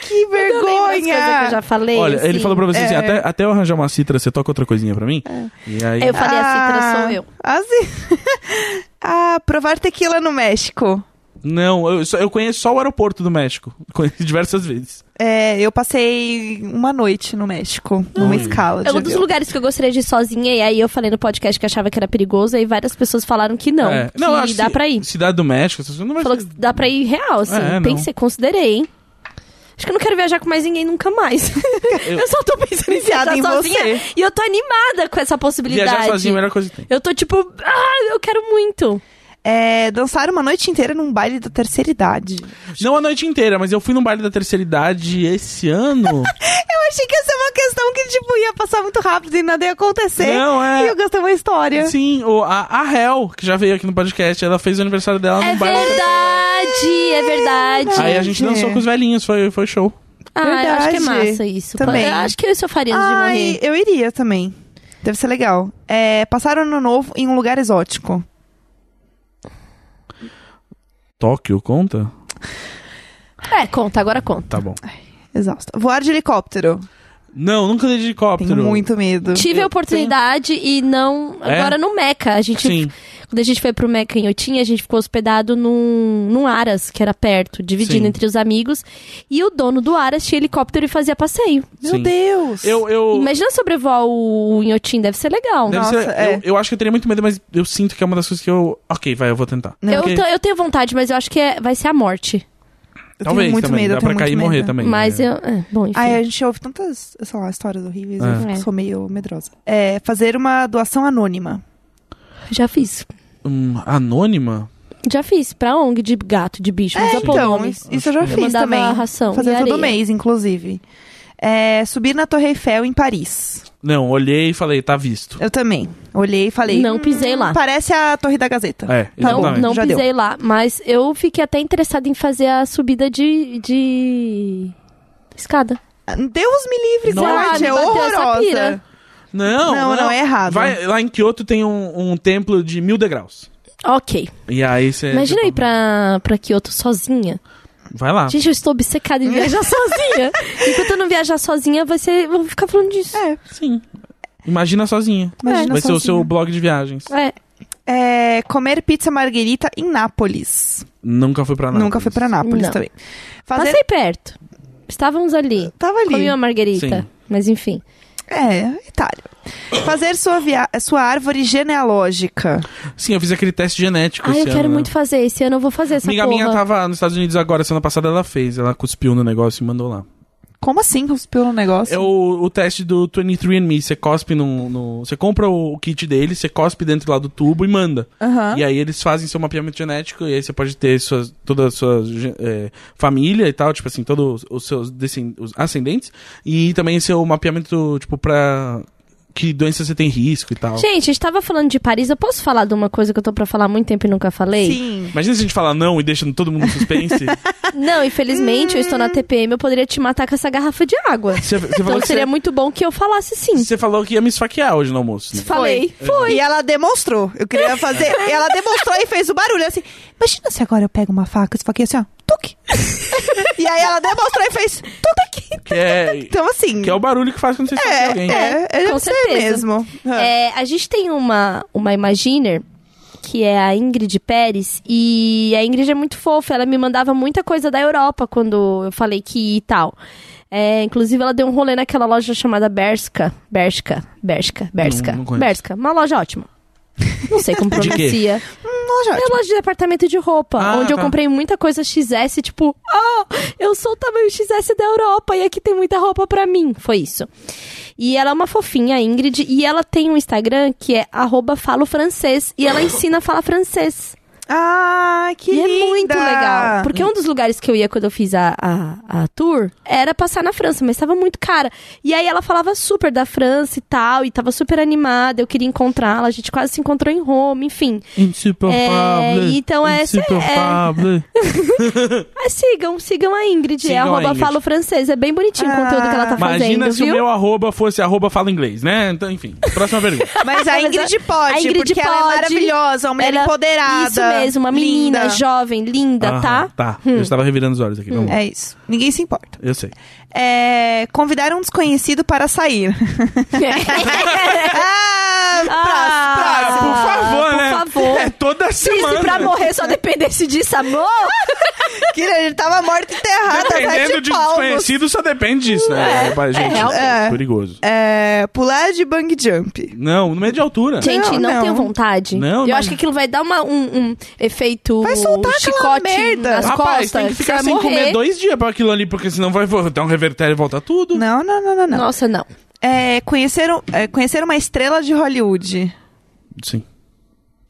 S2: Que
S3: Eu lembro as coisas que eu já falei.
S1: Olha, ele
S3: assim.
S1: falou pra você assim:
S2: É.
S1: até, até eu arranjar uma cítara, você toca outra coisinha pra mim? E aí.
S3: Aí É. eu falei, a cítara sou eu.
S2: Assim. (laughs) ah, provar tequila no México.
S1: Não, eu, só- eu conheço só o aeroporto do México. (laughs) Conheci diversas vezes.
S2: É, eu passei uma noite no México, numa
S1: Olha.
S2: escala de
S3: É um dos
S2: avião.
S3: lugares que eu gostaria de ir sozinha, e aí eu falei no podcast que achava que era perigoso, e várias pessoas falaram que não.
S1: É.
S3: Que
S1: eu acho
S3: dá
S1: que
S3: pra ir.
S1: Cidade do México, você não vai
S3: Falou que dá pra ir real, assim.
S1: É, não.
S3: Pensei, considerei, hein? Acho que eu não quero viajar com mais ninguém nunca mais. Eu, só tô pensando em viajar
S2: Viciada em
S3: sozinha.
S2: você.
S3: E eu tô animada com essa possibilidade.
S1: viajar sozinho é a melhor coisa que tem.
S3: Eu tô tipo, ah, eu quero muito.
S2: É, dançar uma noite inteira num baile da terceira idade.
S1: Não a noite inteira, mas eu fui num baile da terceira idade esse
S3: (laughs)
S1: ano.
S2: Eu achei que ia ser uma questão que, tipo, ia passar muito rápido e nada ia acontecer.
S1: Não, é.
S2: E eu gastei uma história.
S1: Sim, o, a, a Hel, que já veio aqui no podcast, ela fez o aniversário dela
S3: É
S1: num baile.
S3: verdade, é verdade.
S1: Aí a gente dançou com os velhinhos, foi, foi show.
S3: Ah, eu acho que é
S2: Verdade.
S3: massa isso.
S2: Também.
S3: Eu acho que isso eu faria antes de
S2: Ai,
S3: morrer.
S2: eu iria também. Deve ser legal. É, passar o ano novo em um lugar exótico.
S1: Tóquio, conta?
S3: É, conta, agora conta.
S1: Tá bom.
S2: Exausto. Voar de helicóptero.
S1: Não, nunca dei de helicóptero.
S2: Tenho muito medo.
S3: Tive a oportunidade e não.
S1: É?
S3: Agora no Meca. A gente,
S1: Sim.
S3: Quando a gente foi pro Meca em Otinha, a gente ficou hospedado num, num Aras, que era perto, dividindo
S1: Sim.
S3: entre os amigos. E o dono do Aras tinha helicóptero e fazia passeio.
S2: Meu
S1: Sim.
S2: Deus.
S1: Eu, eu,
S3: Imagina sobrevoar o Inhotim, deve ser legal.
S1: deve
S2: Nossa,
S1: ser-
S2: é.
S1: eu, eu acho que eu teria muito medo, mas eu sinto que é uma das coisas que eu. Ok, vai, eu vou tentar.
S2: Não,
S3: eu,
S1: porque-
S3: tô- eu tenho vontade, mas eu acho que é- vai ser a morte.
S2: Eu
S1: Talvez
S2: tenho muito
S1: também.
S2: medo. eu
S1: Dá
S2: tenho
S1: pra cair e
S2: muito
S1: morrer
S2: medo.
S1: também.
S3: Mas
S1: é.
S3: eu. é, bom, enfim.
S2: Ai, a gente ouve tantas, sei lá, histórias horríveis. Eu
S3: É.
S2: sou meio medrosa. É, fazer uma doação anônima.
S3: Já fiz.
S1: Hum, anônima?
S3: Já fiz. Pra ONG de gato, de bicho. Mas eu pôr
S2: então,
S3: nome.
S2: isso isso eu já
S1: que-
S3: Eu
S2: fiz
S3: mandava
S2: também.
S3: ração e
S2: Fazer todo
S3: areia.
S2: mês, inclusive. É, subir na Torre Eiffel em Paris.
S1: Não, olhei e falei, tá visto.
S2: Eu também. Olhei e falei.
S3: Não pisei
S2: "Hum,
S3: lá."
S2: Parece a Torre da Gazeta.
S1: É,
S2: Tá bom,
S1: exatamente.
S3: não
S2: já deu.
S3: pisei lá, mas eu fiquei até interessada em fazer a subida de. de... escada.
S2: Ah, Deus me livre,
S1: Não,
S2: Zé,
S3: me
S2: é
S3: bateu essa
S2: horrorosa.
S3: pira.
S1: Não,
S2: Não, não, é errado.
S1: Vai, lá em Kyoto tem um, um templo de mil degraus.
S3: Ok.
S1: E aí você.
S3: Imagina
S1: tipo,
S3: ir pra, pra Kyoto sozinha.
S1: Vai lá.
S3: Gente, eu estou obcecada
S1: (laughs)
S3: em viajar sozinha. Enquanto eu não viajar sozinha, vai ser. Vou ficar falando disso.
S2: É,
S1: Sim. Imagina sozinha.
S2: imagina
S1: Vai ser o
S2: sozinha.
S1: seu blog de viagens.
S3: É.
S2: É, comer pizza marguerita em Nápoles.
S1: Nunca fui pra Ah, Nápoles.
S2: Nunca fui pra Nápoles
S3: Não.
S2: também. Fazer...
S3: Passei perto. Estávamos ali.
S2: Tava ali.
S3: Comi uma marguerita.
S1: Sim.
S3: Mas enfim.
S2: É, Itália. Fazer sua, via... sua árvore genealógica.
S1: Sim, eu fiz aquele teste genético
S3: Ah,
S1: esse
S3: eu quero
S1: ano, né?
S3: muito fazer. Esse ano eu vou fazer essa
S1: Amiga
S3: porra.
S1: minha tava nos Estados Unidos agora, semana passada ela fez. Ela cuspiu no negócio e mandou lá.
S2: Como assim cuspiu no negócio?
S1: É o, o teste do 23andMe. Você cospe no, no- Você compra o, o kit dele, você cospe dentro lá do tubo e manda.
S2: Aham.
S1: E aí eles fazem seu mapeamento genético e aí você pode ter suas, toda a sua ge- eh, família e tal, tipo assim, é todos os seus descen- os ascendentes. E também seu mapeamento, tipo, pra que doença você tem risco e tal.
S3: Gente, a gente tava falando de Paris. Eu posso falar de uma coisa que eu tô pra falar há muito tempo e nunca falei? Ah,
S2: Sim.
S1: Imagina se a gente falar não e deixando todo mundo em
S3: (laughs)
S1: suspense.
S3: Não, infelizmente, eu estou na TPM, eu poderia te matar com essa garrafa de água.
S1: Hum. Você, você falou
S3: Então
S1: que
S3: seria
S1: você,
S3: muito bom que eu falasse sim.
S1: você falou que ia me esfaquear hoje no almoço. Né?
S3: Falei.
S2: Foi. E ela demonstrou. Eu queria fazer. e ela demonstrou e fez o barulho assim. Imagina se agora eu pego uma faca e esfaqueio assim, ó. Tuque. e aí ela demonstrou e fez tuque.
S1: Que é,
S2: Então assim.
S1: que é o barulho que faz quando você esfaqueia
S2: é,
S1: alguém.
S2: é, é,
S3: Com
S2: você
S3: certeza.
S2: mesmo.
S1: Ah.
S3: É, a gente tem uma, uma Imaginer, que é a Ingrid Pérez, e a Ingrid é muito fofa, ela me mandava muita coisa da Europa quando eu falei que ia e tal. É, inclusive, ela deu um rolê naquela loja chamada Berska. Berska, Berska, Berska.
S1: Não- não conheço.
S3: Berska, uma loja ótima. Não sei como
S1: De quê?
S3: pronuncia.
S2: Não, já,
S3: É loja de departamento de roupa,
S1: Ah,
S3: onde eu
S1: tá.
S3: comprei muita coisa XS, tipo, ah, eu sou o tamanho XS da Europa e aqui tem muita roupa pra mim. Foi isso. E ela é uma fofinha, a Ingrid, e ela tem um Instagram que é arroba falo francês, e ela ensina a falar francês.
S2: Ah, que
S3: e
S2: linda.
S3: é muito legal. Porque um dos lugares que eu ia quando eu fiz a, a, a tour era passar na França, mas tava muito cara. E aí ela falava super da França e tal, e tava super animada, eu queria encontrá-la, a gente quase se encontrou em Roma, enfim.
S1: Insuperfável.
S3: É, então essa é-
S1: Insuperfável.
S3: Ah, sigam, sigam a Ingrid.
S1: Sigam
S3: é
S1: a
S3: arroba
S1: Ingrid.
S3: falo francês. É bem bonitinho
S2: Ah.
S3: o conteúdo que ela tá
S1: Imagina
S3: fazendo,
S1: se
S3: viu?
S1: o meu arroba fosse arroba fala inglês, né? Então, enfim. Próxima pergunta.
S2: Mas a Ingrid pode,
S3: A Ingrid
S2: porque ela é
S3: pode.
S2: maravilhosa, uma mulher
S3: Ela-
S2: empoderada.
S3: Isso mesmo, uma menina
S2: linda.
S3: jovem, linda,
S1: Aham,
S3: tá?
S1: (laughs)
S3: (laughs)
S1: Tá. Eu estava revirando os olhos aqui. Vamos lá.
S2: É isso. Ninguém se importa.
S1: Eu sei.
S2: É, convidar um desconhecido para
S3: (laughs)
S2: sair. ah,
S3: Ah,
S1: Ah, por favor,
S3: por
S1: né?
S3: favor.
S1: É toda semana.
S3: Se pra morrer só dependesse disso, amor.
S2: Ah, próximo. Que ele tava morto e enterrado atrás
S1: Dependendo
S2: de,
S1: de
S2: palmos.
S1: desconhecido, só depende disso, né? É, mas, gente,
S3: realmente.
S1: é perigoso.
S2: É, pular de bang jump.
S1: Não, no meio de altura.
S3: Gente, não,
S2: não.
S3: tenho vontade.
S1: Não,
S3: Eu
S1: não.
S3: acho que aquilo vai dar uma- um, um efeito
S2: Vai soltar aquela
S3: chicote
S2: merda.
S3: nas
S1: Rapaz,
S3: costas.
S1: tem que ficar
S3: Você
S1: sem
S3: vai
S1: comer
S3: morrer.
S1: dois dias pra aquilo ali, porque senão vai vo- dar um revertério e volta tudo.
S2: Não, não, não, não, não.
S3: Nossa, não.
S2: É, conhecer, um- é, conhecer uma estrela de Hollywood.
S1: Sim.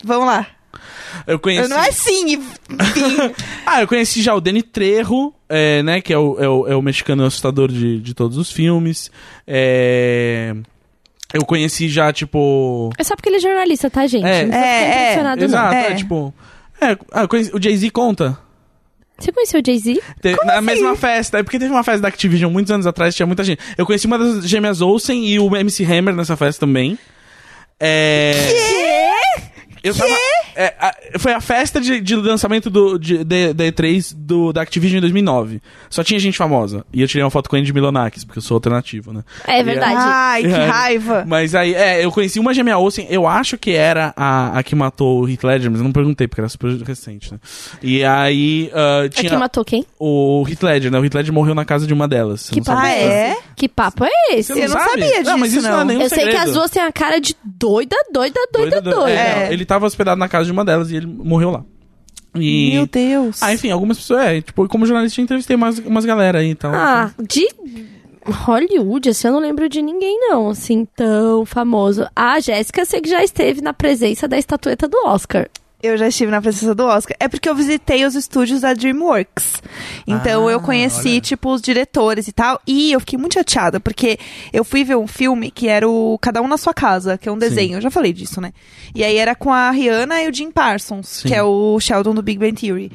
S2: Vamos lá.
S1: Eu conheci.
S2: Não é assim, enfim.
S1: Ah, eu conheci já o Danny Trejo, é, né? Que é o, é o, é o mexicano assustador de, de todos os filmes. É, Eu conheci já, tipo.
S3: É só porque ele é jornalista, tá, gente?
S1: É.
S3: Não
S2: É,
S3: fica
S2: é.
S3: impressionado, não.
S1: Exato, é.
S2: É.
S1: tipo. É, ah, eu conheci- o Jay-Z conta.
S3: Você conheceu o Jay-Z?
S1: Te- na mesma festa, é porque teve uma festa da Activision muitos anos atrás, tinha muita gente. Eu conheci uma das gêmeas Olsen e o MC Hammer nessa festa também. É. Eu tava, é, a- foi a festa de, de lançamento do, de, de- da E3 do, da Activision em 2009. Só tinha gente famosa. E eu tirei uma foto com ele de Milonakis, porque eu sou alternativo, né?
S3: É verdade.
S2: Ai, que
S1: É.
S2: raiva.
S1: Mas aí, é, eu conheci uma gêmea Olsen, eu acho que era a, a que matou o Heath Ledger, mas eu não perguntei, porque era super recente, né? E aí, ah,
S3: É
S1: tinha
S3: que matou quem?
S1: o Heath Ledger, né? O Heath Ledger morreu na casa de uma delas. você
S3: Que
S1: não sabe
S2: Ah,
S3: papo
S1: disso, né?
S2: é?
S3: Que papo é esse?
S1: Você não,
S2: Eu não
S1: sabe?
S2: sabia
S1: Não, mas
S2: disso,
S1: isso não, é
S2: não.
S1: nenhum
S3: Eu sei que
S1: segredo.
S3: as duas têm a cara de doida, doida, doida, doida.
S1: É,
S2: É.
S1: não, Ele tava hospedado na casa de uma delas e ele morreu lá. E...
S2: Meu Deus.
S1: Ah, enfim, algumas pessoas. É, tipo, como jornalista, eu entrevistei umas, umas galera aí, então.
S3: Ah, de Hollywood, assim, eu não lembro de ninguém, não, assim, tão famoso. A Jéssica, sei que já esteve na presença da estatueta do Oscar.
S2: Eu já estive na presença do Oscar. É porque eu visitei os estúdios da DreamWorks. Então
S1: Ah,
S2: eu conheci,
S1: olha.
S2: tipo, os diretores e tal. E eu fiquei muito chateada, porque eu fui ver um filme que era o Cada Um na Sua Casa, que é um desenho. Eu já falei disso, né? E aí era com a Rihanna e o Jim Parsons,
S1: Sim.
S2: que é o Sheldon do Big Bang Theory.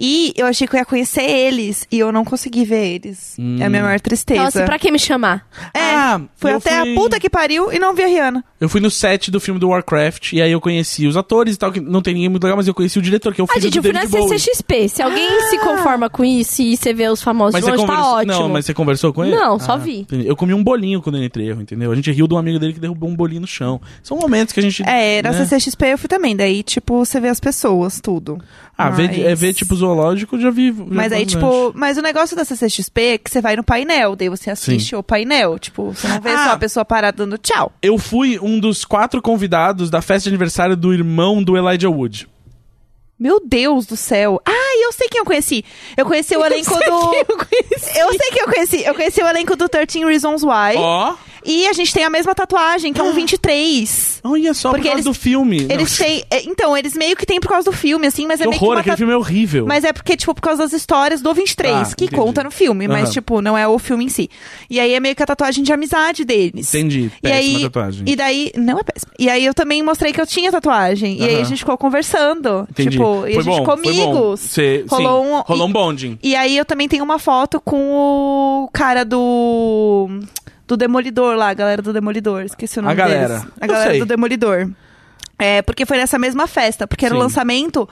S2: E eu achei que eu ia conhecer eles, e eu não consegui ver eles. É a minha maior tristeza.
S3: Então, assim, pra quem me chamar?
S2: É,
S1: Hum. Ah,
S2: foi
S1: eu
S2: até
S1: fui-
S2: a puta que pariu e não vi a Rihanna.
S1: Eu fui no set do filme do Warcraft e aí eu conheci os atores e tal, que não tem ninguém muito legal, mas eu conheci o diretor, que é o
S3: Ah,
S1: filho
S3: gente,
S1: do
S3: eu fui na
S1: David Bowie.
S3: CCXP. Se alguém se conforma com isso e você vê os famosos
S1: Mas
S3: de
S1: você,
S3: longe, tá
S1: conversou...
S3: ótimo.
S1: não, mas você conversou com ele? Ah,
S3: Não, só vi.
S1: entendi. Eu comi um bolinho com o Danny Trejo, entendeu? A gente riu de um amigo dele que derrubou um bolinho no chão. São momentos que a gente.
S2: É, na
S1: né?
S2: CCXP eu fui também. Daí, tipo, você vê as pessoas, tudo.
S1: Ah, ver,
S2: Mas-
S1: é ver tipo zoológico, já vi. já
S2: Mas
S1: vi
S2: aí,
S1: bastante.
S2: tipo, mas o negócio da CCXP é que você vai no painel, daí você assiste o painel. Tipo, você não vê
S1: Ah.
S2: só a pessoa parada dando tchau.
S1: Eu fui um dos quatro convidados da festa de aniversário do irmão do Elijah Wood.
S2: Meu Deus do céu. Ah, eu sei quem eu conheci. Eu conheci o elenco do. (laughs)
S3: Eu conheci.
S2: Eu sei quem eu conheci. Eu conheci o elenco do 13 Reasons Why.
S1: Ó, Ah.
S2: E a gente tem a mesma tatuagem, que é um 23.
S1: Olha só,
S2: Porque
S1: por causa
S2: eles-
S1: do filme.
S2: Eles têm. é, Então, eles meio que têm por causa do filme, assim, mas
S1: Não,
S2: é
S1: que
S2: meio que
S1: horror,
S2: uma
S1: aquele
S2: tatu-
S1: filme é horrível.
S2: Mas é porque, tipo, por causa das histórias do 23,
S1: Ah,
S2: que
S1: entendi.
S2: conta no filme, mas,
S1: Aham.
S2: tipo, não é o filme em si. E aí é meio que a tatuagem de amizade deles.
S1: Entendi,
S2: E
S1: péssima
S2: aí,
S1: tatuagem.
S2: E daí, não é péssima. E aí eu também mostrei que eu tinha tatuagem. E aí a
S1: Aham.
S2: gente ficou conversando.
S1: Entendi.
S2: Tipo, e a
S1: Foi
S2: gente
S1: bom,
S2: ficou
S1: foi bom.
S2: amigos.
S1: Cê-
S2: rolou
S1: sim,
S2: um-
S1: rolou
S2: e-
S1: um bonding.
S2: E aí eu também tenho uma foto com o cara do. Do Demolidor lá, a galera do Demolidor. Esqueci o nome
S1: A galera.
S2: deles. A
S1: Eu
S2: galera
S1: sei.
S2: do Demolidor. É, porque foi nessa mesma festa, porque era o
S1: Sim.
S2: lançamento.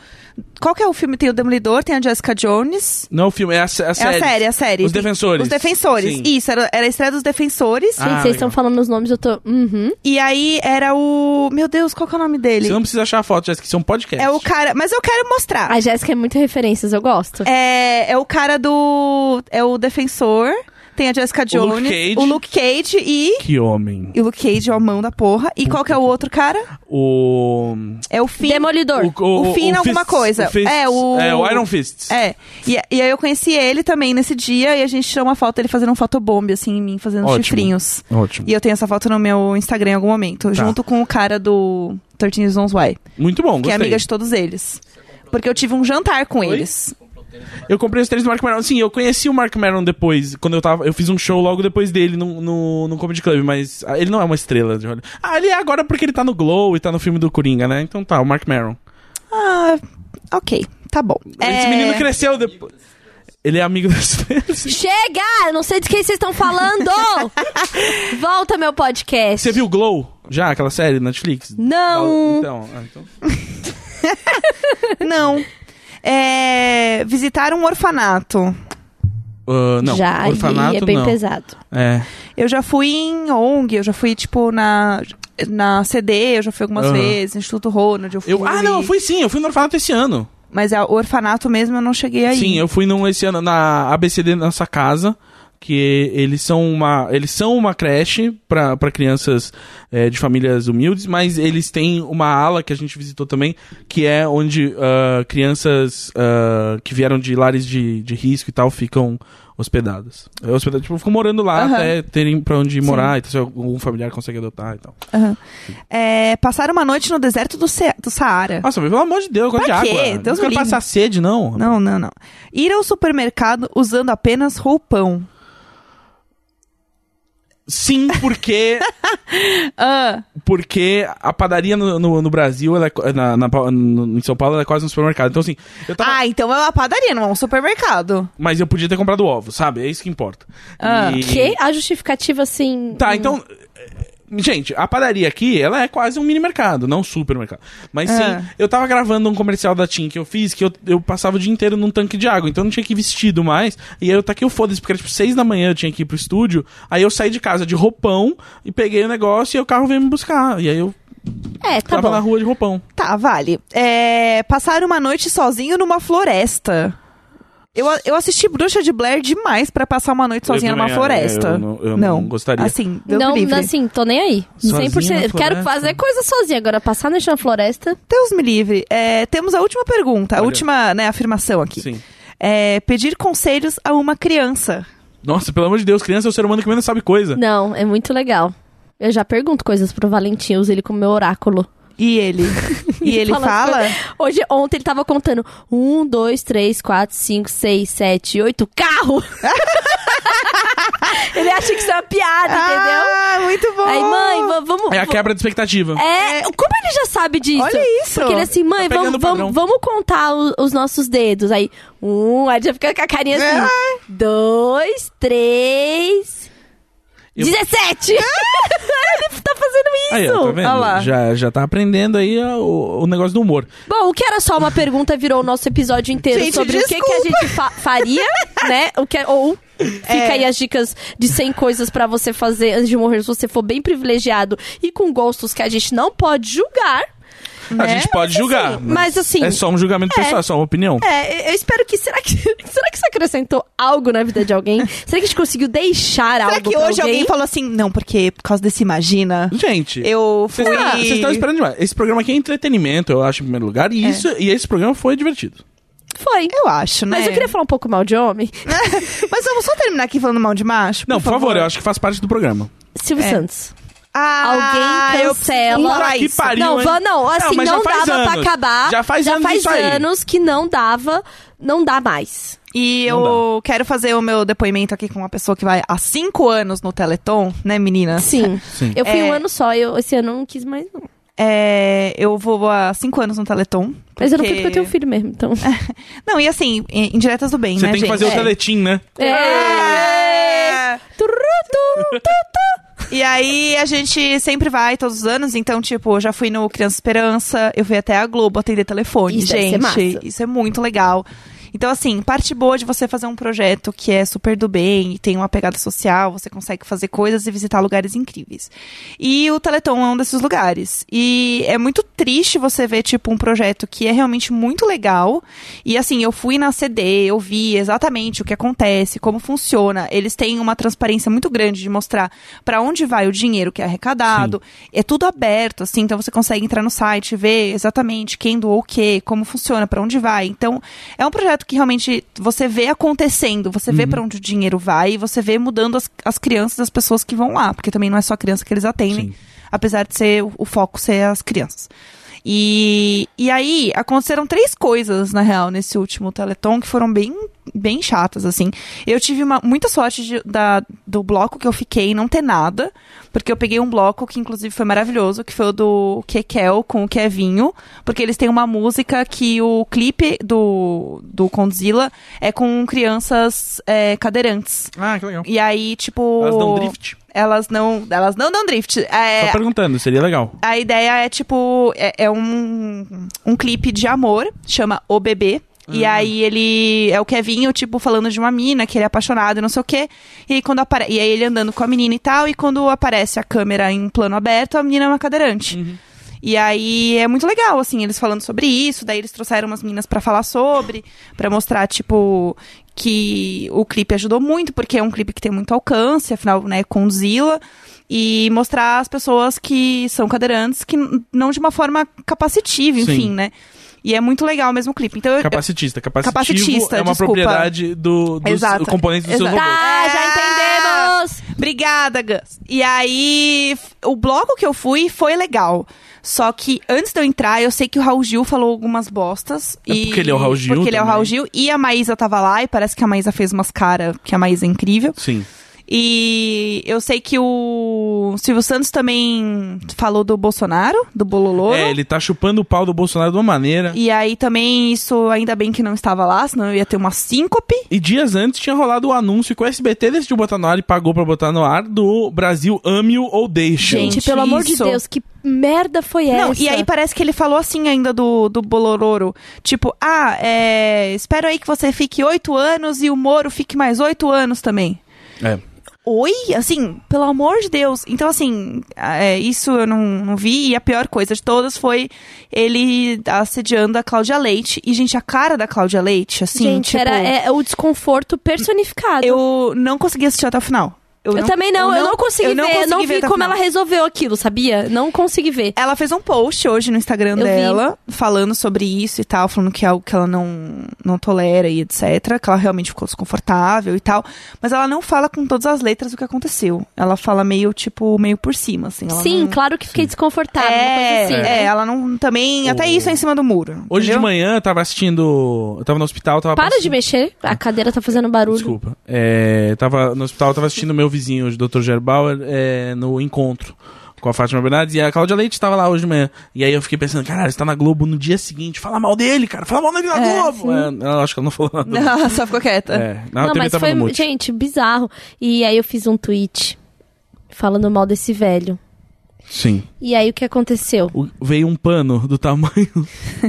S2: Qual que é o filme? Tem o Demolidor, tem a Jessica Jones.
S1: Não, o filme é a, sé- a
S2: É
S1: série.
S2: a série, é a série.
S1: Os
S2: Tem-
S1: Defensores.
S2: Os Defensores.
S1: Sim.
S2: Isso, era, era a estreia dos Defensores.
S1: Ah,
S3: Gente, vocês estão
S1: legal.
S3: falando os nomes, eu tô. Uhum.
S2: E aí era o. Meu Deus, qual que é o nome dele?
S1: Você não precisa achar a foto, Jéssica, isso é um podcast.
S2: É o cara. Mas eu quero mostrar.
S3: A Jéssica é muito referências, eu gosto.
S2: É, é o cara do. É o defensor. Tem a Jessica Jones.
S1: Luke Cage.
S2: o Luke Cage e.
S1: Que homem.
S2: E o Luke Cage é o mão da porra. E qual que é o outro cara?
S1: O...
S2: É o Finn.
S3: Demolidor.
S2: O Finn alguma
S1: Fists-
S2: coisa.
S1: o Fists-
S2: É, o-
S1: É, o Iron Fist.
S2: É. E, e aí eu conheci ele também nesse dia e a gente tirou uma foto dele fazendo um fotobomb, assim, em mim, fazendo
S1: Ótimo.
S2: chifrinhos.
S1: Ótimo.
S2: É. E eu tenho essa foto no meu Instagram em algum
S1: Tá.
S2: momento, junto com o cara do 13 Reasons Why, que
S1: Muito bom,
S2: é
S1: gostei.
S2: amiga de todos eles. Porque eu tive um jantar com eles.
S1: Eu comprei os tênis do Mark Maron. Sim, eu conheci o Mark Maron depois, quando eu tava. Eu fiz um show logo depois dele no, no, no Comedy Club, mas ah, ele não é uma estrela de Hollywood. Ah, ele é agora porque ele tá no Glow e tá no filme do Coringa, né? Então tá, o Mark Maron.
S2: Ah, ok. Tá bom.
S1: Esse
S2: É,
S1: menino cresceu depois. Ele é amigo das estrelas.
S3: Chega! Eu não sei de quem vocês estão falando! Volta meu podcast.
S1: Você viu Glow? Já, aquela série na Netflix?
S3: Não.
S1: Então, ah, então.
S2: Não. É, visitar um orfanato.
S1: Ah, não.
S3: Já,
S1: Orfanato,
S3: e é bem
S1: não.
S3: pesado.
S1: É.
S2: Eu já fui em ONG, eu já fui, tipo, na, na CD, eu já fui algumas
S1: Aham.
S2: vezes, Instituto Ronald, eu fui.
S1: Eu, ah, não, eu fui sim, eu fui no orfanato esse ano.
S2: Mas é, o orfanato mesmo eu não cheguei aí.
S1: Sim, eu fui num esse ano na ABCD Nossa Casa, que eles são uma, eles são uma creche pra pra crianças eh, de famílias humildes, mas eles têm uma ala que a gente visitou também, que é onde ah, crianças ah, que vieram de lares de, de risco e tal ficam hospedadas. Eh, hospedadas tipo, ficam morando lá
S2: Aham.
S1: até terem pra onde morar, então se algum familiar consegue adotar e tal.
S2: Aham. É, passar uma noite no deserto do, Ce- do Saara.
S1: Nossa, mas pelo amor de Deus, eu gosto de
S2: Pra
S1: água.
S2: quê?
S1: Não
S2: Deus
S1: quero
S2: me livre.
S1: passar sede, não.
S2: Não, não, não. Ir ao supermercado usando apenas roupão.
S1: Sim,
S2: (laughs)
S1: porque
S2: Ah,
S1: Porque a padaria no, no, no Brasil, ela é, co- na, na pa- no- em São Paulo, ela é quase um supermercado. Então, assim, eu tava.
S2: ah, então é uma padaria, não é um supermercado.
S1: Mas eu podia ter comprado ovo, sabe? É isso que importa.
S2: Ah.
S1: E-
S3: Que? A justificativa, assim.
S1: Tá,
S3: hum,
S1: então. eh, Gente, a padaria aqui, ela é quase um mini mercado, não um supermercado. Mas sim,
S2: Ah.
S1: eu tava gravando um comercial da TIM que eu fiz, que eu, eu passava o dia inteiro num tanque de água, então eu não tinha que ir vestido mais. E aí eu taquei o foda-se, porque era tipo seis da manhã eu tinha que ir pro estúdio. Aí eu saí de casa de roupão e peguei o negócio e o carro veio me buscar. E aí eu
S3: É, tá
S1: tava
S3: bom.
S1: na rua de roupão.
S2: Tá, vale. É, passar uma noite sozinho numa floresta. Eu, eu assisti Bruxa de Blair demais pra passar uma noite
S1: Eu
S2: sozinha numa
S1: também, é,
S2: floresta.
S1: eu não- eu não gostaria.
S2: Assim, Deus me
S3: Não,
S2: livre.
S3: assim, tô nem aí.
S1: Sozinha
S3: 100%.
S1: na
S3: Eu quero
S1: floresta.
S3: fazer coisa sozinha. Agora, passar na na floresta.
S2: Deus me livre. É, temos a última pergunta, a
S1: Olha.
S2: última né, afirmação aqui.
S1: Sim.
S2: É, pedir conselhos a uma criança.
S1: Nossa, pelo amor de Deus, criança é o ser humano que menos sabe coisa.
S3: Não, é muito legal. Eu já pergunto coisas pro Valentim, eu uso ele como meu oráculo.
S2: E ele?
S3: (laughs)
S2: E ele fala?
S3: Hoje, ontem ele tava contando. Um, dois, três, quatro, cinco, seis, sete, oito, carro! (laughs) ele acha que isso é uma piada, entendeu?
S2: Ah, muito bom!
S3: Aí, mãe, va- vamos.
S1: É a quebra de expectativa.
S3: É, como ele já sabe disso?
S2: Olha isso!
S3: Porque ele assim, mãe,
S1: Tá
S3: vamos,
S1: pegando o
S3: vamos, vamos contar o- os nossos dedos. Aí, um, aí já fica com a carinha assim.
S2: É.
S3: Dois, três.
S1: Eu-
S2: Ah!
S3: 17! (laughs) ele tá fazendo isso!
S1: Aí, ó, tá
S2: É Olha lá.
S1: vendo? Já, já tá aprendendo aí ó, o, o negócio do humor.
S3: Bom, o que era só uma pergunta virou o nosso episódio inteiro
S2: Gente,
S3: sobre o que, que a gente fa- faria, né? O que, ou fica aí as dicas de 100 coisas pra você fazer antes de morrer, se você for bem privilegiado e com gostos que a gente não pode julgar.
S1: A
S3: né?
S1: gente pode
S2: é
S1: julgar.
S3: mas assim-
S1: É só um julgamento
S3: é.
S1: pessoal, é só uma opinião.
S3: É, eu espero que. Será que (laughs) será que isso acrescentou algo na vida de alguém? será que a gente conseguiu deixar
S2: Será
S3: algo
S2: que
S3: pra
S2: hoje alguém?
S3: alguém
S2: falou assim, não, porque por causa desse imagina,
S1: Gente,
S2: eu fui...
S1: vocês tá- vocês estão esperando demais. Esse programa aqui é entretenimento, eu acho, em primeiro lugar.
S2: É.
S1: E, isso, e esse programa foi divertido.
S3: Foi.
S2: Eu acho, né?
S3: Mas eu queria falar um pouco mal de homem.
S2: (laughs) Mas vamos só terminar aqui falando mal de macho?
S1: Não, por favor, eu acho que faz parte do programa.
S3: Silvio
S2: É.
S3: Santos.
S2: Ah,
S3: Alguém
S2: eu-
S3: cancela.
S2: Puta que
S1: Isso. pariu,
S3: não,
S1: hein?
S3: va- não, assim, não,
S1: mas já faz
S3: dava pra
S1: anos.
S3: acabar.
S1: Já faz anos isso aí.
S3: anos que não dava, não dá mais.
S2: E
S1: Não
S2: eu quero fazer o meu depoimento aqui com uma pessoa que vai há cinco anos no Teleton, né, menina?
S3: Sim.
S1: Sim.
S3: Eu fui
S2: É.
S3: um ano só, eu, esse ano eu não quis mais não.
S2: É, eu vou há cinco anos no Teleton.
S3: Mas eu não fui porque
S2: porque
S3: eu tenho filho mesmo, então...
S2: Não, e assim, em- indiretas do bem,
S1: Você
S2: né,
S1: tem que
S2: gente?
S1: fazer o teletim, né?
S3: É.
S2: É.
S3: Tururu, tu, tu, tu.
S2: E aí a gente sempre vai todos os anos, então, tipo, eu já fui no Criança Esperança, eu fui até a Globo atender telefone.
S3: Isso deve ser
S2: gente,
S3: massa.
S2: isso é muito legal. Então, assim, parte boa de você fazer um projeto que é super do bem e tem uma pegada social, você consegue fazer coisas e visitar lugares incríveis. E o Teleton é um desses lugares. E é muito triste você ver, tipo, um projeto que é realmente muito legal. E assim, eu fui na CD, eu vi exatamente o que acontece, como funciona. Eles têm uma transparência muito grande de mostrar pra onde vai o dinheiro que é arrecadado. É tudo aberto, assim, então você consegue entrar no site, ver exatamente quem doou o quê, como funciona, pra onde vai. Então, é um projeto que realmente você vê acontecendo, você vê pra onde o dinheiro vai e você vê mudando as, as crianças das pessoas que vão lá, porque também não é só criança que eles atendem,
S1: Sim.
S2: apesar de ser o, o foco ser as crianças. E, e aí, aconteceram três coisas, na real, nesse último Teleton, que foram bem, bem chatas, assim. Eu tive uma, muita sorte de- da, do bloco que eu fiquei não ter nada, porque eu peguei um bloco que, inclusive, foi maravilhoso, que foi o do Kekel com o Kevinho, porque eles têm uma música que o clipe do, do Condzilla é com crianças é, cadeirantes.
S1: Ah, que legal.
S2: E aí, tipo...
S1: Elas dão drift?
S2: Elas não, elas não dão drift. É,
S1: Só perguntando, seria legal.
S2: a ideia é tipo. É, é um, um clipe de amor, chama O Bebê. E aí ele. É o Kevinho, tipo, falando de uma mina, que ele é apaixonado, não sei o quê. E aí quando apare... E aí ele andando com a menina e tal, e quando aparece a câmera em plano aberto, a menina é uma cadeirante. E aí é muito legal, assim, eles falando sobre isso, daí eles trouxeram umas meninas pra falar sobre, pra mostrar, tipo, que o clipe ajudou muito, porque é um clipe que tem muito alcance, afinal, né, com Zila, e mostrar as pessoas que são cadeirantes, que n- não de uma forma capacitiva,
S1: Sim.
S2: enfim, né? E é muito legal mesmo o clipe. Então eu,
S1: Capacitista. Capacitivo
S2: Capacitista,
S1: é uma
S2: desculpa.
S1: propriedade do, dos
S2: Exato.
S1: componentes dos seus
S2: Exato.
S1: robôs.
S3: Tá, já entendemos!
S2: Obrigada, Gus. E aí, f- o bloco que eu fui foi legal. Só que antes de eu entrar, eu sei que o Raul Gil falou algumas bostas.
S1: É
S2: e-
S1: porque ele é o Raul Gil
S2: Porque ele é o
S1: também.
S2: Raul Gil. E a Maísa tava lá, e parece que a Maísa fez umas caras, que a Maísa é incrível.
S1: Sim.
S2: E eu sei que o Silvio Santos também falou do Bolsonaro, do Bololô.
S1: É, ele tá chupando o pau do Bolsonaro de uma maneira.
S2: E aí também, isso ainda bem que não estava lá, senão eu ia ter uma síncope.
S1: E dias antes tinha rolado o anúncio que o SBT decidiu botar no ar e pagou pra botar no ar do Brasil Ame-o ou Deixe-o.
S3: Gente,
S2: Gente,
S3: pelo amor de
S2: isso.
S3: Deus, que merda foi essa?
S2: Não, e aí parece que ele falou assim ainda do, do Bolororo. Tipo, ah, é, espero aí que você fique oito anos e o Moro fique mais oito anos também.
S1: É.
S2: Oi? Assim, pelo amor de Deus. Então, assim, é, isso eu não, não vi. E a pior coisa de todas foi ele assediando a Cláudia Leite. E, gente, a cara da Cláudia Leite, assim,
S3: Gente,
S2: tipo,
S3: era é, é o desconforto personificado.
S2: eu não consegui assistir até o final.
S3: Eu também não, eu não, consegui ver, eu não
S2: consegui tá,
S3: vi
S2: até o
S3: como
S2: final.
S3: ela resolveu aquilo, sabia? Não consegui ver.
S2: Ela fez um post hoje no Instagram
S3: vi.
S2: dela, falando sobre isso e tal, falando que é algo que ela não, não tolera e etc. Que ela realmente ficou desconfortável e tal. Mas ela não fala com todas as letras o que aconteceu. Ela fala meio, tipo, meio por cima, assim. Ela
S3: Sim,
S1: é?
S2: não...
S3: claro que fiquei desconfortável,
S2: É,
S3: uma coisa assim.
S2: é, ela não. Também. Até isso é em cima do muro.
S1: Hoje de
S2: entendeu?
S1: manhã eu tava assistindo. Eu tava no hospital, tava.
S3: Para
S1: passando-
S3: de mexer, a cadeira tá fazendo barulho.
S1: Desculpa. É, tava no hospital, tava assistindo meu vizinho, o Dr. Gerbauer, é, no encontro com a Fátima Bernardes e a Cláudia Leite tava lá hoje de manhã. E aí eu fiquei pensando, caralho, você tá na Globo no dia seguinte, fala mal dele, cara, fala mal dele na
S2: É,
S1: Globo. É, eu acho que ela não falou nada.
S2: (laughs) Não, só ficou quieta.
S1: É, na
S3: não,
S1: TV
S3: mas
S1: tava
S3: foi, um,
S1: no mute.
S3: gente, bizarro. E aí eu fiz um tweet falando mal desse velho.
S1: Sim.
S3: E aí o
S1: (laughs)
S3: que aconteceu?
S1: O- veio um pano do tamanho.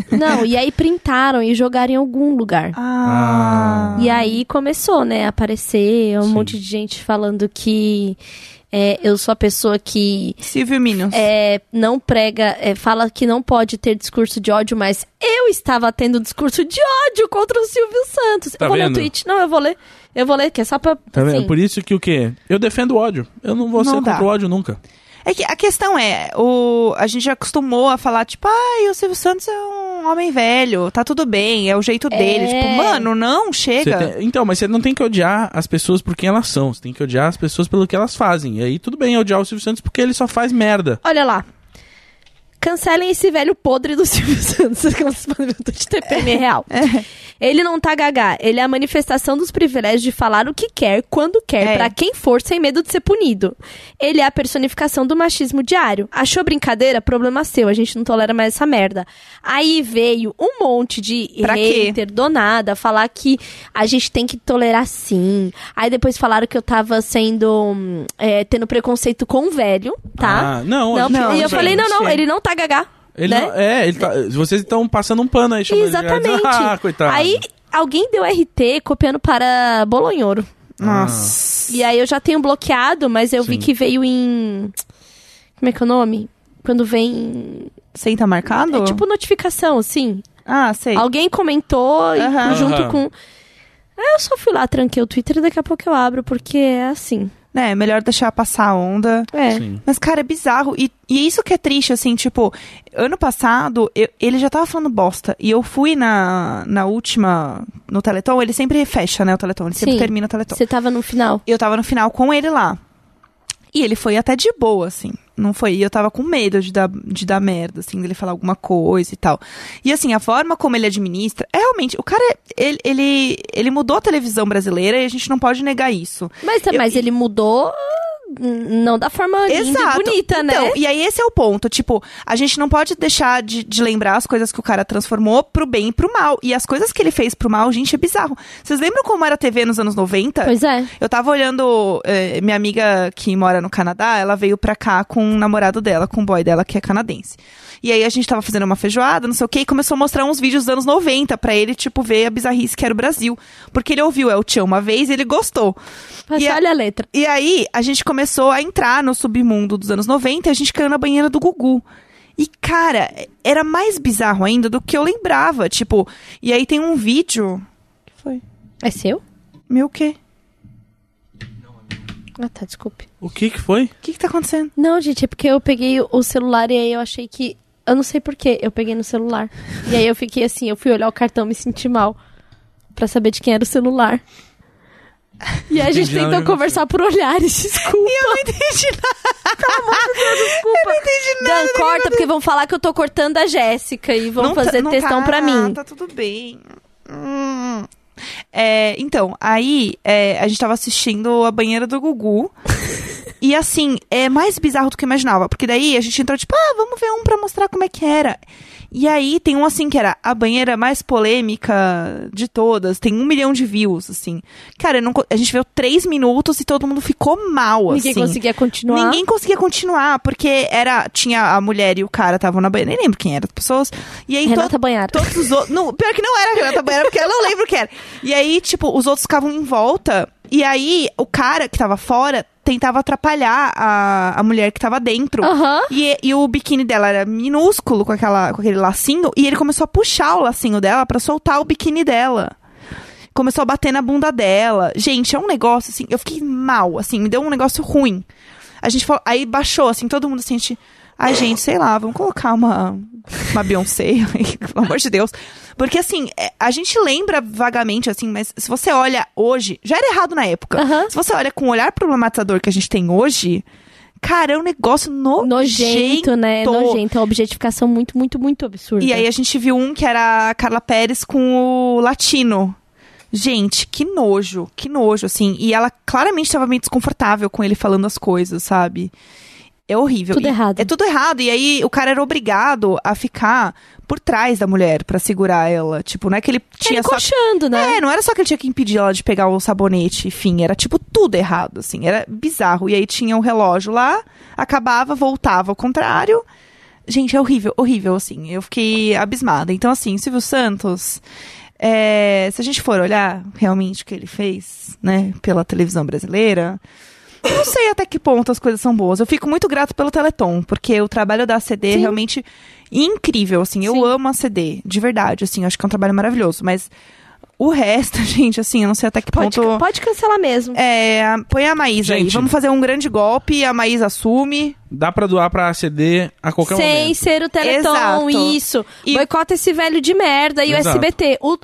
S3: Não, e aí printaram e jogaram em algum lugar.
S2: Ah.
S3: E aí começou, né, a aparecer um
S1: Sim.
S3: monte de gente falando que é, eu sou a pessoa que
S2: Silvio Minions.
S3: é, não prega, é, fala que não pode ter discurso de ódio, mas eu estava tendo discurso de ódio contra o Silvio Santos.
S1: Tá
S3: eu vou ler o
S1: vendo?
S3: tweet. Não, eu vou ler. Eu vou ler, que é só pra.
S1: Tá vendo?
S3: assim,
S1: Por isso que o quê? Eu defendo o ódio. Eu não vou
S2: Não
S1: ser
S2: dá.
S1: contra o ódio nunca.
S2: É que a questão é, o, a gente já acostumou a falar, tipo, ai, o Silvio Santos é um um homem velho, tá tudo bem, é o jeito dele. Tipo, mano, não,
S1: Você
S2: chega.
S1: tem- Então, mas você não tem que odiar as pessoas por quem elas são. Você tem que odiar as pessoas pelo que elas fazem. E aí tudo bem é odiar o Silvio Santos porque ele só faz merda.
S3: Olha lá. Cancelem esse velho podre do (laughs) Silvio Santos, que é um espanto de
S2: É.
S3: TPM real. Ele não tá gagá, ele é a manifestação dos privilégios de falar o que quer, quando quer,
S2: É.
S3: pra quem for, sem medo de ser punido. Ele é a personificação do machismo diário. Achou brincadeira? Problema seu, a gente não tolera mais essa merda. Aí veio um monte de
S2: Pra quê?
S3: hater donada falar que a gente tem que tolerar sim. Aí depois falaram que eu tava sendo, hum, é, tendo preconceito com o velho, tá?
S1: Ah, não, a
S3: Não,
S1: gente
S2: não,
S3: e
S1: velho,
S3: eu falei, não, não,
S2: sim.
S3: ele não tá gagá.
S1: Ele
S3: né?
S1: não- é, ele tá- vocês estão passando um pano aí, chamando ele de gado. (laughs)
S3: Exatamente.
S1: Ah, coitado.
S3: Aí alguém deu RT copiando para Bolonhoro.
S1: Ah.
S2: Nossa.
S3: E aí eu já tenho bloqueado, mas eu vi
S1: Sim.
S3: que veio em. Como é que é o nome? Quando vem.
S2: Sem tá marcado?
S3: É tipo notificação, assim.
S2: Ah, sei.
S3: Alguém comentou e
S2: Aham.
S3: junto
S1: Aham.
S3: com. Aí eu só fui lá, tranquei o Twitter e daqui a pouco eu abro, porque é assim.
S2: É, melhor deixar passar a onda.
S3: É.
S1: Sim.
S2: Mas, cara, é bizarro. E, e isso que é triste, assim, tipo, ano passado, eu- ele já tava falando bosta. E eu fui na, na última, no Teleton, ele sempre fecha, né, o Teleton. Ele sempre
S3: Sim.
S2: termina o Teleton.
S3: Você tava no final.
S2: Eu tava no final com ele lá. E ele foi até de boa, assim. Não foi. E eu tava com medo de dar, de dar merda, assim, dele falar alguma coisa e tal. E assim, a forma como ele administra, é realmente, o cara, é- ele, ele, ele mudou a televisão brasileira e a gente não pode negar isso.
S3: Mas,
S2: Eu-
S3: mas ele mudou. hum, Não da forma linda e
S2: Exato.
S3: bonita, né?
S2: Então, e aí esse é o ponto. Tipo, a gente não pode deixar de, de lembrar as coisas que o cara transformou pro bem e pro mal. E as coisas que ele fez pro mal, gente, é bizarro. Vocês lembram como era a TV nos anos 90?
S3: Pois é.
S2: Eu tava olhando. eh, minha amiga que mora no Canadá, ela veio pra cá com um namorado dela, com um boy dela, que é canadense. E aí a gente tava fazendo uma feijoada, não sei o quê, e começou a mostrar uns vídeos dos anos 90 pra ele, tipo, ver a bizarrice que era o Brasil. Porque ele ouviu El Tchan uma vez e ele gostou.
S3: Mas
S2: E a-
S3: olha a letra.
S2: E aí, a gente começou a entrar no submundo dos anos 90 e a gente caiu na banheira do Gugu. E, cara, era mais bizarro ainda do que eu lembrava. Tipo, e aí tem um vídeo. que foi?
S3: É seu?
S2: Meu quê?
S3: Ah, tá, desculpe.
S1: O que que foi?
S2: O que que tá acontecendo?
S3: Não, gente, é porque eu peguei o celular e aí eu achei que. Eu não sei porquê, eu peguei no celular. E aí eu fiquei assim, eu fui olhar o cartão me senti mal. Pra saber de quem era o celular. E aí a gente
S1: Entendi nada que
S3: tentou
S1: aconteceu.
S3: conversar por olhares, (laughs) desculpa.
S2: Eu não entendi
S3: desculpa. Eu não entendi nada. Dan, corta, porque vão falar que eu tô cortando a Jéssica e vão
S2: Não tá-
S3: fazer
S2: não
S3: textão
S2: tá,
S3: pra mim.
S2: Tá tudo bem. Hum. É, então, aí é, a gente tava assistindo a banheira do
S3: (laughs)
S2: Gugu. e assim, é mais bizarro do que eu imaginava. Porque daí a gente entrou, tipo, ah, vamos ver um pra mostrar como é que era. E aí tem um assim que era a banheira mais polêmica de todas, tem um milhão de views, assim. Cara, eu não co- a gente viu três minutos e todo mundo ficou mal,
S3: Ninguém
S2: assim.
S3: conseguia continuar.
S2: Ninguém conseguia continuar, porque era. Tinha a mulher e o cara estavam na banheira. Nem lembro quem eram as pessoas. E aí to-
S3: Renata Banhar.
S2: todos os outros. Não, pior que não era a Renata Banheira, porque eu não lembro quem era. E aí, tipo, os outros ficavam em volta. E aí, o cara que tava fora tentava atrapalhar a, a mulher que tava dentro.
S3: Aham.
S2: E, e o biquíni dela era minúsculo, com, aquela, com aquele lacinho, e ele começou a puxar o lacinho dela pra soltar o biquíni dela. Começou a bater na bunda dela. Gente, é um negócio assim, eu fiquei mal, assim, me deu um negócio ruim. A gente falou, aí baixou, assim, todo mundo assim, a gente. Ai, gente, sei lá, vamos colocar uma, uma Beyoncé, aí, (laughs) pelo amor de Deus. Porque, assim, é, a gente lembra vagamente, assim, mas se você olha hoje, já era errado na época.
S3: Aham.
S2: Se você olha com o olhar problematizador que a gente tem hoje, cara, é um negócio
S3: Nojento, né?
S2: Nojento.
S3: Nojento. É uma objetificação muito, muito, muito absurda.
S2: E aí a gente viu um que era a Carla Pérez com o latino. Gente, que nojo, que nojo, assim. E ela claramente estava meio desconfortável com ele falando as coisas, sabe? É horrível.
S3: Tudo
S2: E-
S3: errado.
S2: É tudo errado. E aí o cara era obrigado a ficar por trás da mulher pra segurar ela. Tipo, não é que ele tinha
S3: Tinha
S2: só
S3: coxando, Tá né?
S2: é, não era só que ele tinha que impedir ela de pegar o sabonete, enfim, era tipo tudo errado, assim, era bizarro. E aí tinha um relógio lá, acabava, voltava ao contrário. Gente, é horrível, horrível, assim, eu fiquei abismada. Então, assim, Silvio Santos, é, se a gente for olhar realmente o que ele fez, né, pela televisão brasileira, eu não sei até que ponto as coisas são boas. Eu fico muito grato pelo Teleton, porque o trabalho da CD é
S3: Sim.
S2: realmente incrível, assim, eu
S3: Sim.
S2: amo a CD, de verdade, assim, eu acho que é um trabalho maravilhoso, mas O resto, (laughs) gente, assim, eu não sei até que
S3: Pode,
S2: ponto.
S3: pode cancelar mesmo.
S2: É, a- põe a Maísa aí.
S1: Gente.
S2: Vamos fazer um grande golpe, a Maísa assume.
S1: Dá pra doar pra ACD a qualquer
S3: Sem
S1: momento.
S3: ser o
S2: Exato.
S3: Teleton, isso.
S2: E-
S3: Boicota esse velho de merda e
S1: Exato.
S3: o SBT. O...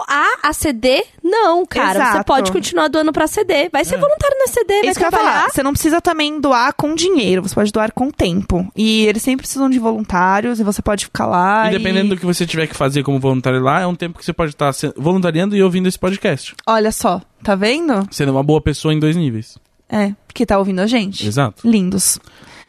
S3: A, a CD, não, cara. Você
S2: Exato.
S3: pode continuar doando pra CD. Vai ser
S1: É.
S3: voluntário na CD, vai
S2: É Isso que eu ia
S3: trabalhar.
S2: falar. Você não precisa também doar com dinheiro, você pode doar com tempo. E eles sempre precisam de voluntários e você pode ficar lá.
S1: E dependendo do que você tiver que fazer como voluntário lá, é um tempo que você pode estar se- voluntariando e ouvindo esse podcast.
S2: Olha só, tá vendo?
S1: Sendo uma boa pessoa em dois níveis.
S2: É, porque tá ouvindo a gente.
S1: Exato.
S2: Lindos.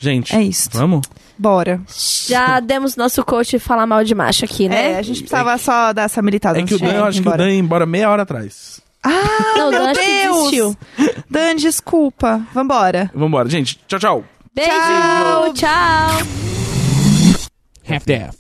S1: Gente,
S2: É isso.
S1: vamos?
S2: Bora.
S3: Já demos nosso coach falar mal de macho aqui,
S2: É,
S3: né?
S2: a gente precisava só dar essa militada.
S1: É que o
S2: antes de
S1: Dan, eu
S2: ir
S1: acho que o
S2: embora.
S1: Dan ia embora meia hora atrás.
S2: Ah,
S3: Não,
S2: meu
S3: Dan acho que
S2: Deus!
S3: desistiu.
S2: Dan, desculpa. Vambora.
S1: Vambora, gente. Tchau, tchau.
S3: Beijo, tchau.
S5: Half-Death.